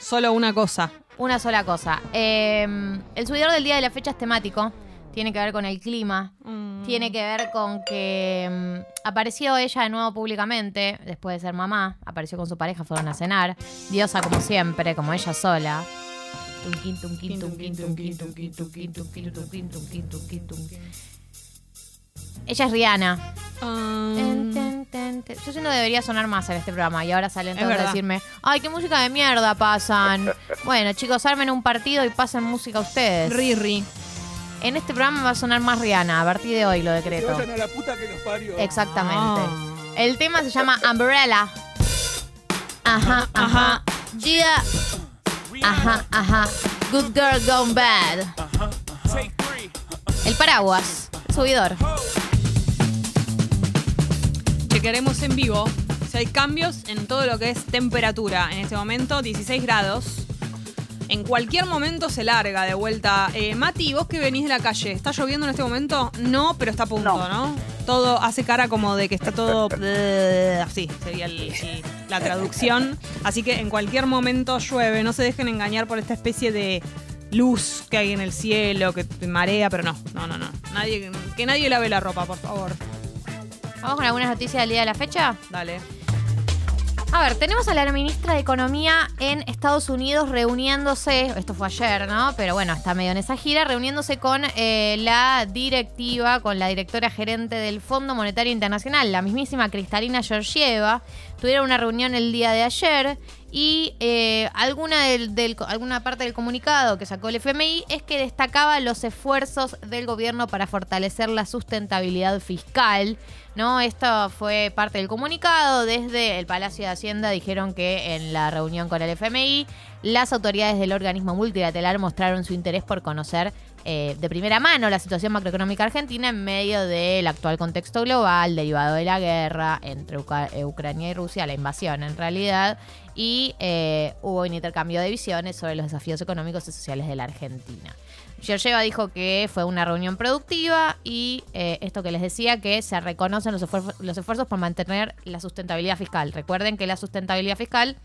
Speaker 6: Solo una cosa.
Speaker 5: una sola cosa. Eh, el subidor del día de la fecha es temático. Tiene que ver con el clima.
Speaker 6: Mm.
Speaker 5: Tiene que ver con que mm, apareció ella de nuevo públicamente, después de ser mamá. Apareció con su pareja, fueron a cenar. Diosa como siempre, como ella sola. Tunquín, tunquín, tunquín, tunquín, tunquín, tunquín, tunquín, tunquín, tunquín, tunquín, tunquín. Ella es Rihanna.
Speaker 6: Ah.
Speaker 18: Mm.
Speaker 5: Ten, ten, ten, ten. Yo siento que debería sonar más en este programa y ahora salen
Speaker 6: Es
Speaker 5: todos a
Speaker 6: verdad.
Speaker 5: decirme, ay, qué música de mierda pasan. bueno, chicos, armen un partido y pasen música ustedes.
Speaker 6: Riri.
Speaker 5: En este programa va a sonar más Rihanna, a partir de hoy lo decreto.
Speaker 18: vayan a la puta que los parió. Ah.
Speaker 5: Exactamente. El tema se llama Umbrella. Ajá, ajá. Yeah. Ajá, ajá. Good girl gone bad. El paraguas. Subidor.
Speaker 6: Chequearemos en vivo si hay cambios en todo lo que es temperatura. En este momento, 16 grados. En cualquier momento se larga de vuelta. Eh, Mati, vos que venís de la calle, ¿está lloviendo en este momento? No, pero está a punto, ¿no? Todo hace cara como de que está todo. Así sería el- el- la traducción. Así que en cualquier momento llueve. No se dejen engañar por esta especie de luz que hay en el cielo, que te marea, pero no, no, no, no. Nadie, que nadie lave la ropa, por favor.
Speaker 5: Vamos con algunas noticias del día de la fecha.
Speaker 6: Dale.
Speaker 5: A ver, tenemos a la ministra de Economía en Estados Unidos reuniéndose, esto fue ayer, ¿no? Pero bueno, está medio en esa gira, reuniéndose con eh, la directiva, con la directora gerente del Fondo Monetario Internacional, la mismísima Cristalina Georgieva, Tuvieron una reunión el día de ayer y eh, alguna, del, del- alguna parte del comunicado que sacó el FMI es que destacaba los esfuerzos del gobierno para fortalecer la sustentabilidad fiscal. ¿no? Esto fue parte del comunicado. Desde el Palacio de Hacienda dijeron que en la reunión con el FMI las autoridades del organismo multilateral mostraron su interés por conocer eh, de primera mano la situación macroeconómica argentina en medio del actual contexto global derivado de la guerra entre Uca- eh, Ucrania y Rusia, la invasión en realidad, y eh, hubo un intercambio de visiones sobre los desafíos económicos y sociales de la Argentina. Georgieva dijo que fue una reunión productiva y eh, esto que les decía, que se reconocen los, esfuer- los esfuerzos por mantener la sustentabilidad fiscal. Recuerden que la sustentabilidad fiscal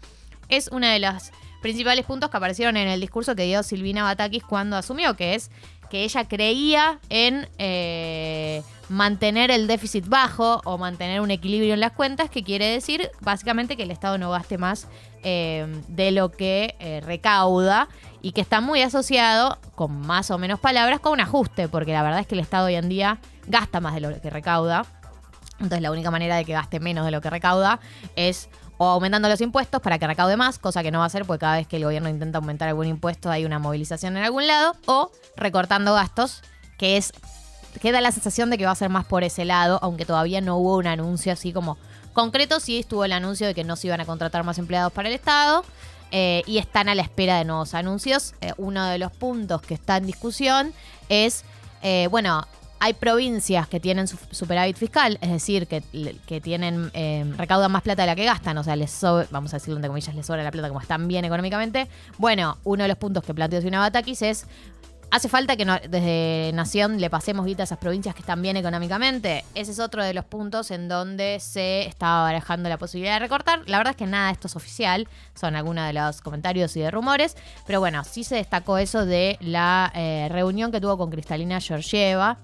Speaker 5: es uno de los principales puntos que aparecieron en el discurso que dio Silvina Batakis cuando asumió, que es que ella creía en eh, mantener el déficit bajo o mantener un equilibrio en las cuentas, que quiere decir básicamente que el Estado no gaste más eh, de lo que eh, recauda y que está muy asociado, con más o menos palabras, con un ajuste, porque la verdad es que el Estado hoy en día gasta más de lo que recauda. Entonces la única manera de que gaste menos de lo que recauda es o aumentando los impuestos para que recaude más, cosa que no va a hacer porque cada vez que el gobierno intenta aumentar algún impuesto hay una movilización en algún lado, o recortando gastos, que es queda la sensación de que va a ser más por ese lado, aunque todavía no hubo un anuncio así como concreto, sí estuvo el anuncio de que no se iban a contratar más empleados para el Estado eh, y están a la espera de nuevos anuncios. Eh, uno de los puntos que está en discusión es, eh, bueno, hay provincias que tienen su- superávit fiscal, es decir, que, que tienen eh, recaudan más plata de la que gastan, o sea, les sobra, vamos a decirlo entre comillas, les sobra la plata como están bien económicamente. Bueno, uno de los puntos que planteó Sina Batakis es ¿Hace falta que no- desde Nación le pasemos guita a esas provincias que están bien económicamente? Ese es otro de los puntos en donde se estaba barajando la posibilidad de recortar. La verdad es que nada de esto es oficial, son algunos de los comentarios y de rumores, pero bueno, sí se destacó eso de la eh, reunión que tuvo con Cristalina Georgieva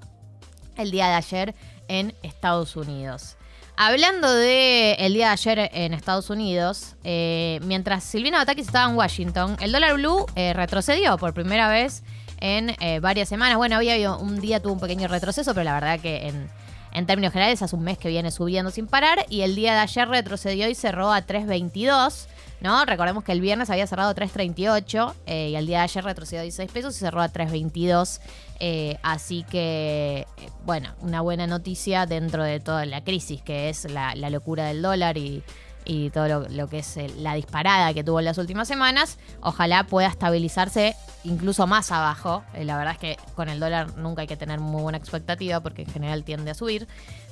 Speaker 5: el día de ayer en Estados Unidos. Hablando de el día de ayer en Estados Unidos, eh, mientras Silvina Batakis estaba en Washington, el dólar blue eh, retrocedió por primera vez en eh, varias semanas. Bueno, había habido un día tuvo un pequeño retroceso, pero la verdad que en, en términos generales hace un mes que viene subiendo sin parar y el día de ayer retrocedió y cerró a 3.22. ¿No? Recordemos que el viernes había cerrado 3.38 eh, y el día de ayer retrocedió 16 pesos y cerró a 3.22. Eh, así que, eh, bueno, una buena noticia dentro de toda la crisis que es la, la locura del dólar y, y todo lo, lo que es eh, la disparada que tuvo en las últimas semanas. Ojalá pueda estabilizarse incluso más abajo. Eh, la verdad es que con el dólar nunca hay que tener muy buena expectativa porque en general tiende a subir.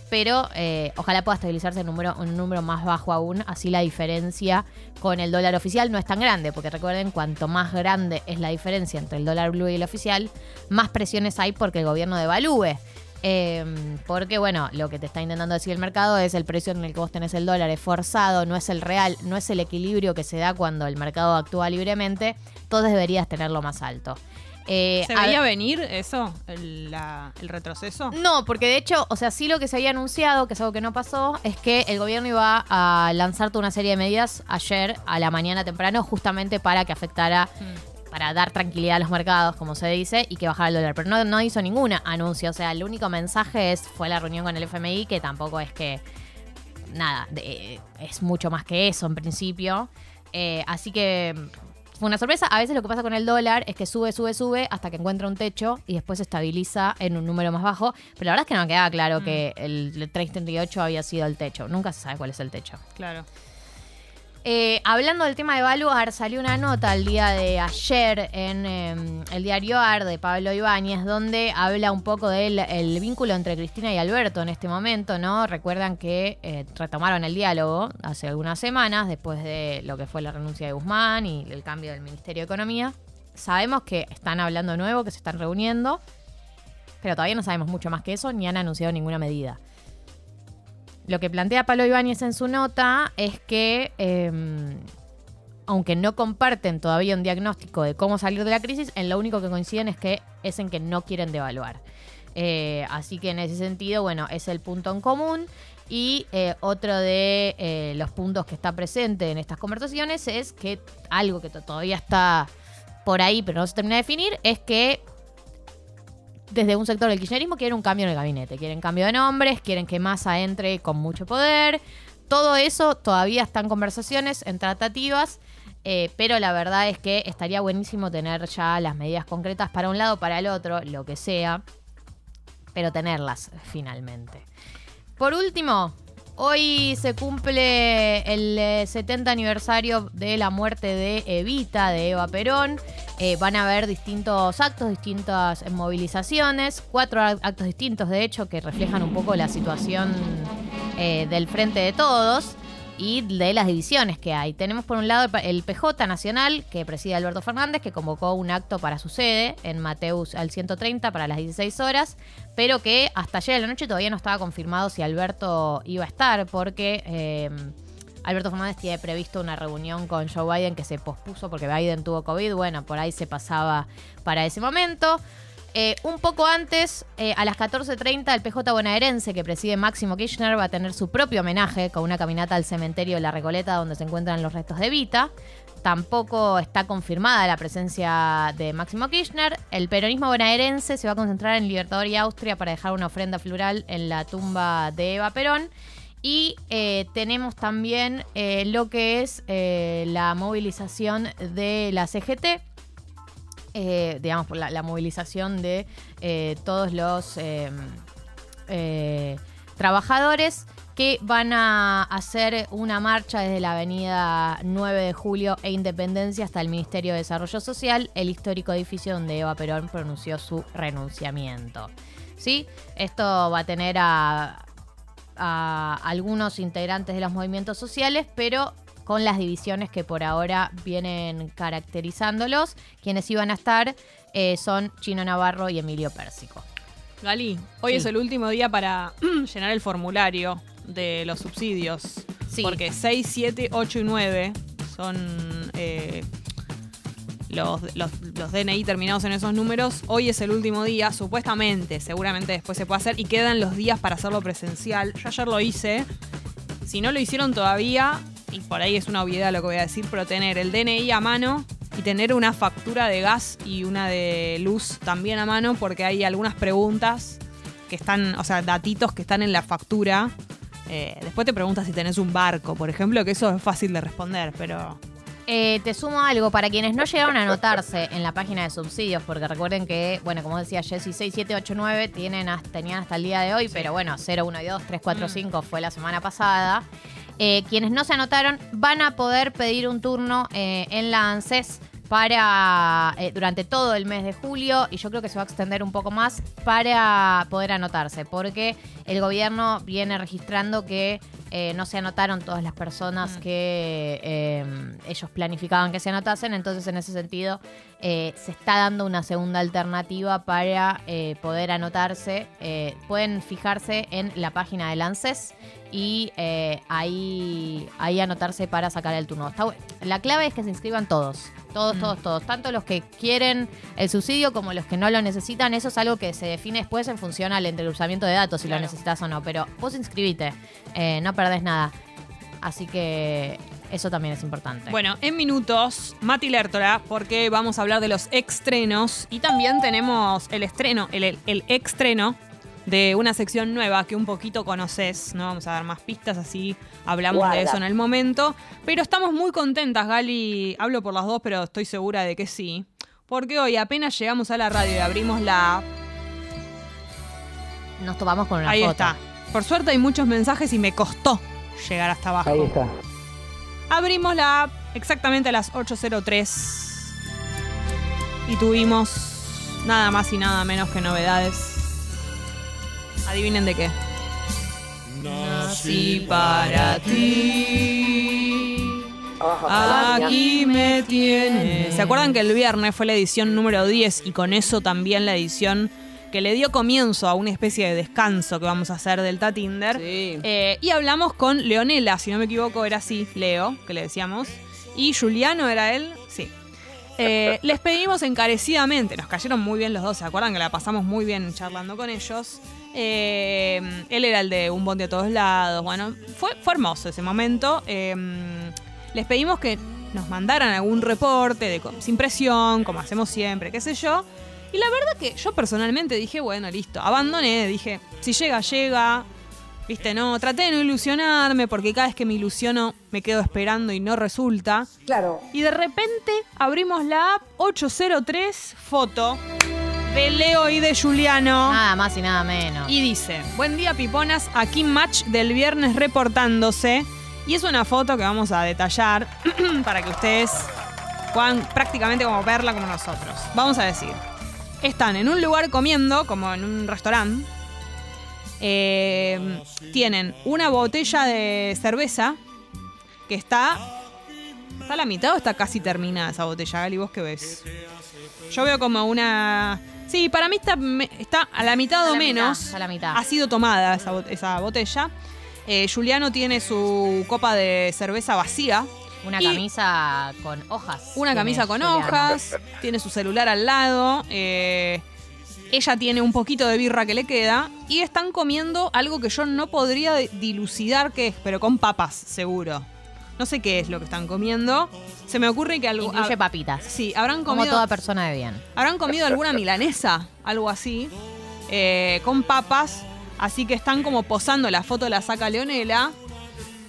Speaker 5: Pero eh, ojalá pueda estabilizarse en un número, en un número más bajo aún. Así la diferencia con el dólar oficial no es tan grande. Porque recuerden, cuanto más grande es la diferencia entre el dólar blue y el oficial, más presiones hay porque el gobierno devalúe. Eh, porque, bueno, lo que te está intentando decir el mercado es el precio en el que vos tenés el dólar es forzado, no es el real, no es el equilibrio que se da cuando el mercado actúa libremente. Entonces deberías tenerlo más alto. Eh,
Speaker 6: ¿Se
Speaker 5: a- Mm.
Speaker 6: veía venir eso? ¿El, la- el retroceso?
Speaker 5: no, porque de hecho, o sea, sí lo que se había anunciado, que es algo que no pasó, es que el gobierno iba a lanzar toda una serie de medidas ayer a la mañana temprano, justamente para que afectara,
Speaker 6: Mm,
Speaker 5: para dar tranquilidad a los mercados, como se dice, y que bajara el dólar. Pero no, no hizo ningún anuncio, o sea, el único mensaje es, fue la reunión con el FMI, que tampoco es que, nada, de- eh, es mucho más que eso en principio. Eh, así que mm, fue una sorpresa. A veces lo que pasa con el dólar es que sube, sube, sube hasta que encuentra un techo y después se estabiliza en un número más bajo. Pero la verdad es que no quedaba claro que el 338 había sido el techo. Nunca se sabe cuál es el techo.
Speaker 6: Claro.
Speaker 5: Eh, hablando del tema de evaluar, salió una nota el día de ayer en eh, el diario AR de Pablo Ibáñez, donde habla un poco del el vínculo entre Cristina y Alberto en este momento, ¿no? Recuerdan que eh, retomaron el diálogo hace algunas semanas, después de lo que fue la renuncia de Guzmán y el cambio del Ministerio de Economía. Sabemos que están hablando de nuevo, que se están reuniendo, pero todavía no sabemos mucho más que eso, ni han anunciado ninguna medida. Lo que plantea Pablo Ibáñez en su nota es que, eh, aunque no comparten todavía un diagnóstico de cómo salir de la crisis, en lo único que coinciden es que es en que no quieren devaluar. Eh, así que en ese sentido, bueno, es el punto en común. Y eh, otro de eh, los puntos que está presente en estas conversaciones es que algo que to- todavía está por ahí, pero no se termina de definir, es que desde un sector del kirchnerismo quieren un cambio en el gabinete, quieren cambio de nombres, quieren que Massa entre con mucho poder, Todo eso todavía están conversaciones, en tratativas, eh, pero la verdad es que estaría buenísimo tener ya las medidas concretas para un lado, para el otro, lo que sea, pero tenerlas finalmente. Por último, hoy se cumple el eh, 70 aniversario de la muerte de Evita, de Eva Perón. Eh, van a haber distintos actos, distintas eh, movilizaciones, cuatro ac- actos distintos de hecho que reflejan un poco la situación eh, del frente de todos y de las divisiones que hay. Tenemos por un lado el pa- el PJ Nacional, que preside Alberto Fernández, que convocó un acto para su sede en Mateus al 130 para las 16 horas, pero que hasta ayer a la noche todavía no estaba confirmado si Alberto iba a estar, porque eh, Alberto Fernández tiene previsto una reunión con Joe Biden que se pospuso porque Biden tuvo COVID. Bueno, por ahí se pasaba para ese momento. Eh, un poco antes, eh, a las 14.30, el PJ bonaerense que preside Máximo Kirchner va a tener su propio homenaje con una caminata al cementerio de La Recoleta donde se encuentran los restos de Vita. Tampoco está confirmada la presencia de Máximo Kirchner. El peronismo bonaerense se va a concentrar en Libertador y Austria para dejar una ofrenda floral en la tumba de Eva Perón. Y eh, tenemos también eh, lo que es eh, la movilización de la CGT eh, digamos, por la, la movilización de eh, todos los eh, eh, trabajadores que van a hacer una marcha desde la avenida 9 de julio e Independencia hasta el Ministerio de Desarrollo Social, el histórico edificio donde Eva Perón pronunció su renunciamiento. ¿Sí? Esto va a tener a, a algunos integrantes de los movimientos sociales, pero con las divisiones que por ahora vienen caracterizándolos. Quienes iban a estar eh, son Chino Navarro y Emilio Pérsico.
Speaker 6: Gali, hoy
Speaker 5: Sí.
Speaker 6: es el último día para llenar el formulario de los subsidios. Porque 6, 7, 8 y 9 son eh, los, los- los DNI terminados en esos números. Hoy es el último día, supuestamente, seguramente después se puede hacer y quedan los días para hacerlo presencial. Yo ayer lo hice. Si no lo hicieron todavía, y por ahí es una obviedad lo que voy a decir, pero tener el DNI a mano y tener una factura de gas y una de luz también a mano, porque hay algunas preguntas que están, o sea, datitos que están en la factura. Eh, después te preguntas si tenés un barco, por ejemplo, que eso es fácil de responder, pero
Speaker 5: Eh, te sumo algo, para quienes no llegaron a anotarse en la página de subsidios, porque recuerden que, bueno, como decía Jessy, 6789 tienen hasta, tenían hasta el día de hoy, pero bueno, 0122, 345 fue la semana pasada. Eh, quienes no se anotaron van a poder pedir un turno eh, en la ANSES para eh, durante todo el mes de julio y yo creo que se va a extender un poco más para poder anotarse porque el gobierno viene registrando que eh, no se anotaron todas las personas que eh, ellos planificaban que se anotasen entonces en ese sentido eh, se está dando una segunda alternativa para eh, poder anotarse Eh, pueden fijarse en la página del ANSES y eh, ahí, ahí anotarse para sacar el turno. Está bu- la clave es que se inscriban todos, todos, todos, todos, tanto los que quieren el subsidio como los que no lo necesitan. Eso es algo que se define después en función al entrecruzamiento de datos, si lo necesitas o no, pero vos inscribite, eh, no perdés nada. Así que eso también es importante.
Speaker 6: Bueno, en minutos, Mati Lertora, porque vamos a hablar de los estrenos y también tenemos el estreno, el, el, el estreno de una sección nueva que un poquito conoces, no vamos a dar más pistas, así hablamos
Speaker 16: Guarda.
Speaker 6: de eso en el momento. Pero estamos muy contentas, Gali, hablo por las dos, pero estoy segura de que sí. Porque hoy apenas llegamos a la radio y abrimos la
Speaker 5: Nos topamos con una
Speaker 6: Ahí
Speaker 5: foto.
Speaker 6: está. Por suerte hay muchos mensajes y me costó llegar hasta abajo.
Speaker 14: Ahí está.
Speaker 6: Abrimos la app exactamente a las 8.03 y tuvimos nada más y nada menos que novedades. Adivinen de qué. Nací para ti. Aquí me tienes. ¿Se acuerdan que el viernes fue la edición número 10 y con eso también la edición que le dio comienzo a una especie de descanso que vamos a hacer Delta Tinder? Eh, y hablamos con Leonela, si no me equivoco era así, Leo, que le decíamos. Y Juliano era él, sí. Eh, les pedimos encarecidamente, nos cayeron muy bien los dos, ¿se acuerdan que la pasamos muy bien charlando con ellos? Eh, él era el de un bonde a todos lados, bueno, fue, fue hermoso ese momento. Eh, les pedimos que nos mandaran algún reporte de, co- sin presión, como hacemos siempre, qué sé yo. Y la verdad que yo personalmente dije, bueno, listo, abandoné, dije, si llega, llega, Viste, no, traté de no ilusionarme porque cada vez que me ilusiono me quedo esperando y no resulta.
Speaker 16: Claro.
Speaker 6: Y de repente abrimos la app 803 foto de Leo y de Juliano.
Speaker 5: Nada más y nada menos.
Speaker 6: Y dice, buen día Piponas, aquí Match del viernes reportándose. Y es una foto que vamos a detallar para que ustedes puedan prácticamente como verla como nosotros. Vamos a decir, están en un lugar comiendo, como en un restaurante. Eh, tienen una botella de cerveza que está... ¿Está a la mitad o está casi terminada esa botella, Gali? ¿Vos qué ves? Yo veo como una. Sí, para mí está, me- está a la mitad
Speaker 5: A
Speaker 6: o
Speaker 5: la
Speaker 6: menos.
Speaker 5: mitad, a la mitad.
Speaker 6: Ha sido tomada esa, bot- esa botella. Eh, Juliano tiene su copa de cerveza vacía.
Speaker 5: Una
Speaker 6: Y-
Speaker 5: camisa con hojas.
Speaker 6: Una
Speaker 5: tiene
Speaker 6: camisa con
Speaker 5: Julián.
Speaker 6: hojas. Tiene su celular al lado. eh, ella tiene un poquito de birra que le queda. Y están comiendo algo que yo no podría de- dilucidar qué es, pero con papas, seguro. No sé qué es lo que están comiendo. Se me ocurre que algo.
Speaker 5: Incluye
Speaker 6: ah,
Speaker 5: papitas.
Speaker 6: Sí, habrán
Speaker 5: Como
Speaker 6: comido.
Speaker 5: toda persona de bien.
Speaker 6: Habrán comido alguna milanesa, algo así, eh, con papas. Así que están como posando la foto, la saca Leonela.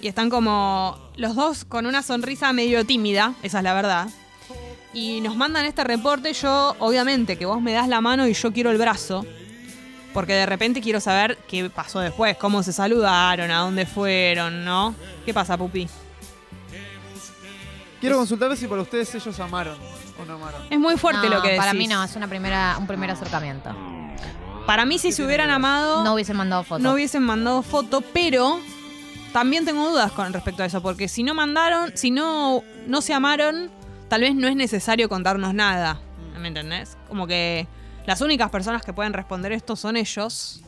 Speaker 6: Y están como los dos con una sonrisa medio tímida, esa es la verdad. Y nos mandan este reporte. Yo, obviamente, que vos me das la mano y yo quiero el brazo. Porque de repente quiero saber qué pasó después, cómo se saludaron, a dónde fueron, ¿no? ¿Qué pasa, Pupi?
Speaker 11: Quiero consultarles si para ustedes ellos amaron o no amaron.
Speaker 6: Es muy fuerte
Speaker 5: No,
Speaker 6: lo que
Speaker 5: Para
Speaker 6: decís.
Speaker 5: mí no, es una primera, un primer acercamiento.
Speaker 6: Para mí, si se hubieran amado.
Speaker 5: No hubiesen mandado fotos.
Speaker 6: no hubiesen mandado foto, pero también tengo dudas con respecto a eso, porque si no mandaron, si no, no se amaron, tal vez no es necesario contarnos nada. ¿Me entendés? Como que las únicas personas que pueden responder esto son ellos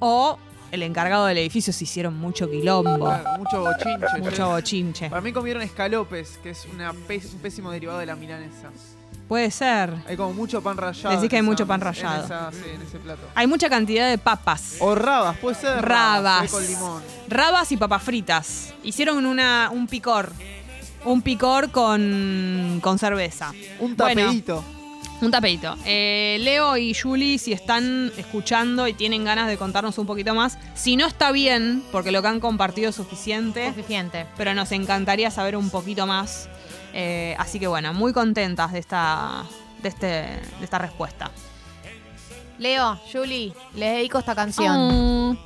Speaker 6: o el encargado del edificio se hicieron mucho quilombo.
Speaker 11: Claro, Ah, mucho bochinche.
Speaker 6: Mucho bochinche.
Speaker 11: Para mí comieron escalopes, que es una pe- un pésimo derivado de la milanesa.
Speaker 6: Puede ser.
Speaker 11: Hay como mucho pan rallado.
Speaker 6: Decís que hay
Speaker 11: en
Speaker 6: mucho
Speaker 11: esa-
Speaker 6: pan
Speaker 11: en
Speaker 6: rallado.
Speaker 11: esa- sí, en ese plato.
Speaker 6: Hay mucha cantidad de papas.
Speaker 11: O rabas, puede ser.
Speaker 6: Rabas.
Speaker 11: se ve Con limón.
Speaker 6: Rabas y papas fritas. Hicieron una, un picor. Un picor con, con cerveza.
Speaker 11: Un
Speaker 6: Bueno,
Speaker 11: tapeíto.
Speaker 6: un tapeito. Eh, Leo y Julie, si están escuchando y tienen ganas de contarnos un poquito más, si no está bien, porque lo que han compartido es suficiente.
Speaker 5: Suficiente.
Speaker 6: Pero nos encantaría saber un poquito más. Eh, así que bueno, muy contentas de esta, de este, de esta respuesta.
Speaker 5: Leo, Julie, les dedico esta
Speaker 6: Ah.
Speaker 5: canción.
Speaker 6: Mm.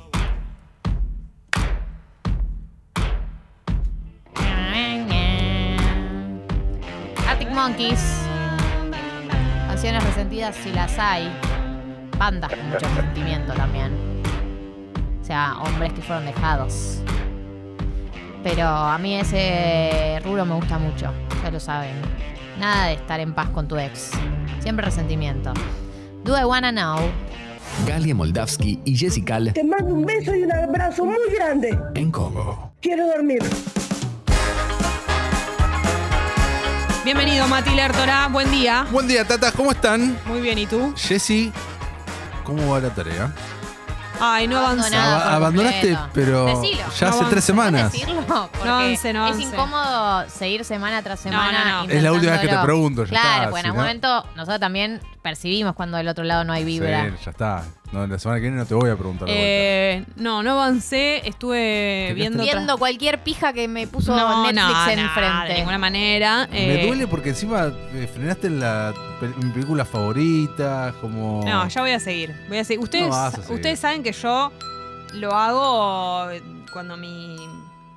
Speaker 5: Arctic Monkeys. Canciones resentidas si las hay. Bandas con mucho sentimiento también. O sea, hombres que fueron dejados. Pero a mí ese rubro me gusta mucho, ya lo saben. Nada de estar en paz con tu ex. Siempre resentimiento. Do I wanna know?
Speaker 18: Galia Moldavsky y Jessica Al
Speaker 16: Te mando un beso y un abrazo muy grande.
Speaker 18: en Congo.
Speaker 16: Quiero dormir.
Speaker 6: Bienvenido, Mati Lertora. Buen día.
Speaker 9: Buen día, tatas, ¿cómo están?
Speaker 6: Muy bien, ¿y tú?
Speaker 9: Jessy, ¿cómo va la tarea?
Speaker 6: Ay, no avanzaba.
Speaker 9: Aba- abandonaste, pero
Speaker 5: Decilo.
Speaker 9: ya hace tres semanas.
Speaker 5: decirlo? Porque
Speaker 6: No avance, no avance.
Speaker 5: Es incómodo seguir semana tras semana.
Speaker 9: Es la última vez que te
Speaker 5: intentándolo.
Speaker 9: pregunto, ya
Speaker 5: Claro,
Speaker 9: está,
Speaker 5: porque en
Speaker 9: si
Speaker 5: algún
Speaker 9: no-
Speaker 5: momento nosotros también percibimos cuando del otro lado no hay vibra.
Speaker 9: Sí, ya está. No, la semana que viene no te voy a preguntar. de
Speaker 6: Eh, no, no avancé. Estuve viendo. otras-
Speaker 5: Viendo cualquier pija que me puso
Speaker 6: No,
Speaker 5: Netflix
Speaker 6: no, no,
Speaker 5: enfrente.
Speaker 6: de ninguna manera.
Speaker 9: vuelta. Me
Speaker 6: eh,
Speaker 9: duele porque encima eh, frenaste en la pe- mi película favorita, como...
Speaker 6: No, ya voy a seguir. Voy a seguir. Ustedes,
Speaker 9: No vas a seguir.
Speaker 6: ustedes saben que yo lo hago cuando mi,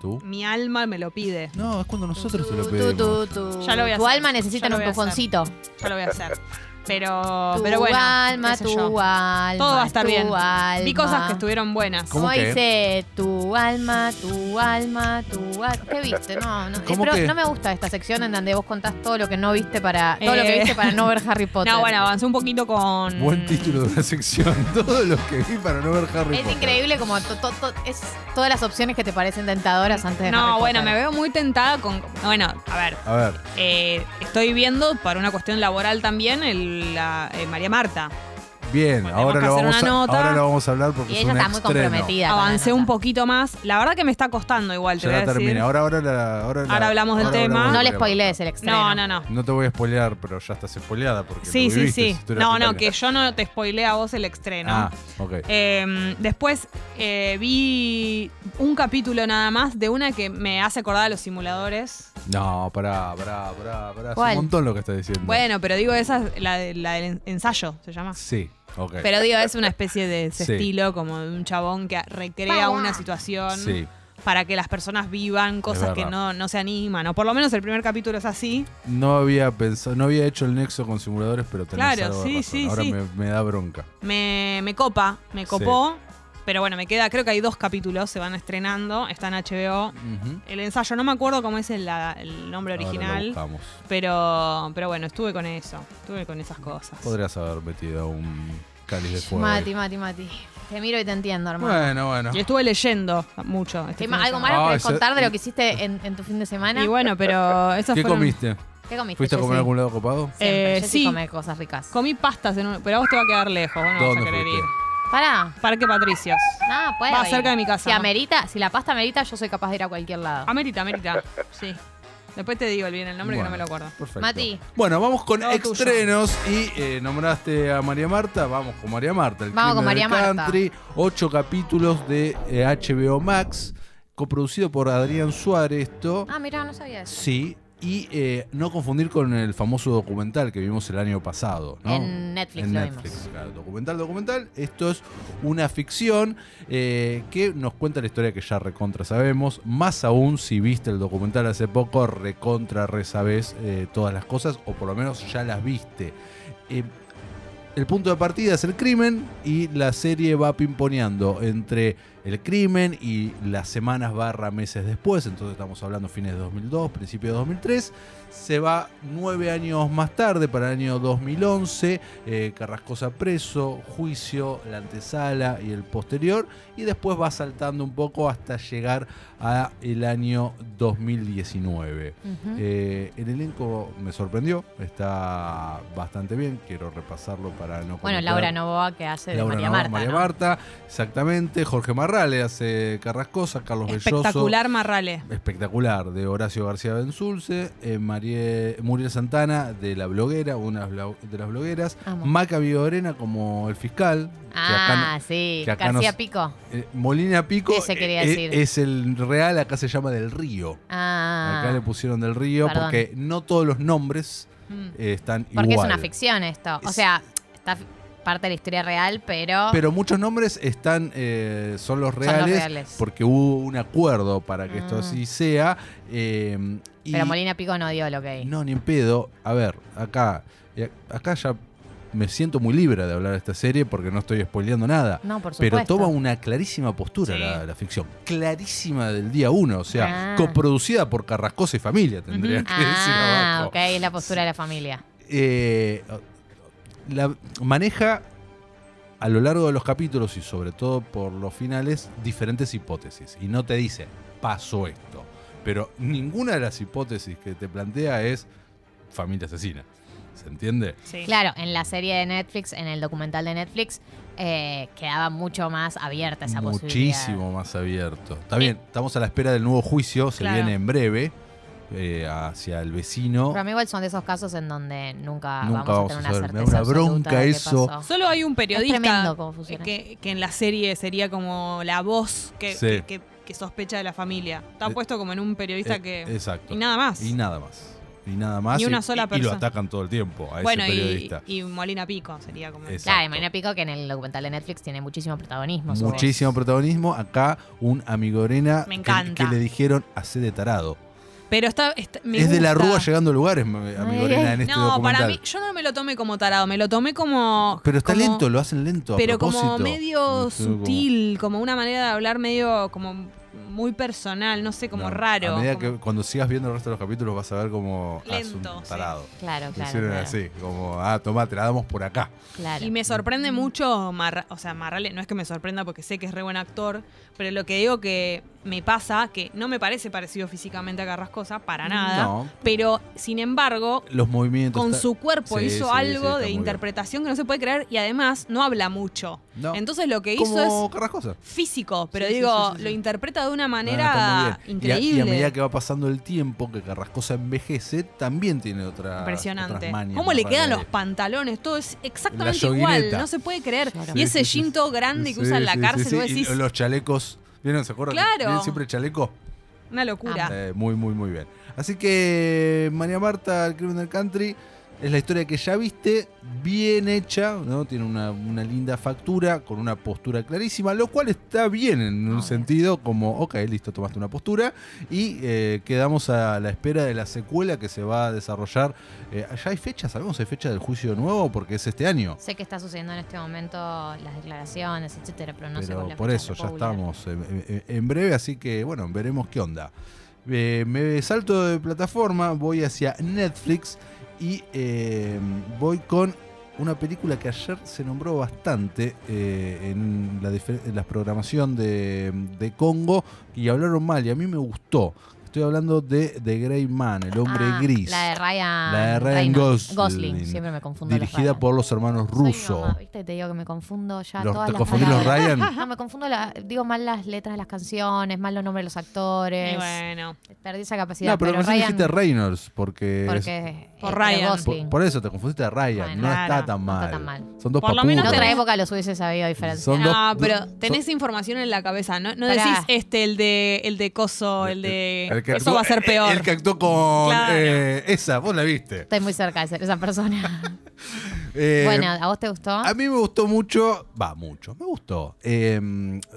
Speaker 9: ¿Tú?
Speaker 6: mi alma me lo pide.
Speaker 9: No, es cuando nosotros se lo
Speaker 5: Tu,
Speaker 9: pedimos.
Speaker 5: tu, tu-
Speaker 6: Ya lo voy a
Speaker 5: tu
Speaker 6: hacer,
Speaker 5: alma necesita
Speaker 6: ya lo
Speaker 5: un
Speaker 6: voy a hacer.
Speaker 5: empujoncito.
Speaker 6: Ya lo voy a hacer. Pero,
Speaker 5: Tu
Speaker 6: pero bueno.
Speaker 5: alma,
Speaker 6: qué sé
Speaker 5: tu
Speaker 6: yo.
Speaker 5: alma.
Speaker 6: Todo va a estar
Speaker 5: tu
Speaker 6: bien. Vi
Speaker 5: alma.
Speaker 6: cosas que estuvieron buenas.
Speaker 5: ¿Cómo dice tu alma, tu alma, tu alma? ¿Qué viste? No, no. Eh,
Speaker 6: ¿Cómo
Speaker 5: pero
Speaker 6: qué?
Speaker 5: no me gusta esta sección en donde vos contás todo lo que no viste para. Todo lo que viste para no ver Harry
Speaker 6: Eh.
Speaker 5: Potter.
Speaker 6: No, bueno, avancé un poquito con.
Speaker 9: Buen título de la sección. Todo lo que vi para no ver Harry
Speaker 5: Es
Speaker 9: Potter.
Speaker 5: increíble como to- to- to- es todas las opciones que te parecen tentadoras antes de
Speaker 6: No,
Speaker 5: Harry
Speaker 6: bueno,
Speaker 5: Potter.
Speaker 6: me veo muy tentada con. Bueno, a ver.
Speaker 9: A ver.
Speaker 6: eh, estoy viendo, para una cuestión laboral también, el, la, eh, María Marta.
Speaker 9: Bien, ahora
Speaker 6: que
Speaker 9: lo,
Speaker 6: hacer
Speaker 9: vamos a,
Speaker 6: una nota.
Speaker 9: ahora lo vamos a hablar porque es un estreno.
Speaker 6: Avancé un poquito más. La verdad que me está costando igual, te
Speaker 9: Ya
Speaker 6: voy a
Speaker 9: la
Speaker 6: decir.
Speaker 9: terminé. Ahora, ahora, la- ahora, la-
Speaker 6: Ahora hablamos del
Speaker 9: ahora
Speaker 6: tema.
Speaker 9: hablamos del tema.
Speaker 5: spoilees el
Speaker 6: No, no, no.
Speaker 9: No te voy a spoilear, pero ya estás spoileada porque
Speaker 6: Sí,
Speaker 9: lo
Speaker 6: sí,
Speaker 9: viviste,
Speaker 6: sí.
Speaker 9: si tú eras
Speaker 6: No, no,
Speaker 9: Natalia.
Speaker 6: que yo no te spoileé a vos el estreno.
Speaker 9: Ah, ok.
Speaker 6: Eh, después eh, vi un capítulo nada más de una que me hace acordar a los simuladores.
Speaker 9: No, pará, pará, pará, pará. Es
Speaker 6: ¿Cuál?
Speaker 9: un montón lo que estás diciendo.
Speaker 6: Bueno, pero digo, esa es la, de- la del ensayo, se llama.
Speaker 9: Sí, ok.
Speaker 6: Pero digo, es una especie de ese
Speaker 9: Sí.
Speaker 6: estilo, como de un chabón que recrea una situación
Speaker 9: Sí.
Speaker 6: para que las personas vivan cosas que
Speaker 9: verdad.
Speaker 6: no, no se animan. O por lo menos el primer capítulo es así.
Speaker 9: No había pensado, no había hecho el nexo con simuladores, pero tenés
Speaker 6: Claro,
Speaker 9: algo de
Speaker 6: sí,
Speaker 9: razón.
Speaker 6: sí,
Speaker 9: Ahora
Speaker 6: sí.
Speaker 9: Me, me da bronca.
Speaker 6: Me, me copa, me copó. Pero bueno, me queda, creo que hay dos capítulos, se van estrenando, está en HBO.
Speaker 9: Ujú.
Speaker 6: El ensayo, no me acuerdo cómo es el, la- el nombre
Speaker 9: Ahora lo
Speaker 6: original.
Speaker 9: buscamos.
Speaker 6: Pero, pero bueno, estuve con eso, estuve con esas cosas.
Speaker 9: Podrías haber metido un cáliz de fuego. ahí.
Speaker 5: Mati, Mati, Mati. Te miro y te entiendo, hermano.
Speaker 9: Bueno, bueno.
Speaker 6: Y estuve leyendo mucho. este
Speaker 5: ¿Qué
Speaker 6: fin
Speaker 5: ma-
Speaker 6: de
Speaker 5: ¿Algo
Speaker 6: semana.
Speaker 5: malo
Speaker 9: Ah,
Speaker 5: querés
Speaker 9: ese-
Speaker 5: contar de lo que hiciste en, en tu fin de semana?
Speaker 6: Y bueno, pero esas
Speaker 9: ¿Qué
Speaker 6: fueron-
Speaker 9: comiste?
Speaker 5: ¿Qué comiste,
Speaker 9: ¿Fuiste a comer
Speaker 5: Jessy?
Speaker 9: a algún lado copado?
Speaker 5: Siempre,
Speaker 6: Eh,
Speaker 5: Jessy
Speaker 6: sí.
Speaker 5: come cosas ricas.
Speaker 6: Comí pastas, en un- pero a vos te va a quedar lejos, vos no vas a
Speaker 9: ¿Dónde
Speaker 6: querer
Speaker 9: fuiste?
Speaker 6: ir.
Speaker 5: Pará.
Speaker 6: Parque Patricios.
Speaker 5: No, puedo
Speaker 6: Va
Speaker 5: ir.
Speaker 6: cerca de mi casa.
Speaker 5: Si amerita, si la pasta amerita, yo soy capaz de ir a cualquier lado.
Speaker 6: Amerita, amerita. Sí. Después te digo el bien el nombre que no
Speaker 9: Bueno,
Speaker 6: me lo acuerdo.
Speaker 9: perfecto.
Speaker 5: Mati.
Speaker 9: Bueno, vamos con
Speaker 6: Todo tuyo.
Speaker 9: estrenos y eh, nombraste a María Marta. Vamos con María Marta. El
Speaker 5: Vamos con
Speaker 9: crimen del
Speaker 5: María Marta.
Speaker 9: country, Ocho capítulos de eh, HBO Max, coproducido por Adrián Suárez. Esto.
Speaker 5: Ah, mirá, no sabía eso.
Speaker 9: Sí. Y eh, no confundir con el famoso documental que vimos el año pasado. ¿no?
Speaker 5: En Netflix
Speaker 9: En
Speaker 5: lo
Speaker 9: Netflix,
Speaker 5: vimos.
Speaker 9: claro. Documental, documental. Esto es una ficción eh, que nos cuenta la historia que ya recontra sabemos. Más aún si viste el documental hace poco, recontra resabés eh, todas las cosas, o por lo menos ya las viste. Eh, el punto de partida es el crimen y la serie va pimponeando entre el crimen y las semanas barra meses después, entonces estamos hablando fines de 2002, principio de 2003, se va nueve años más tarde para el año 2011, eh, Carrascosa preso, juicio, la antesala y el posterior, y después va saltando un poco hasta llegar a el año 2019.
Speaker 20: Ujú.
Speaker 9: Eh, el elenco me sorprendió, está bastante bien, quiero repasarlo para no...
Speaker 5: Bueno,
Speaker 9: cometer-
Speaker 5: Laura Novoa que hace de
Speaker 9: Laura
Speaker 5: María
Speaker 9: Navarro,
Speaker 5: Marta.
Speaker 9: María
Speaker 5: ¿no?
Speaker 9: Marta, exactamente. Jorge Marrale hace Carrascosa, Carlos Belloso.
Speaker 6: Espectacular Marrale.
Speaker 9: Espectacular, de Horacio García Benzulce, eh, Marie- Muriel Santana de La Bloguera, una blau- de las blogueras,
Speaker 5: Amo.
Speaker 9: Maca Viorena como el fiscal. que
Speaker 5: Ah,
Speaker 9: acá-
Speaker 5: sí.
Speaker 9: que acá
Speaker 5: García
Speaker 9: nos-
Speaker 5: Pico.
Speaker 9: eh, Molina Pico
Speaker 5: Ese quería
Speaker 9: eh,
Speaker 5: decir.
Speaker 9: es el real, acá se llama Del Río.
Speaker 5: Ah.
Speaker 9: Acá le pusieron Del Río
Speaker 5: Perdón.
Speaker 9: porque no todos los nombres
Speaker 5: Mm.
Speaker 9: eh, están
Speaker 5: Porque
Speaker 9: igual.
Speaker 5: es una ficción esto. O sea, está f- parte de la historia real, pero.
Speaker 9: Pero muchos nombres están eh, son los
Speaker 5: Ah. Son los
Speaker 9: reales,
Speaker 5: reales. Mm.
Speaker 9: porque hubo un acuerdo para que esto así sea. eh, y
Speaker 5: pero Molina Pico no dio lo que hay.
Speaker 9: No, ni en pedo. A ver, acá, eh, acá ya me siento muy libre de hablar de esta serie porque no estoy spoileando nada.
Speaker 5: No, por
Speaker 9: Pero
Speaker 5: supuesto.
Speaker 9: toma una clarísima postura la, la ficción. Clarísima del día uno. O sea,
Speaker 5: Ah.
Speaker 9: coproducida por Carrascosa y familia, tendría que decir
Speaker 5: Ah,
Speaker 9: abajo.
Speaker 5: ok, es la postura de la familia.
Speaker 9: Eh, la, maneja a lo largo de los capítulos y sobre todo por los finales diferentes hipótesis y no te dice pasó esto, pero ninguna de las hipótesis que te plantea es familia asesina, ¿se entiende?
Speaker 5: Claro, en la serie de Netflix, en el documental de Netflix, eh, quedaba mucho más abierta esa posibilidad.
Speaker 9: Muchísimo más abierto. Está bien, estamos a la espera del nuevo juicio, se
Speaker 5: Claro.
Speaker 9: viene en breve eh, hacia el vecino.
Speaker 5: Pero a mí igual son de esos casos en donde nunca,
Speaker 9: Nunca
Speaker 5: vamos
Speaker 9: vamos
Speaker 5: a
Speaker 9: a
Speaker 5: tener una
Speaker 9: saber. Me da
Speaker 5: certeza.
Speaker 9: una bronca
Speaker 5: absoluta de qué
Speaker 9: eso.
Speaker 5: pasó.
Speaker 6: Solo hay un periodista
Speaker 5: Es tremendo cómo funciona.
Speaker 6: que, que en la serie sería como la voz que,
Speaker 9: Sí.
Speaker 6: que- que- que sospecha de la familia. Está
Speaker 9: Eh,
Speaker 6: puesto como en un periodista
Speaker 9: Eh,
Speaker 6: que...
Speaker 9: Exacto.
Speaker 6: Y nada más.
Speaker 9: Y nada más. Y nada más.
Speaker 6: Ni
Speaker 9: y-
Speaker 6: una sola
Speaker 9: y- Y lo
Speaker 6: persona.
Speaker 9: atacan todo el tiempo a
Speaker 6: bueno,
Speaker 9: ese
Speaker 6: y,
Speaker 9: periodista.
Speaker 6: y Molina Pico sería como...
Speaker 9: Exacto.
Speaker 5: Claro, y Marina Pico, que en el documental de Netflix tiene muchísimo protagonismo. su voz.
Speaker 9: Muchísimo protagonismo. Acá un amigorena
Speaker 6: Me
Speaker 9: que-
Speaker 6: encanta.
Speaker 9: Que, le dijeron hace de tarado.
Speaker 6: Pero está... está- me
Speaker 9: es de la
Speaker 6: gusta.
Speaker 9: rúa llegando a lugares, m- amigorena, en este
Speaker 6: no,
Speaker 9: documental.
Speaker 6: para mí, yo no me lo tomé como tarado, me lo tomé como.
Speaker 9: Pero está
Speaker 6: como-
Speaker 9: lento, lo hacen lento. a
Speaker 6: Pero
Speaker 9: propósito.
Speaker 6: como medio
Speaker 9: Estuvo como-
Speaker 6: sutil, como una manera de hablar medio como muy personal, no sé, como
Speaker 9: No,
Speaker 6: raro.
Speaker 9: A medida
Speaker 6: como-
Speaker 9: que cuando sigas viendo el resto de los capítulos vas a ver como. ah, es un
Speaker 6: Lento, sí.
Speaker 9: tarado.
Speaker 6: Claro,
Speaker 9: Lo
Speaker 6: claro,
Speaker 9: Hicieron
Speaker 6: claro.
Speaker 9: así, como, ah, toma, te la damos por acá.
Speaker 6: Y me sorprende mucho, Marra- o sea, Marrale, no es que me sorprenda porque sé que es re buen actor, pero lo que digo que me pasa, que no me parece parecido físicamente a Carrascosa, para nada,
Speaker 9: No.
Speaker 6: pero sin embargo,
Speaker 9: Los movimientos.
Speaker 6: con
Speaker 9: está-
Speaker 6: su cuerpo
Speaker 9: Sí,
Speaker 6: hizo
Speaker 9: sí, sí,
Speaker 6: algo
Speaker 9: está
Speaker 6: de
Speaker 9: muy bien.
Speaker 6: interpretación que no se puede creer y además no habla mucho.
Speaker 9: No.
Speaker 6: Entonces lo que hizo
Speaker 9: Como
Speaker 6: es
Speaker 9: Carrascosa.
Speaker 6: físico, pero
Speaker 9: Sí, sí,
Speaker 6: digo,
Speaker 9: sí, sí, sí.
Speaker 6: lo interpreta de una
Speaker 9: No, no, está muy
Speaker 6: manera
Speaker 9: bien. Y a-
Speaker 6: increíble.
Speaker 9: Y a, medida que va pasando el tiempo, que Carrascosa envejece, también tiene otra.
Speaker 6: Impresionante. ¿Cómo le quedan los pantalones? Todo es exactamente
Speaker 9: La
Speaker 6: igual.
Speaker 9: yoguineta.
Speaker 6: No se puede creer.
Speaker 9: Claro.
Speaker 6: Y
Speaker 9: Sí,
Speaker 6: ese
Speaker 9: sí, sí,
Speaker 6: jean todo grande que usa en la cárcel, vos decís,
Speaker 9: Los chalecos. ¿Vieron? ¿Se acuerdan? que
Speaker 6: Claro. Ah.
Speaker 9: tienen siempre chaleco?
Speaker 6: una locura.
Speaker 9: Eh, muy, muy, muy bien. Así que María Marta, el crimen del country, es la historia que ya viste, bien hecha, ¿no? Tiene una, una linda factura, con una postura clarísima, lo cual está bien en un sentido, como, ok, listo, tomaste una postura, y eh, quedamos a la espera de la secuela que se va a desarrollar. Eh, ¿Ya hay fecha? ¿Sabemos? ¿Hay fecha del juicio nuevo? Porque es este año.
Speaker 20: Sé que está sucediendo en este momento las declaraciones, etcétera, pero no sé
Speaker 9: Pero
Speaker 20: cuál es la
Speaker 9: por
Speaker 20: fecha
Speaker 9: eso, ya
Speaker 20: popular.
Speaker 9: estamos eh, eh, en breve, así que bueno, veremos qué onda. Eh, me salto de plataforma, voy hacia Netflix y eh, voy con una película que ayer se nombró bastante eh, en la, difer- en la programación de, de Congo y hablaron mal y a mí me gustó. Estoy hablando de The Grey Man, el hombre
Speaker 20: Ah,
Speaker 9: gris.
Speaker 20: La de Ryan,
Speaker 9: La de Ryan
Speaker 20: Reynolds.
Speaker 9: Gosling.
Speaker 20: Siempre me confundo. los
Speaker 9: dirigida
Speaker 20: Ryan.
Speaker 9: por los hermanos
Speaker 20: Soy mi
Speaker 9: Russo.
Speaker 20: mamá, ¿viste? Te digo que me confundo ya
Speaker 9: Los-
Speaker 20: todas
Speaker 9: ¿te
Speaker 20: las
Speaker 9: confundí los
Speaker 20: palabras.
Speaker 9: Ryan?
Speaker 20: No, me confundo, la- digo mal las letras de las canciones, mal los nombres de los actores.
Speaker 6: Y bueno.
Speaker 20: Perdí esa capacidad.
Speaker 9: No, pero, recién
Speaker 20: ah, Ryan,
Speaker 9: dijiste Reynolds porque... es-
Speaker 20: Porque,
Speaker 6: Por
Speaker 20: eh,
Speaker 6: Ryan.
Speaker 20: pero Gosling.
Speaker 9: Por, por eso te confundiste de Ryan.
Speaker 20: Bueno,
Speaker 9: no,
Speaker 20: claro,
Speaker 9: está tan
Speaker 20: no
Speaker 9: mal.
Speaker 20: está tan mal.
Speaker 9: Son dos
Speaker 6: Por lo
Speaker 9: papugas.
Speaker 6: menos
Speaker 20: en otra
Speaker 6: tenés-
Speaker 20: época los hubiese sabido diferenciar.
Speaker 9: Son dos-
Speaker 6: Ah, pero
Speaker 9: son-
Speaker 6: tenés información en la cabeza, ¿no? No
Speaker 20: Pará.
Speaker 6: decís este, el de el de coso, el de.
Speaker 9: El que
Speaker 6: eso
Speaker 9: actuó-
Speaker 6: va a ser peor.
Speaker 9: El, que actuó con
Speaker 6: Claro.
Speaker 9: eh, esa, vos la viste.
Speaker 20: Estoy muy cerca de ser esa persona.
Speaker 9: Eh,
Speaker 20: bueno, ¿a vos te gustó?
Speaker 9: A mí me gustó mucho, va, mucho, me gustó. Eh,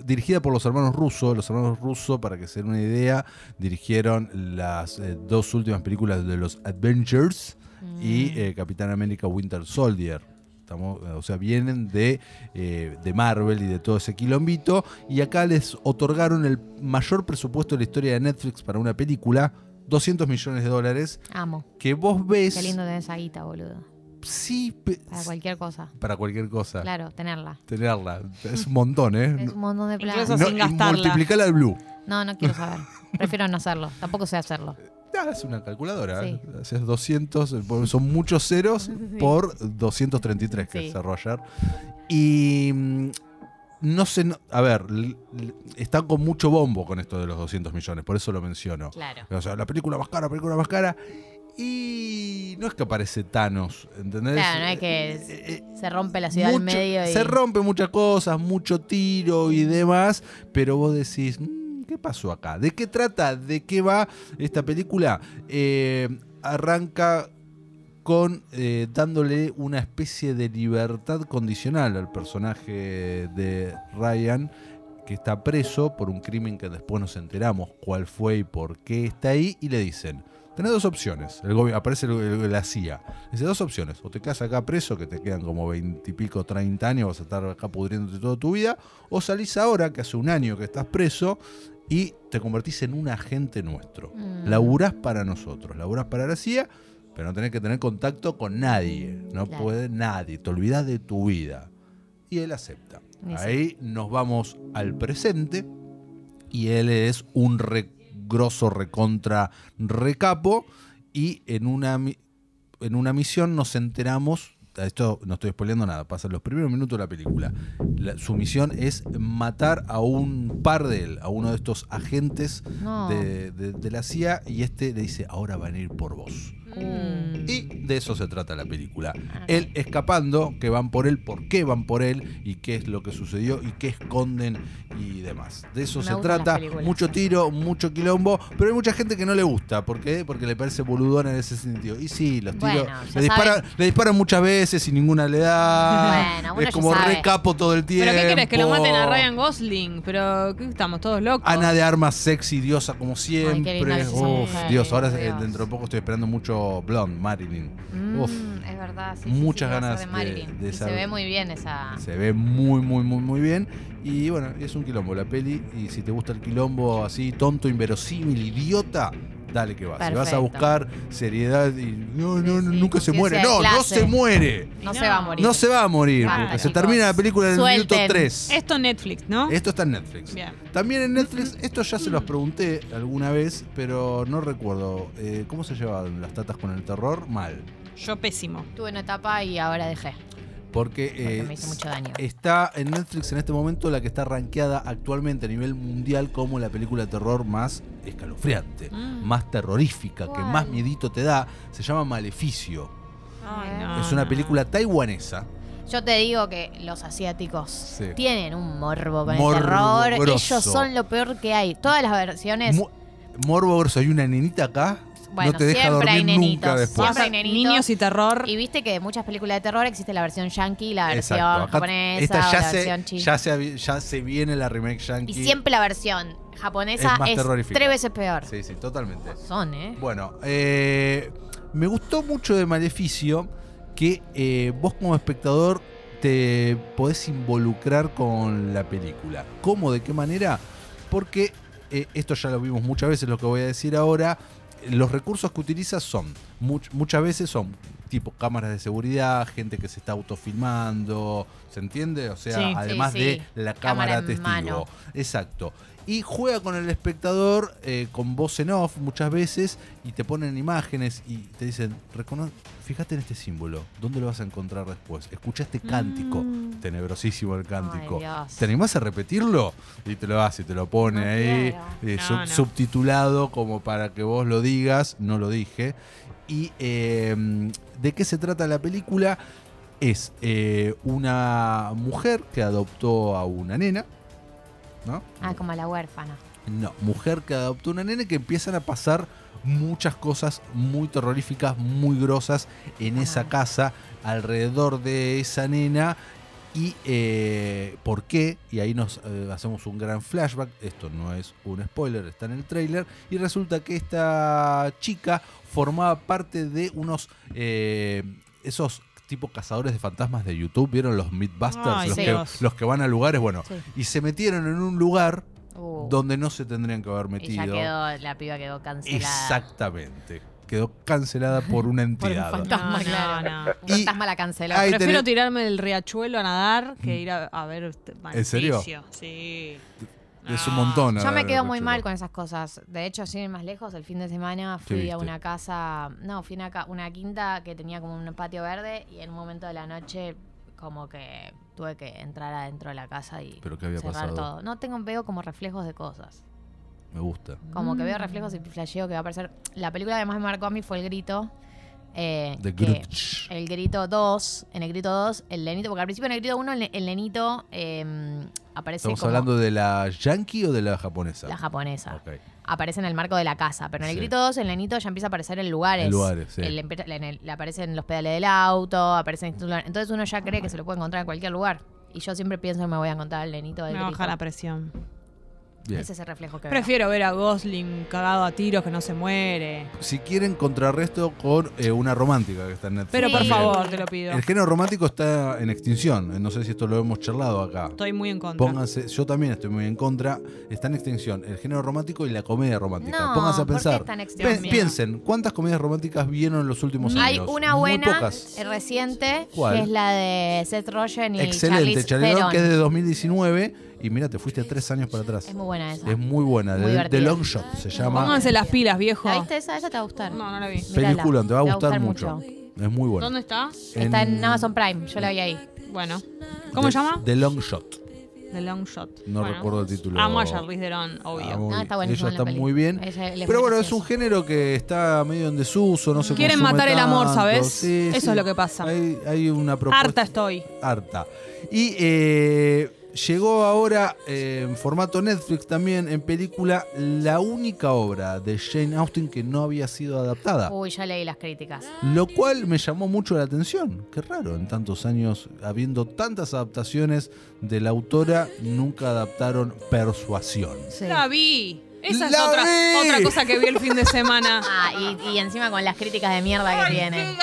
Speaker 9: dirigida por los hermanos Russo, los hermanos Russo, para que se den una idea, dirigieron las eh, dos últimas películas de los Adventures
Speaker 20: Mm.
Speaker 9: y eh, Capitán América Winter Soldier. Estamos, eh, o sea, vienen de, eh, de Marvel y de todo ese quilombito. Y acá les otorgaron el mayor presupuesto de la historia de Netflix para una película, 200 millones de dólares.
Speaker 20: Amo.
Speaker 9: Que vos ves
Speaker 20: Qué lindo tener esa guita, boludo.
Speaker 9: Sí,
Speaker 20: Para cualquier cosa.
Speaker 9: para cualquier cosa.
Speaker 20: Claro, tenerla.
Speaker 9: Tenerla. Es un montón, ¿eh?
Speaker 20: Es un montón de plata.
Speaker 9: No, y multiplicala al blue.
Speaker 20: No, no quiero saber. Prefiero no hacerlo. Tampoco sé hacerlo.
Speaker 9: Ah, es una calculadora. ¿eh?
Speaker 20: Sí.
Speaker 9: Haces 200, por- son muchos ceros por 233 que
Speaker 20: Sí.
Speaker 9: cerró ayer. Y mm, no sé, no- a ver, l- l- están con mucho bombo con esto de los 200 millones, por eso lo menciono.
Speaker 20: Claro.
Speaker 9: O sea, la película más cara, película más cara. Y no es que aparece Thanos, ¿entendés?
Speaker 20: Claro, no es que se rompe la ciudad al
Speaker 9: eh, Mucho-
Speaker 20: medio y.
Speaker 9: Se rompe muchas cosas, mucho tiro y demás, pero vos decís, "Mm, ¿qué pasó acá? ¿De qué trata? ¿De qué va esta película? Eh, arranca con eh, dándole una especie de libertad condicional al personaje de Ryan que está preso por un crimen que después nos enteramos cuál fue y por qué está ahí y le dicen tenés dos opciones el gobi- aparece el- el- la CIA dice dos opciones o te quedas acá preso que te quedan como veintipico 30 años vas a estar acá pudriéndote toda tu vida o salís ahora que hace un año que estás preso y te convertís en un agente nuestro
Speaker 20: Mm.
Speaker 9: laburás para nosotros laburás para la CIA pero no tenés que tener contacto con nadie. No
Speaker 20: Claro.
Speaker 9: puede nadie. Te olvidás de tu vida. Y él acepta.
Speaker 20: Y sí.
Speaker 9: Ahí nos vamos al presente. Y él es un re- grosso recontra recapo. Y en una, mi- en una misión nos enteramos. Esto no estoy spoileando nada, pasan los primeros minutos de la película. La- su misión es matar a un par de él, a uno de estos agentes
Speaker 5: Oh.
Speaker 20: No.
Speaker 9: de, de- de la CIA, y este le dice: Ahora van a ir por vos.
Speaker 6: Mm.
Speaker 20: Mm.
Speaker 9: Y de eso se trata la película.
Speaker 20: Ah,
Speaker 9: Él escapando, que van por él, por qué van por él y qué es lo que sucedió y qué esconden y demás. De eso
Speaker 20: Me
Speaker 9: se
Speaker 20: gustan las
Speaker 9: trata.
Speaker 20: películas.
Speaker 9: Mucho tiro, mucho quilombo, pero hay mucha gente que no le gusta. ¿Por qué? Porque le parece boludona en ese sentido. Y sí, los
Speaker 20: Bueno,
Speaker 9: tiros.
Speaker 20: ya
Speaker 9: le, disparan,
Speaker 20: saben.
Speaker 9: le disparan muchas veces y ninguna le da.
Speaker 20: Bueno, uno
Speaker 9: es
Speaker 20: ya
Speaker 9: como
Speaker 20: sabe.
Speaker 9: recapo todo el tiempo.
Speaker 6: ¿Pero qué querés? Que lo maten a Ryan Gosling. Pero ¿qué estamos todos locos.
Speaker 9: Ana de armas sexy, diosa como
Speaker 6: Ay, qué linda
Speaker 9: siempre.
Speaker 6: que es esa
Speaker 9: Uf,
Speaker 6: mujer,
Speaker 9: Dios, ahora
Speaker 6: Dios.
Speaker 9: eh, dentro de poco estoy esperando mucho Blonde, mal. Marilyn.
Speaker 5: Mm,
Speaker 9: Uf,
Speaker 5: es verdad, sí, sí,
Speaker 9: muchas
Speaker 5: sí, va a ser
Speaker 9: ganas
Speaker 5: de
Speaker 9: de-
Speaker 5: Marilyn.
Speaker 9: de
Speaker 5: Y
Speaker 9: esa-
Speaker 5: Se ve muy bien esa.
Speaker 9: Se ve muy, muy, muy, muy bien. Y bueno, es un quilombo la peli. Y si te gusta el quilombo así, tonto, inverosímil, idiota, dale que vas. Si vas a
Speaker 5: Perfecto.
Speaker 9: buscar seriedad y. No, no, no, nunca se
Speaker 5: Conciencia
Speaker 9: muere.
Speaker 5: de
Speaker 9: No, no
Speaker 5: clase.
Speaker 9: se muere.
Speaker 5: No, se va a morir.
Speaker 9: No se va a morir.
Speaker 5: Basta,
Speaker 9: porque se
Speaker 5: chicos.
Speaker 9: termina la película en el minuto
Speaker 5: Suelten.
Speaker 9: 3.
Speaker 6: Esto en Netflix, ¿no?
Speaker 9: Esto está en Netflix.
Speaker 6: Bien.
Speaker 9: También en Netflix, esto ya se los pregunté alguna vez, pero no recuerdo. eh, ¿Cómo se llevaban las tatas con el terror? Mal.
Speaker 6: Yo pésimo.
Speaker 5: Estuve en etapa y ahora dejé.
Speaker 9: Porque, eh,
Speaker 5: me hizo mucho daño.
Speaker 9: está en Netflix en este momento la que está rankeada actualmente a nivel mundial como la película de terror más escalofriante,
Speaker 6: Mm.
Speaker 9: más terrorífica, que
Speaker 6: ¿Cuál?
Speaker 9: más miedito te da. Se llama Maleficio.
Speaker 6: Ay, no.
Speaker 9: es
Speaker 5: Ah.
Speaker 9: una película taiwanesa.
Speaker 5: Yo te digo que los asiáticos
Speaker 9: Sí.
Speaker 5: tienen un morbo con
Speaker 9: Morbo
Speaker 5: el terror.
Speaker 9: grosso.
Speaker 5: Ellos son lo peor que hay. Todas las versiones.
Speaker 9: Mu- Morbo Grosso, hay una nenita acá.
Speaker 5: bueno,
Speaker 9: no te deja
Speaker 5: siempre
Speaker 9: dormir
Speaker 5: hay nenitos.
Speaker 9: nunca después.
Speaker 5: Siempre hay nenitos.
Speaker 6: Niños y terror.
Speaker 5: Y viste que muchas películas de terror existe la versión yankee, la versión
Speaker 9: Exacto, acá
Speaker 5: japonesa,
Speaker 9: esta ya
Speaker 5: la
Speaker 9: se,
Speaker 5: versión china.
Speaker 9: ya, se, avi- ya se viene la remake yankee.
Speaker 5: Y siempre la versión japonesa
Speaker 9: Es más
Speaker 5: es,
Speaker 9: terrorífica.
Speaker 5: tres veces peor.
Speaker 9: Sí, sí, totalmente.
Speaker 5: Son, ¿eh?
Speaker 9: Bueno, eh, me gustó mucho de Maleficio que eh, vos como espectador te podés involucrar con la película. ¿Cómo? ¿De qué manera? Porque eh, esto ya lo vimos muchas veces, lo que voy a decir ahora. Los recursos que utiliza son, much- muchas veces son tipo cámaras de seguridad, gente que se está autofilmando, ¿se entiende? O sea,
Speaker 21: Sí, sí,
Speaker 9: además
Speaker 21: sí.
Speaker 9: de la cámara,
Speaker 21: Cámara en
Speaker 9: testigo.
Speaker 21: mano.
Speaker 9: Exacto. Y juega con el espectador eh, con voz en off muchas veces y te ponen imágenes y te dicen, "Recono- fíjate en este símbolo, ¿dónde lo vas a encontrar después? Escucha este cántico, tenebrosísimo el cántico.
Speaker 21: Dios.
Speaker 9: ¿Te animás a repetirlo? Y te lo hace, te lo pone ahí, eh,
Speaker 21: No,
Speaker 9: sub-
Speaker 21: no.
Speaker 9: subtitulado como para que vos lo digas, no lo dije. Y eh, de qué se trata la película es eh, una mujer que adoptó a una nena, ¿no?
Speaker 5: Ah, como la huérfana.
Speaker 9: No, mujer que adoptó una nena que empiezan a pasar muchas cosas muy terroríficas, muy grosas en esa casa, alrededor de esa nena. Y eh, por qué, y ahí nos eh, hacemos un gran flashback, esto no es un spoiler, está en el trailer, y resulta que esta chica formaba parte de unos, eh, esos tipo cazadores de fantasmas de YouTube, ¿vieron los Mythbusters?
Speaker 21: Ay,
Speaker 9: los,
Speaker 21: sí.
Speaker 9: que, los que van a lugares, bueno,
Speaker 5: Sí.
Speaker 9: y se metieron en un lugar
Speaker 5: Uh,
Speaker 9: donde no se tendrían que haber
Speaker 5: y ya
Speaker 9: metido.
Speaker 5: quedó, la piba quedó cancelada.
Speaker 9: Exactamente. Quedó cancelada por una entidad.
Speaker 5: Fantasma,
Speaker 6: No,
Speaker 5: claro.
Speaker 6: no, no.
Speaker 5: Un fantasma la canceló.
Speaker 9: ahí
Speaker 6: Prefiero
Speaker 9: tenés- Mm.
Speaker 6: tirarme del riachuelo a nadar que ir a, a ver este
Speaker 9: serio?
Speaker 6: Maleficio. Sí.
Speaker 9: es un montón.
Speaker 5: Yo me
Speaker 9: haber
Speaker 5: quedo muy
Speaker 9: hecho.
Speaker 5: mal con esas cosas. De hecho, sin ir más lejos, el fin de semana fui
Speaker 9: viste?
Speaker 5: a una casa, no, fui a una, ca- una quinta que tenía como un patio verde y en un momento de la noche como que tuve que entrar adentro de la casa y
Speaker 9: ¿Pero qué había
Speaker 5: cerrar
Speaker 9: pasado?
Speaker 5: todo. No, tengo, veo como reflejos de cosas.
Speaker 9: Me gusta.
Speaker 5: Como
Speaker 9: Mm.
Speaker 5: que veo reflejos y flasheo que va a aparecer. La película que más me marcó a mí fue El Grito. eh,
Speaker 9: The
Speaker 5: que
Speaker 9: Grudge.
Speaker 5: el Grito 2, en El Grito 2, el Lenito, porque al principio en El Grito 1 el, el Lenito eh, aparece
Speaker 9: ¿Estamos
Speaker 5: como
Speaker 9: hablando de la yankee o de la japonesa?
Speaker 5: la japonesa
Speaker 9: Ok.
Speaker 5: aparece en el marco de la casa. Pero en el
Speaker 9: Sí.
Speaker 5: grito 2, el nenito ya empieza a aparecer en lugares.
Speaker 9: En lugares, sí.
Speaker 5: El empe- en el- le aparecen los pedales del auto, aparecen. Entonces uno ya cree que se lo puede encontrar en cualquier lugar. Y yo siempre pienso que me voy a encontrar al nenito del
Speaker 6: Me
Speaker 5: grito.
Speaker 6: baja la presión.
Speaker 9: Bien.
Speaker 5: Ese es el reflejo que veo.
Speaker 6: Prefiero ver a Gosling cagado a tiros que no se muere.
Speaker 9: Si quieren, contrarresto con eh, una romántica que está en Netflix.
Speaker 6: Pero por
Speaker 9: también.
Speaker 6: favor, te lo pido.
Speaker 9: El género romántico está en extinción. No sé si esto lo hemos charlado acá.
Speaker 6: Estoy muy en contra.
Speaker 9: Pónganse, yo también estoy muy en contra. Está en extinción el género romántico y la comedia romántica.
Speaker 5: No,
Speaker 9: Pónganse a
Speaker 5: ¿por qué
Speaker 9: pensar.
Speaker 5: está en extinción?
Speaker 9: Pi- piensen, ¿cuántas comedias románticas vieron en los últimos años?
Speaker 5: Hay una
Speaker 9: Muy
Speaker 5: buena
Speaker 9: pocas.
Speaker 5: eh, reciente,
Speaker 9: ¿Cuál?
Speaker 5: que es la de Seth Rogen y
Speaker 9: Excelente,
Speaker 5: Charlize
Speaker 9: Charlie Theron,
Speaker 5: Theron.
Speaker 9: que es de 2019. Y mira, te fuiste tres años para atrás.
Speaker 5: Es muy buena esa.
Speaker 9: Es muy buena.
Speaker 5: Muy
Speaker 9: de,
Speaker 5: divertida.
Speaker 9: Long Shot se llama.
Speaker 6: Pónganse las pilas, viejo.
Speaker 5: ¿La viste esa? Esa te va a gustar.
Speaker 6: No, no la vi.
Speaker 9: Película, te va a gustar, mucho. Es muy buena.
Speaker 6: ¿Dónde está?
Speaker 5: Está en Amazon Prime, yo la vi ahí.
Speaker 6: Bueno. ¿Cómo
Speaker 9: The-
Speaker 6: se llama?
Speaker 9: The Long Shot.
Speaker 6: The Long Shot.
Speaker 9: No
Speaker 6: Bueno.
Speaker 9: recuerdo el título.
Speaker 6: Amo a Charlize Theron, obvio.
Speaker 9: Ah, muy
Speaker 5: No, está
Speaker 9: bien.
Speaker 5: buenísima
Speaker 9: Ella
Speaker 5: la
Speaker 9: está
Speaker 5: peli.
Speaker 9: muy bien.
Speaker 5: Ella- él es
Speaker 9: Pero
Speaker 5: muy
Speaker 9: bueno, es un género que está medio en desuso, no se
Speaker 6: Quieren
Speaker 9: consume
Speaker 6: matar el amor,
Speaker 9: tanto.
Speaker 6: ¿sabes?
Speaker 9: Sí,
Speaker 6: Eso
Speaker 9: sí.
Speaker 6: es lo que pasa.
Speaker 9: Hay, hay una propuesta.
Speaker 6: Harta estoy.
Speaker 9: Harta. Y eh, llegó ahora eh, en formato Netflix también, en película, la única obra de Jane Austen que no había sido adaptada.
Speaker 5: Uy, ya leí las críticas.
Speaker 9: Lo cual me llamó mucho la atención. Qué raro, en tantos años, habiendo tantas adaptaciones de la autora, nunca adaptaron Persuasión.
Speaker 6: La vi. Esa es
Speaker 5: ¡La
Speaker 6: otra,
Speaker 5: vi!
Speaker 6: otra cosa que vi el fin de semana.
Speaker 20: Ah, y, y encima con las críticas de mierda que tiene.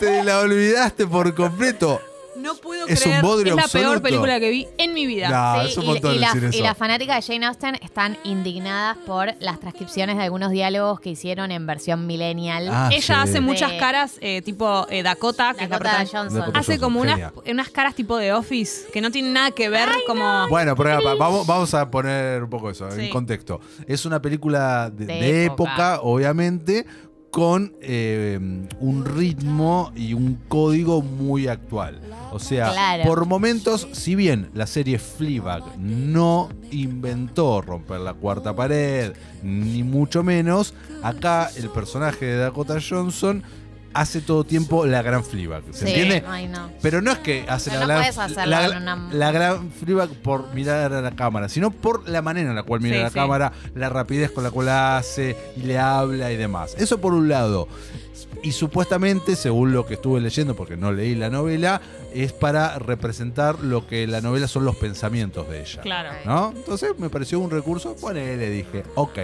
Speaker 9: Te la olvidaste por completo.
Speaker 6: No puedo
Speaker 9: Es un
Speaker 6: creer.
Speaker 9: bodrio
Speaker 6: es la
Speaker 9: absoluto.
Speaker 6: peor película que vi en mi vida.
Speaker 9: No,
Speaker 20: Sí,
Speaker 9: Ah, es un
Speaker 20: y-
Speaker 9: montón
Speaker 20: y, las-
Speaker 9: decir eso.
Speaker 20: y las fanáticas de Jane Austen están indignadas por las transcripciones de algunos diálogos que hicieron en versión millennial.
Speaker 9: Ah,
Speaker 6: Ella hace
Speaker 20: De-
Speaker 6: muchas caras, eh, tipo eh, Dakota, que es la
Speaker 20: Dakota
Speaker 6: protagonista.
Speaker 20: Johnson.
Speaker 9: Dakota
Speaker 6: Hace
Speaker 9: Johnson,
Speaker 6: como unas,
Speaker 9: genia.
Speaker 6: unas caras tipo de Office que no tienen nada que ver como.
Speaker 9: Bueno, pero apa, vamos, vamos a poner un poco eso en contexto. Es una película de,
Speaker 6: De
Speaker 9: de época.
Speaker 6: época.
Speaker 9: obviamente, con eh, un ritmo y un código muy actual. O sea,
Speaker 20: Claro.
Speaker 9: por momentos, si bien la serie Fleabag no inventó romper la cuarta pared, ni mucho menos, acá el personaje de Dakota Johnson hace todo tiempo la gran Fleabag. ¿Se
Speaker 20: Ah, Sí,
Speaker 9: entiende?
Speaker 20: ay, no.
Speaker 9: Pero no es que hace
Speaker 20: Pero
Speaker 9: la,
Speaker 20: no
Speaker 9: gran,
Speaker 20: puedes hacerlo
Speaker 9: la,
Speaker 20: en una-
Speaker 9: la gran Fleabag por mirar a la cámara, sino por la manera en la cual mira
Speaker 20: Sí,
Speaker 9: a la
Speaker 20: sí.
Speaker 9: cámara, la rapidez con la cual la hace y le habla y demás. Eso por un lado. Y supuestamente, según lo que estuve leyendo, porque no leí la novela, es para representar lo que la novela son los pensamientos de ella.
Speaker 6: Claro.
Speaker 9: ¿no? Entonces me pareció un recurso, ponele, dije, ok.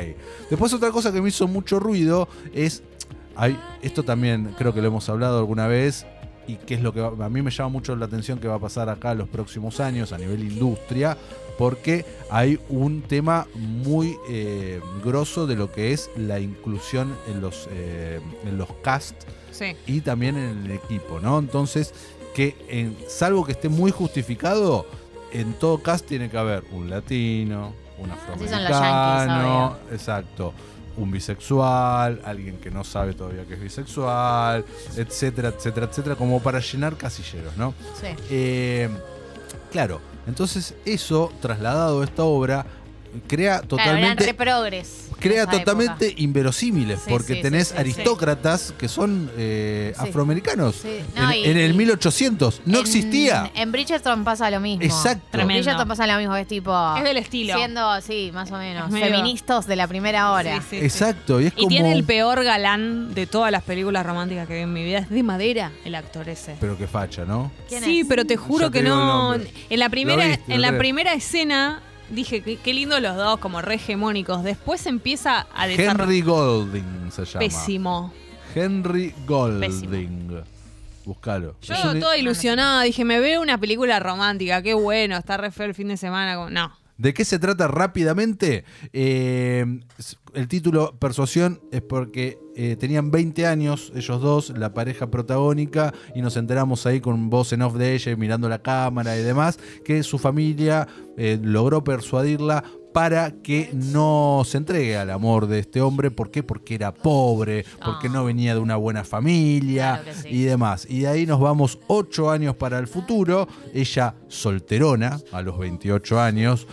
Speaker 9: Después otra cosa que me hizo mucho ruido es, hay, esto también creo que lo hemos hablado alguna vez, y que es lo que va- a mí me llama mucho la atención que va a pasar acá los próximos años a nivel industria, porque hay un tema muy eh, grosso de lo que es la inclusión en los, eh, en los cast
Speaker 6: Sí.
Speaker 9: y también en el equipo, ¿no? Entonces, que en- salvo que esté muy justificado, en todo cast tiene que haber un latino, un
Speaker 20: Así son los yankees,
Speaker 9: afroamericano, exacto, un bisexual, alguien que no sabe todavía que es bisexual, etcétera, etcétera, etcétera, como para llenar casilleros, ¿no?
Speaker 20: Sí.
Speaker 9: Eh, claro, entonces eso trasladado a esta obra
Speaker 20: Claro,
Speaker 9: crea
Speaker 20: eran
Speaker 9: totalmente
Speaker 20: re progres en
Speaker 9: crea
Speaker 20: esa época.
Speaker 9: totalmente inverosímiles,
Speaker 20: Sí,
Speaker 9: porque
Speaker 20: sí, sí,
Speaker 9: tenés
Speaker 20: sí, sí.
Speaker 9: aristócratas que son eh,
Speaker 20: Sí.
Speaker 9: afroamericanos.
Speaker 20: Sí. No,
Speaker 9: en,
Speaker 20: y-
Speaker 9: en el
Speaker 20: y-
Speaker 9: 1800 no
Speaker 20: En-
Speaker 9: existía.
Speaker 20: En, Bridgerton pasa lo mismo.
Speaker 9: Exacto.
Speaker 20: En
Speaker 9: Tremendo.
Speaker 20: Bridgerton pasa lo mismo, que es tipo.
Speaker 6: Es del estilo.
Speaker 20: Siendo, sí, más o menos.
Speaker 6: medio-
Speaker 20: Feministas de la primera hora.
Speaker 6: Sí, sí, sí.
Speaker 9: Exacto, y es
Speaker 6: Y
Speaker 9: como...
Speaker 6: tiene el peor galán de todas las películas románticas que vi en mi vida. Es de madera el actor ese.
Speaker 9: Pero que facha, ¿no?
Speaker 6: Sí, pero te juro
Speaker 9: Ya te
Speaker 6: que
Speaker 9: digo el
Speaker 6: no.
Speaker 9: nombre.
Speaker 6: En la primera,
Speaker 9: Lo viste,
Speaker 6: en la
Speaker 9: creo.
Speaker 6: primera escena dije que- qué lindo los dos, como re hegemónicos. Después empieza a desarrollar.
Speaker 9: Henry Golding se llama.
Speaker 6: Pésimo.
Speaker 9: Henry Golding. Búscalo.
Speaker 6: Yo
Speaker 9: Es un-
Speaker 6: toda ilusionada, dije, me veo una película romántica, qué bueno, está re feo el fin de semana. como- No.
Speaker 9: ¿De qué se trata rápidamente? Eh, el título Persuasión es porque eh, tenían 20 años ellos dos, la pareja protagónica, y nos enteramos ahí con voz en off de ella y mirando la cámara y demás, que su familia eh, logró persuadirla para que no se entregue al amor de este hombre. ¿Por qué? Porque era pobre, porque no venía de una buena familia y demás. Y de ahí nos vamos 8 años para el futuro. Ella solterona, a los 28 años,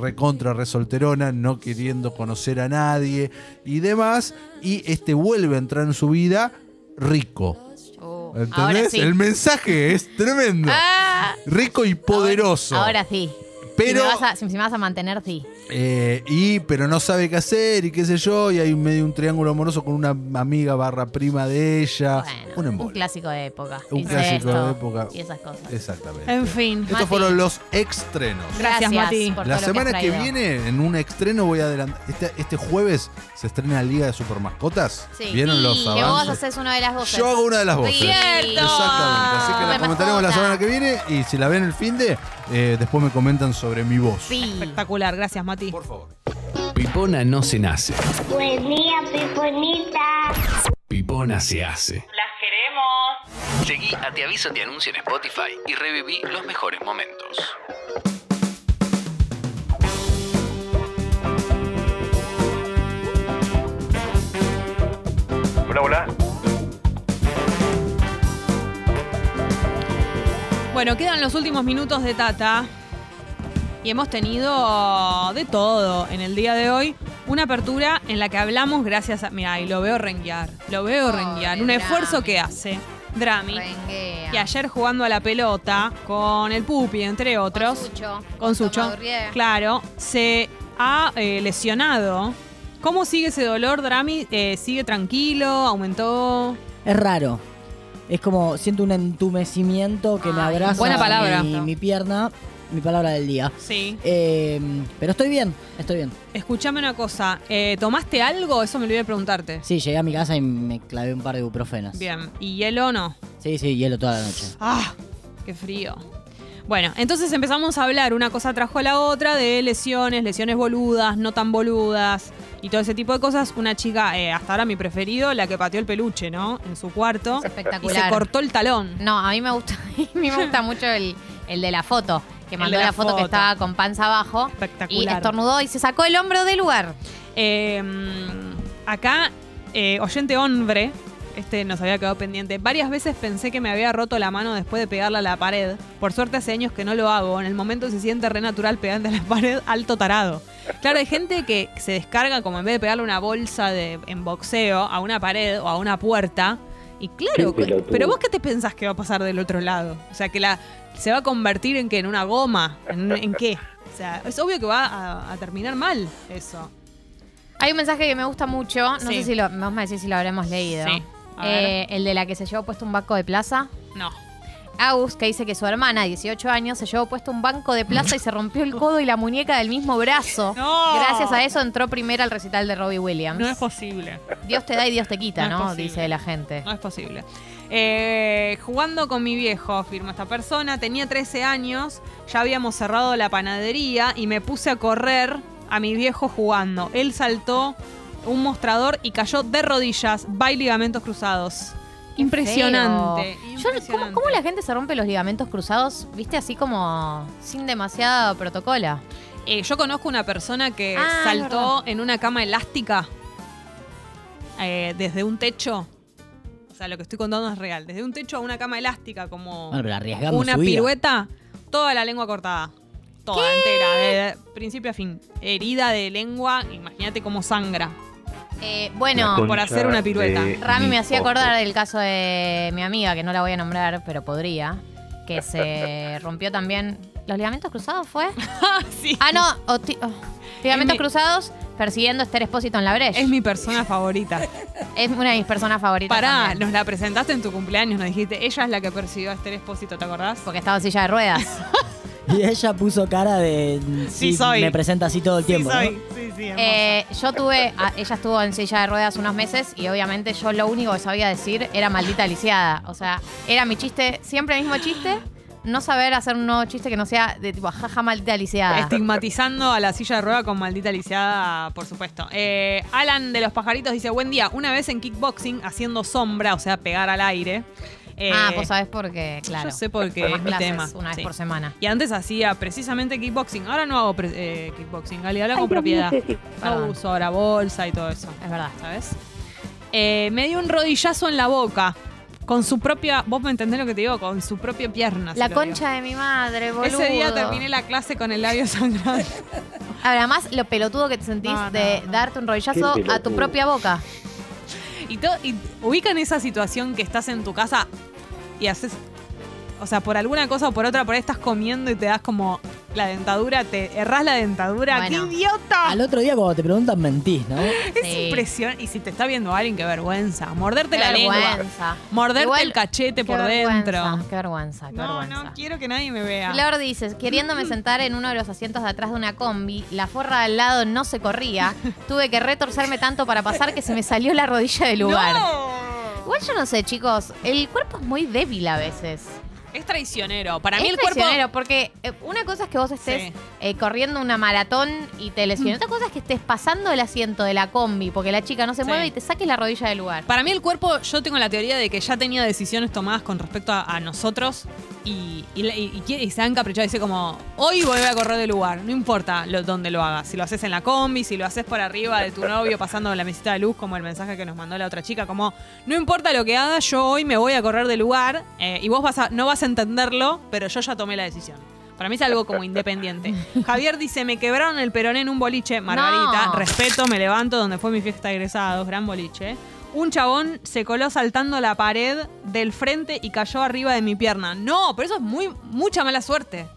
Speaker 9: recontra resolterona, no queriendo conocer a nadie y demás. Y este vuelve a entrar en su vida rico. ¿Entendés?
Speaker 20: uh, ahora sí.
Speaker 9: El mensaje es tremendo.
Speaker 20: Ah,
Speaker 9: Rico y poderoso.
Speaker 20: ahora sí.
Speaker 9: Pero-
Speaker 20: Si me, vas a, si me vas a mantener, sí.
Speaker 9: Eh, y pero no sabe qué hacer y qué sé yo. Y hay un medio un triángulo amoroso con una amiga barra prima de ella. un
Speaker 20: Un
Speaker 9: embole.
Speaker 20: clásico de época.
Speaker 9: Un
Speaker 20: Incesto
Speaker 9: clásico de época. Eh,
Speaker 20: Y esas cosas.
Speaker 9: Exactamente.
Speaker 6: En fin.
Speaker 9: Estos
Speaker 6: Mati.
Speaker 9: fueron los extrenos.
Speaker 6: Gracias, Mati.
Speaker 20: por
Speaker 9: La
Speaker 20: todo lo que has
Speaker 9: semana que,
Speaker 20: traído.
Speaker 9: viene, en un estreno, voy a adelantar. Este, este jueves se estrena Liga de Supermascotas.
Speaker 20: Sí.
Speaker 9: ¿Vieron
Speaker 20: Sí.
Speaker 9: los
Speaker 20: Que vos
Speaker 9: avances?
Speaker 20: haces una de las voces.
Speaker 9: Yo hago una de las voces.
Speaker 20: ¡Cierto!
Speaker 9: Exactamente. Así que la
Speaker 20: Supermascota.
Speaker 9: comentaremos la semana que viene. Y si la ven el fin de, eh, después me comentan sobre mi voz.
Speaker 6: Espectacular, gracias Mati. Por
Speaker 9: favor.
Speaker 18: Pipona no se nace,
Speaker 22: Buen día, Piponita.
Speaker 18: pipona se hace.
Speaker 2: Seguí a Te Aviso Te Anuncio en Spotify y reviví los mejores momentos.
Speaker 4: Hola, hola.
Speaker 6: Bueno, quedan los últimos minutos de Tata. Y hemos tenido de todo en el día de hoy. Una apertura en la que hablamos gracias a. Mira, y lo veo renguear. Lo veo renguear. Un esfuerzo que hace. Drami. Y ayer jugando a la pelota con el Pupi, entre otros. Con
Speaker 20: Sucho.
Speaker 6: Con Sucho.
Speaker 20: Tomaurriaga.
Speaker 6: Claro. Se ha eh, lesionado. ¿Cómo sigue ese dolor, Drami? Eh, ¿Sigue tranquilo? ¿Aumentó?
Speaker 8: Es raro. Es como siento un entumecimiento que me abraza
Speaker 6: buena palabra.
Speaker 8: Mi, mi pierna. mi palabra del día. Em,
Speaker 6: Sí.
Speaker 8: pero estoy bien, estoy bien.
Speaker 6: Escuchame una cosa, eh, ¿tomaste algo? Eso me olvidé de preguntarte.
Speaker 8: Sí, llegué a mi casa y me clavé un par de ibuprofenas.
Speaker 6: Bien, ¿y hielo o no?
Speaker 8: Sí, sí, hielo toda la noche.
Speaker 6: ¡Ah! ¡Qué frío! Bueno, entonces empezamos a hablar, una cosa trajo a la otra, de lesiones, lesiones boludas, no tan boludas y todo ese tipo de cosas. Una chica, eh, hasta ahora mi preferido, la que pateó el peluche, ¿no? En su cuarto.
Speaker 5: Espectacular.
Speaker 6: Y se cortó el talón.
Speaker 5: No, a mí me gusta, a mí me gusta mucho el, el de la foto, que
Speaker 6: El
Speaker 5: mandó
Speaker 6: de
Speaker 5: la,
Speaker 6: la
Speaker 5: foto, que
Speaker 6: foto.
Speaker 5: estaba con panza abajo. Y
Speaker 6: Espectacular.
Speaker 5: estornudó y se sacó el hombro del lugar.
Speaker 6: Eh, acá, eh, oyente hombre, este nos había quedado pendiente. Varias veces pensé que me había roto la mano después de pegarla a la pared. Por suerte hace años que no lo hago. En el momento se siente re natural pegando a la pared alto tarado. Claro, hay gente que se descarga como en vez de pegarle una bolsa de, en boxeo a una pared o a una puerta. Y claro,
Speaker 2: Qué pelotudo.
Speaker 6: pero vos qué te pensás que va a pasar del otro lado? O sea, que la se va a convertir en que en una goma, en, en qué? O sea, es obvio que va a- a terminar mal eso.
Speaker 5: Hay un mensaje que me gusta mucho, no
Speaker 6: Sí.
Speaker 5: sé si lo, vamos a decir si lo habremos leído.
Speaker 6: Sí, a
Speaker 5: Eh, el de la que se llevó puesto un banco de plaza.
Speaker 6: No.
Speaker 5: Agus, que dice que su hermana, 18 años, se llevó puesto un banco de plaza y se rompió el codo y la muñeca del mismo brazo.
Speaker 6: No.
Speaker 5: Gracias a eso entró primera al recital de Robbie Williams.
Speaker 6: No es posible.
Speaker 5: Dios te da y Dios te
Speaker 6: No
Speaker 5: quita, ¿no?
Speaker 6: es posible.
Speaker 5: Dice la gente.
Speaker 6: No es posible. Eh, jugando con mi viejo, afirma esta persona, tenía 13 años, ya habíamos cerrado la panadería y me puse a correr a mi viejo jugando. Él saltó un mostrador y cayó de rodillas, by ligamentos cruzados. Impresionante.
Speaker 5: Feo. Yo, ¿cómo, cómo la gente se rompe los ligamentos cruzados? ¿Viste? Así como sin demasiado protocolo.
Speaker 6: Eh, yo conozco una persona que
Speaker 5: Ah, es
Speaker 6: saltó en una cama elástica eh, desde un techo. O sea, lo que estoy contando es real. Desde un techo a una cama elástica, como
Speaker 8: Bueno, pero arriesgamos
Speaker 6: una
Speaker 8: su vida.
Speaker 6: pirueta, toda la lengua cortada. Toda entera, de principio a fin. Herida de lengua, imagínate cómo sangra.
Speaker 5: Eh, bueno,
Speaker 6: por hacer una pirueta.
Speaker 5: Rami me
Speaker 2: Oh.
Speaker 5: hacía acordar del caso de mi amiga, que no la voy a nombrar, pero podría, que se rompió también. ¿Los ligamentos cruzados fue? Ah, no, o ti- oh, ligamentos
Speaker 6: mi-
Speaker 5: cruzados persiguiendo a Esther Espósito en la brecha.
Speaker 6: Es mi persona favorita.
Speaker 5: Es una de mis personas favoritas.
Speaker 6: Pará,
Speaker 5: también.
Speaker 6: nos la presentaste en tu cumpleaños, nos dijiste, ella es la que persiguió a Esther Espósito, ¿te acordás?
Speaker 5: Porque estaba en silla de ruedas.
Speaker 8: Y ella puso cara de.
Speaker 6: Sí, soy.
Speaker 8: Me presenta así todo el tiempo. ¿no?
Speaker 6: Sí, sí,
Speaker 5: Eh, yo tuve, a- ella estuvo en silla de ruedas unos meses y obviamente yo lo único que sabía decir era maldita lisiada. O sea, era mi chiste, siempre el mismo chiste, no saber hacer un nuevo chiste que no sea de tipo, jaja, maldita lisiada.
Speaker 6: Estigmatizando a la silla de rueda con maldita lisiada, por supuesto. Eh, Alan de los pajaritos dice, buen día, una vez en kickboxing haciendo sombra, o sea, pegar al aire. eh,
Speaker 5: ah, vos sabés porque, claro.
Speaker 6: Yo sé porque
Speaker 5: Tomás
Speaker 6: es mi
Speaker 5: clases
Speaker 6: tema.
Speaker 5: Una vez
Speaker 6: sí.
Speaker 5: por semana.
Speaker 6: Y antes hacía precisamente kickboxing. Ahora no hago pre- eh, kickboxing, Gali, ahora
Speaker 5: Ay,
Speaker 6: con
Speaker 5: Dios mío,
Speaker 6: propiedad.
Speaker 5: Ceci.
Speaker 6: No
Speaker 5: Perdón.
Speaker 6: uso ahora bolsa y todo eso.
Speaker 5: Es verdad.
Speaker 6: ¿Sabes? Eh, me dio un rodillazo en la boca. Con su propia. ¿Vos me entendés lo que te digo? Con su propia pierna. Ah, se lo
Speaker 5: La
Speaker 6: digo.
Speaker 5: concha de mi madre, boludo.
Speaker 6: Ese día terminé la clase con el labio sangrado.
Speaker 5: Ahora más lo pelotudo que te sentís
Speaker 6: No, no,
Speaker 5: de
Speaker 6: no.
Speaker 5: darte un rodillazo
Speaker 6: Qué
Speaker 5: a tu
Speaker 6: pelotudo.
Speaker 5: propia boca.
Speaker 6: Y, to- y ubican esa situación que estás en tu casa y haces. O sea, por alguna cosa o por otra, por ahí estás comiendo y te das como la dentadura, te errás la dentadura.
Speaker 8: Bueno.
Speaker 6: ¡Qué idiota!
Speaker 8: Al otro día, cuando te preguntan, mentís, ¿no?
Speaker 6: Es impresionante. Y si te está viendo alguien, qué vergüenza. Morderte
Speaker 5: Qué
Speaker 6: la
Speaker 5: vergüenza.
Speaker 6: lengua. Morderte
Speaker 5: Igual-
Speaker 6: el cachete
Speaker 5: qué
Speaker 6: por dentro.
Speaker 5: vergüenza, Qué vergüenza, qué
Speaker 6: No,
Speaker 5: vergüenza.
Speaker 6: no quiero que nadie me vea.
Speaker 5: Flor dice, queriéndome sentar en uno de los asientos de atrás de una combi, la forra al lado no se corría, tuve que retorcerme tanto para pasar que se me salió la rodilla del lugar. Igual yo no sé, chicos, el cuerpo es muy débil a veces.
Speaker 6: Es traicionero. Para mí
Speaker 5: Es
Speaker 6: el cuerpo.
Speaker 5: traicionero, porque eh, una cosa es que vos estés
Speaker 6: Sí. Mm.
Speaker 5: eh, corriendo una maratón y te lesiones, otra cosa es que estés pasando el asiento de la combi porque la chica no se
Speaker 6: Sí.
Speaker 5: mueve y te saques la rodilla del lugar.
Speaker 6: Para mí el cuerpo, yo tengo la teoría de que ya tenía decisiones tomadas con respecto a, a nosotros y, y la- y- y quiere- y se han caprichado. Dice como, hoy voy a correr de lugar, no importa lo- dónde lo hagas. Si lo haces en la combi, si lo haces por arriba de tu novio pasando la mesita de luz, como el mensaje que nos mandó la otra chica, como, no importa lo que hagas, yo hoy me voy a correr de lugar eh, y vos vas a- no vas a entenderlo, pero yo ya tomé la decisión. Para mí es algo como independiente. Javier dice, me quebraron el peroné en un boliche. Margarita,
Speaker 5: No.
Speaker 6: respeto, me levanto donde fue mi fiesta de egresados, gran boliche. Un chabón se coló saltando la pared del frente y cayó arriba de mi pierna. No, pero eso es muy mucha mala suerte.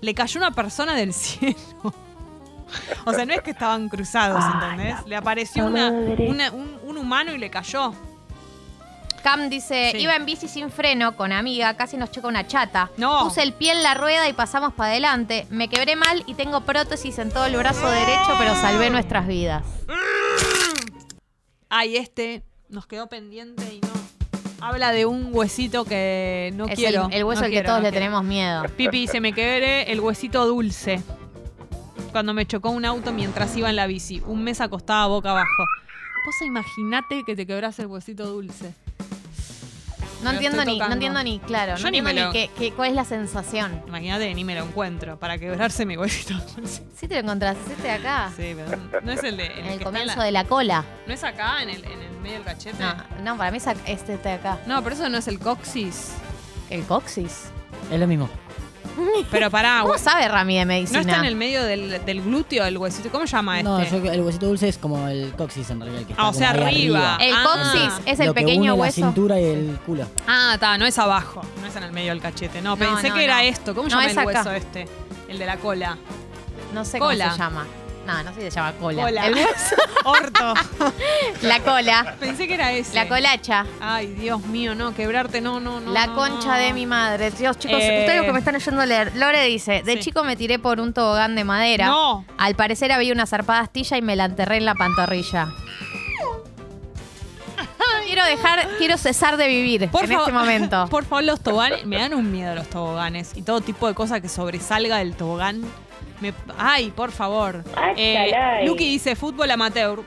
Speaker 6: Le cayó una persona del cielo. O sea, no es que estaban cruzados, ¿entendés? Le apareció una-
Speaker 5: madre.
Speaker 6: una- un, un humano y le cayó.
Speaker 5: Cam dice, iba en bici sin freno con amiga, casi nos choca una chata. No. Puse el pie en la rueda y pasamos para adelante. Me quebré mal y tengo prótesis en todo el brazo derecho, pero salvé nuestras vidas.
Speaker 6: Ay, este nos quedó pendiente y no. Habla de un huesito que no
Speaker 5: Es
Speaker 6: quiero.
Speaker 5: el- el hueso
Speaker 6: no
Speaker 5: al que
Speaker 6: quiero,
Speaker 5: todos
Speaker 6: no
Speaker 5: le
Speaker 6: quiero.
Speaker 5: tenemos miedo.
Speaker 6: Pipi, se me quebré el huesito dulce. Cuando me chocó un auto mientras iba en la bici. Un mes acostada boca abajo. Vos imaginate que te quebrás el huesito dulce.
Speaker 5: No entiendo ni, no entiendo ni, claro,
Speaker 6: Yo
Speaker 5: no
Speaker 6: ni
Speaker 5: entiendo
Speaker 6: me
Speaker 5: ni,
Speaker 6: lo-
Speaker 5: qué- qué- cuál es la sensación.
Speaker 6: Imagínate, ni me lo encuentro para quebrarse mi huesito dulce.
Speaker 5: Sí te lo encontraste, este de acá.
Speaker 6: Sí, pero no es el de.
Speaker 5: En
Speaker 6: que
Speaker 5: el
Speaker 6: está
Speaker 5: comienzo de la cola.
Speaker 6: ¿No es acá, en el, en el medio del cachete?
Speaker 5: No, no, para mí es ac- este de acá.
Speaker 6: No, pero eso no es el coxis.
Speaker 5: ¿El coxis?
Speaker 6: Ah,
Speaker 8: Es lo mismo.
Speaker 6: Pero pará,
Speaker 5: ¿Cómo
Speaker 6: hue-
Speaker 5: sabe Rami de
Speaker 6: ¿No
Speaker 5: medicina?
Speaker 6: está en el medio del, del glúteo el huesito? ¿Cómo llama este?
Speaker 8: No, yo- el huesito dulce es como el coxis en realidad. el que está
Speaker 6: Ah, o
Speaker 8: como
Speaker 6: sea,
Speaker 8: ahí
Speaker 6: arriba.
Speaker 5: El
Speaker 6: Ah.
Speaker 5: coxis es el
Speaker 8: Lo que
Speaker 5: pequeño
Speaker 8: une
Speaker 5: hueso.
Speaker 8: La cintura y el culo.
Speaker 6: Ah, está, no es abajo. No es en el medio del cachete. No,
Speaker 5: No,
Speaker 6: pensé
Speaker 5: no,
Speaker 6: que
Speaker 5: no.
Speaker 6: era esto. ¿Cómo
Speaker 5: No,
Speaker 6: llama
Speaker 5: es
Speaker 6: el
Speaker 5: acá.
Speaker 6: hueso este? El de la cola.
Speaker 5: No sé
Speaker 6: Cola.
Speaker 5: cómo se llama. No, no sé si se llama cola.
Speaker 6: Cola.
Speaker 5: El hueso.
Speaker 6: Orto.
Speaker 5: la cola.
Speaker 6: Pensé que era ese.
Speaker 5: La colacha.
Speaker 6: Ay, Dios mío, no, quebrarte, no, no, no.
Speaker 5: la
Speaker 6: no,
Speaker 5: concha
Speaker 6: no.
Speaker 5: de mi madre. Dios, chicos,
Speaker 6: Eh.
Speaker 5: ustedes lo que me están oyendo leer. Lore dice, de chico me tiré por un tobogán de madera.
Speaker 6: No.
Speaker 5: Al parecer había una zarpada astilla y me la enterré en la pantorrilla. Quiero dejar, quiero cesar de vivir en
Speaker 6: favor-
Speaker 5: este momento.
Speaker 6: Por favor, los toboganes. Me dan un miedo los toboganes y todo tipo de cosa que sobresalga del tobogán. Me- ay, por favor. Eh,
Speaker 5: caray.
Speaker 6: Luqui dice fútbol amateur.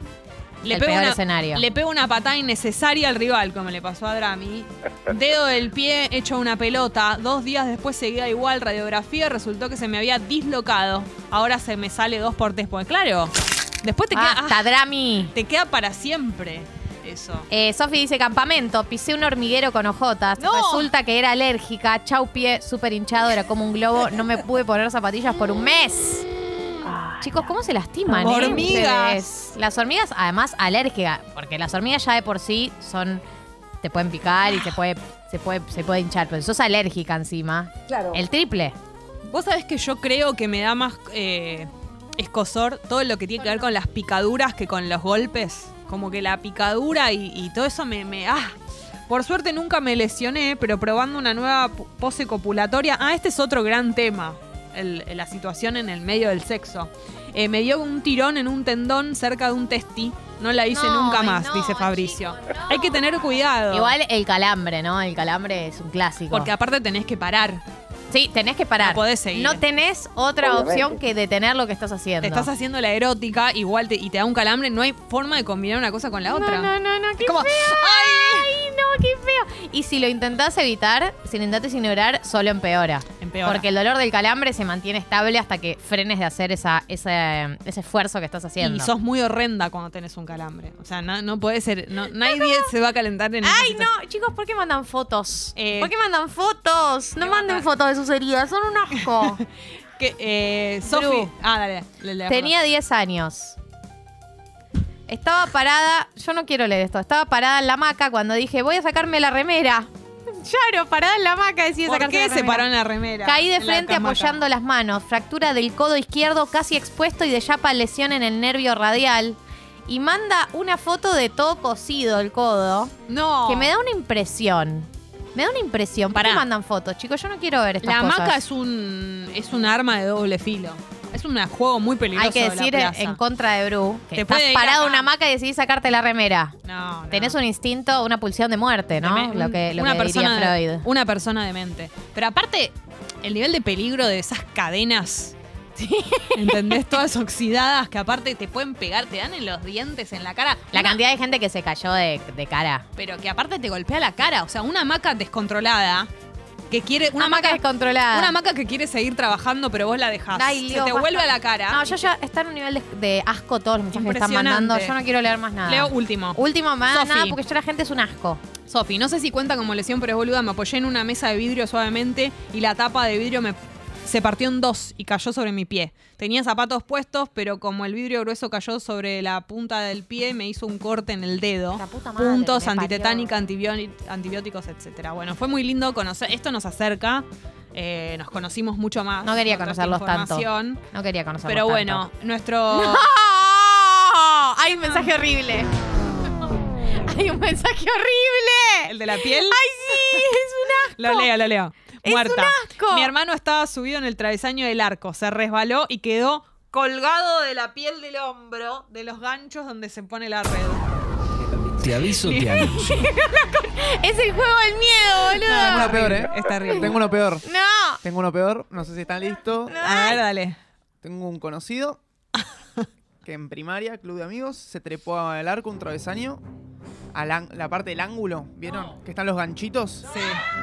Speaker 5: El peor escenario.
Speaker 6: le pego una patada innecesaria al rival, como le pasó a Drami. Dedo del pie hecho una pelota. Dos días después seguía igual radiografía y resultó que se me había dislocado. Ahora se me sale dos por tres. Pues claro, después te queda. ah,
Speaker 5: Basta, Drami.
Speaker 6: Te queda para siempre eso.
Speaker 5: Eh, Sofi dice, campamento, pisé un hormiguero con ojotas. Resulta que era alérgica, chau pie, súper hinchado, era como un globo. No me pude poner zapatillas por un mes. Chicos, ¿cómo se lastiman? eh,
Speaker 6: Hormigas.
Speaker 5: ustedes? Las hormigas, además, alérgicas, porque las hormigas ya de por sí son. te pueden picar y se puede, se puede, se puede hinchar, pero sos alérgica encima.
Speaker 3: Claro.
Speaker 5: El triple.
Speaker 6: Vos sabés que yo creo que me da más eh, escosor todo lo que tiene que ver con las picaduras que con los golpes. Como que la picadura y, y todo eso me... me- ah. Por suerte nunca me lesioné, pero probando una nueva pu- pose copulatoria... Ah, este es otro gran tema, el- la situación en el medio del sexo. Eh, me dio un tirón en un tendón cerca de un testi. No la hice
Speaker 5: No,
Speaker 6: nunca
Speaker 5: ay,
Speaker 6: más,
Speaker 5: no,
Speaker 6: dice Fabricio. Hay que tener cuidado.
Speaker 5: Igual el calambre, ¿no? El calambre es un clásico.
Speaker 6: Porque aparte tenés que parar.
Speaker 5: Sí, tenés que parar.
Speaker 6: No podés seguir.
Speaker 5: No tenés otra
Speaker 6: Obviamente.
Speaker 5: opción que detener lo que estás haciendo.
Speaker 6: Te estás haciendo la erótica, igual te, y te da un calambre, no hay forma de combinar una cosa con la otra.
Speaker 5: No, no, no, qué
Speaker 6: como,
Speaker 5: feo. Ay, no, qué feo. Y si lo intentás evitar, si lo intentás ignorar, solo empeora.
Speaker 6: Empeora.
Speaker 5: Porque el dolor del calambre se mantiene estable hasta que frenes de hacer esa, ese, ese esfuerzo que estás haciendo.
Speaker 6: Y sos muy horrenda cuando tenés un calambre. O sea, no, no puede ser. No, nadie se va a calentar en
Speaker 5: Ay, no, chicos, ¿por qué mandan fotos?
Speaker 6: Eh,
Speaker 5: ¿Por qué mandan fotos? No manden fotos de sus heridas, son un asco.
Speaker 6: que, eh, Sofi.
Speaker 5: Bru.
Speaker 6: Ah, dale. le- le-
Speaker 5: Tenía 10 años. Estaba parada, yo no quiero leer esto, estaba parada en la hamaca cuando dije, voy a sacarme la remera. Claro, parada en la hamaca decía
Speaker 6: ¿Por
Speaker 5: sacarse
Speaker 6: qué
Speaker 5: la
Speaker 6: se
Speaker 5: remera.
Speaker 6: paró en la remera?
Speaker 5: Caí de
Speaker 6: En la
Speaker 5: frente
Speaker 6: hamaca.
Speaker 5: apoyando las manos, fractura del codo izquierdo casi expuesto y de yapa lesión en el nervio radial. Y manda una foto de todo cosido el codo.
Speaker 6: No.
Speaker 5: Que me da una impresión. Me da una impresión. ¿Para qué
Speaker 6: Oh. Pará.
Speaker 5: mandan fotos, chicos? Yo no quiero ver estas
Speaker 6: La
Speaker 5: cosas.
Speaker 6: hamaca es un, es un arma de doble filo. Es un juego muy peligroso.
Speaker 5: Hay que
Speaker 6: de la
Speaker 5: decir en-
Speaker 6: plaza.
Speaker 5: en contra de Bru que
Speaker 6: Te
Speaker 5: estás
Speaker 6: puede ir
Speaker 5: parado
Speaker 6: acá.
Speaker 5: en una hamaca y decidís sacarte la remera.
Speaker 6: No, no.
Speaker 5: Tenés un instinto, una pulsión de muerte, ¿no?
Speaker 6: Deme-
Speaker 5: lo que, lo
Speaker 6: una
Speaker 5: que
Speaker 6: persona
Speaker 5: diría
Speaker 6: de-
Speaker 5: Freud.
Speaker 6: Una persona demente. Pero aparte, el nivel de peligro de esas cadenas. ¿Entendés? Todas oxidadas que aparte te pueden pegar, te dan en los dientes, en la cara.
Speaker 5: La
Speaker 6: Una-
Speaker 5: cantidad de gente que se cayó de, de cara.
Speaker 6: Pero que aparte te golpea la cara. O sea, una hamaca descontrolada que quiere. Una
Speaker 5: Hamaca descontrolada.
Speaker 6: Una hamaca que quiere seguir trabajando, pero vos la dejás.
Speaker 5: Ay,
Speaker 6: Ah, Se
Speaker 5: Dios,
Speaker 6: te
Speaker 5: basta.
Speaker 6: vuelve a la cara.
Speaker 5: No, yo ya está en un nivel de, de asco todos los mensajes que están
Speaker 6: Impresionante.
Speaker 5: mandando. Yo no quiero leer más nada.
Speaker 6: Leo último.
Speaker 5: Último más
Speaker 6: Sofi.
Speaker 5: nada porque yo la gente es un asco.
Speaker 6: Sofi, no sé si cuenta como lesión, pero es boluda. Me apoyé en una mesa de vidrio suavemente y la tapa de vidrio me se partió en dos y cayó sobre mi pie. Tenía zapatos puestos, pero como el vidrio grueso cayó sobre la punta del pie, me hizo un corte en el dedo.
Speaker 5: madre,
Speaker 6: Puntos,
Speaker 5: me parió.
Speaker 6: antitetánica, antibió- antibióticos, etcétera. Bueno, fue muy lindo conocer. Esto nos acerca. eh, nos conocimos mucho más.
Speaker 5: No quería
Speaker 6: con toda esta
Speaker 5: conocerlos tanto.
Speaker 6: Ah, información.
Speaker 5: No quería conocerlos
Speaker 6: Pero
Speaker 5: tanto. ¡Ah!
Speaker 6: bueno, nuestro. Ah.
Speaker 5: ¡No! Hay un mensaje horrible. Hay un mensaje horrible.
Speaker 6: ¿El de la piel?
Speaker 5: ¡Ay, sí! ¡Es un asco!
Speaker 6: Lo leo, lo leo.
Speaker 5: Es
Speaker 6: Muerta.
Speaker 5: un asco.
Speaker 6: Mi hermano estaba subido en el travesaño del arco, se resbaló y quedó colgado de la piel del hombro de los ganchos donde se pone la red.
Speaker 18: Te aviso, te anuncio.
Speaker 5: Es el juego del miedo, boludo.
Speaker 11: Tengo uno peor, ¿eh?
Speaker 6: Ah. Es terrible.
Speaker 11: Tengo uno peor.
Speaker 5: No.
Speaker 11: Tengo uno peor. No sé si están listos.
Speaker 6: A ver, dale.
Speaker 11: Tengo un conocido que en primaria, club de amigos, se trepó al arco un travesaño. A la, la parte del ángulo, ¿vieron? Que están los ganchitos. Sí.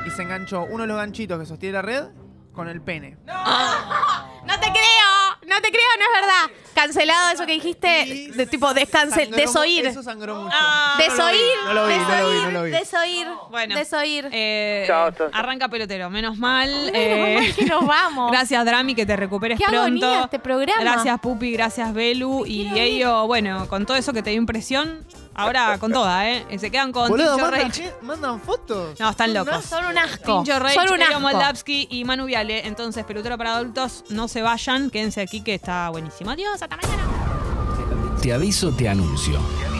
Speaker 11: Y se enganchó uno de los ganchitos que sostiene la red con el pene.
Speaker 5: No te creo. No te creo, no es verdad. Cancelado eso que dijiste. De, tipo, descancel,
Speaker 11: Sangró mu-
Speaker 5: desoír.
Speaker 11: Eso sangró mucho.
Speaker 5: Ah. Desoír.
Speaker 11: Ah, No lo vi, no lo vi, no lo vi.
Speaker 5: Desoír. Desoír.
Speaker 6: Bueno.
Speaker 5: Desoír.
Speaker 6: Eh,
Speaker 5: Chao,
Speaker 6: arranca pelotero, menos mal.
Speaker 5: Menos
Speaker 6: eh,
Speaker 5: mal que nos vamos.
Speaker 6: Gracias, Drami, que te recuperes
Speaker 5: Qué agonía
Speaker 6: pronto.
Speaker 5: este programa.
Speaker 6: Gracias, Pupi, gracias, Belu. Y ello, bueno, con todo eso que te dio impresión, ahora con toda, ¿eh? Se quedan con
Speaker 11: Boludo,
Speaker 6: Tincho
Speaker 11: mandan,
Speaker 6: Rage.
Speaker 11: mandan fotos.
Speaker 6: No, están locos.
Speaker 5: Son un asco.
Speaker 6: Tincho Rage,
Speaker 5: Son un
Speaker 6: Elio
Speaker 5: asco.
Speaker 6: Moldavsky y Manu Viale. Entonces, pelotero para adultos, no se vayan, quédense aquí que está buenísimo. Adiós, hasta mañana.
Speaker 18: Te aviso, te anuncio.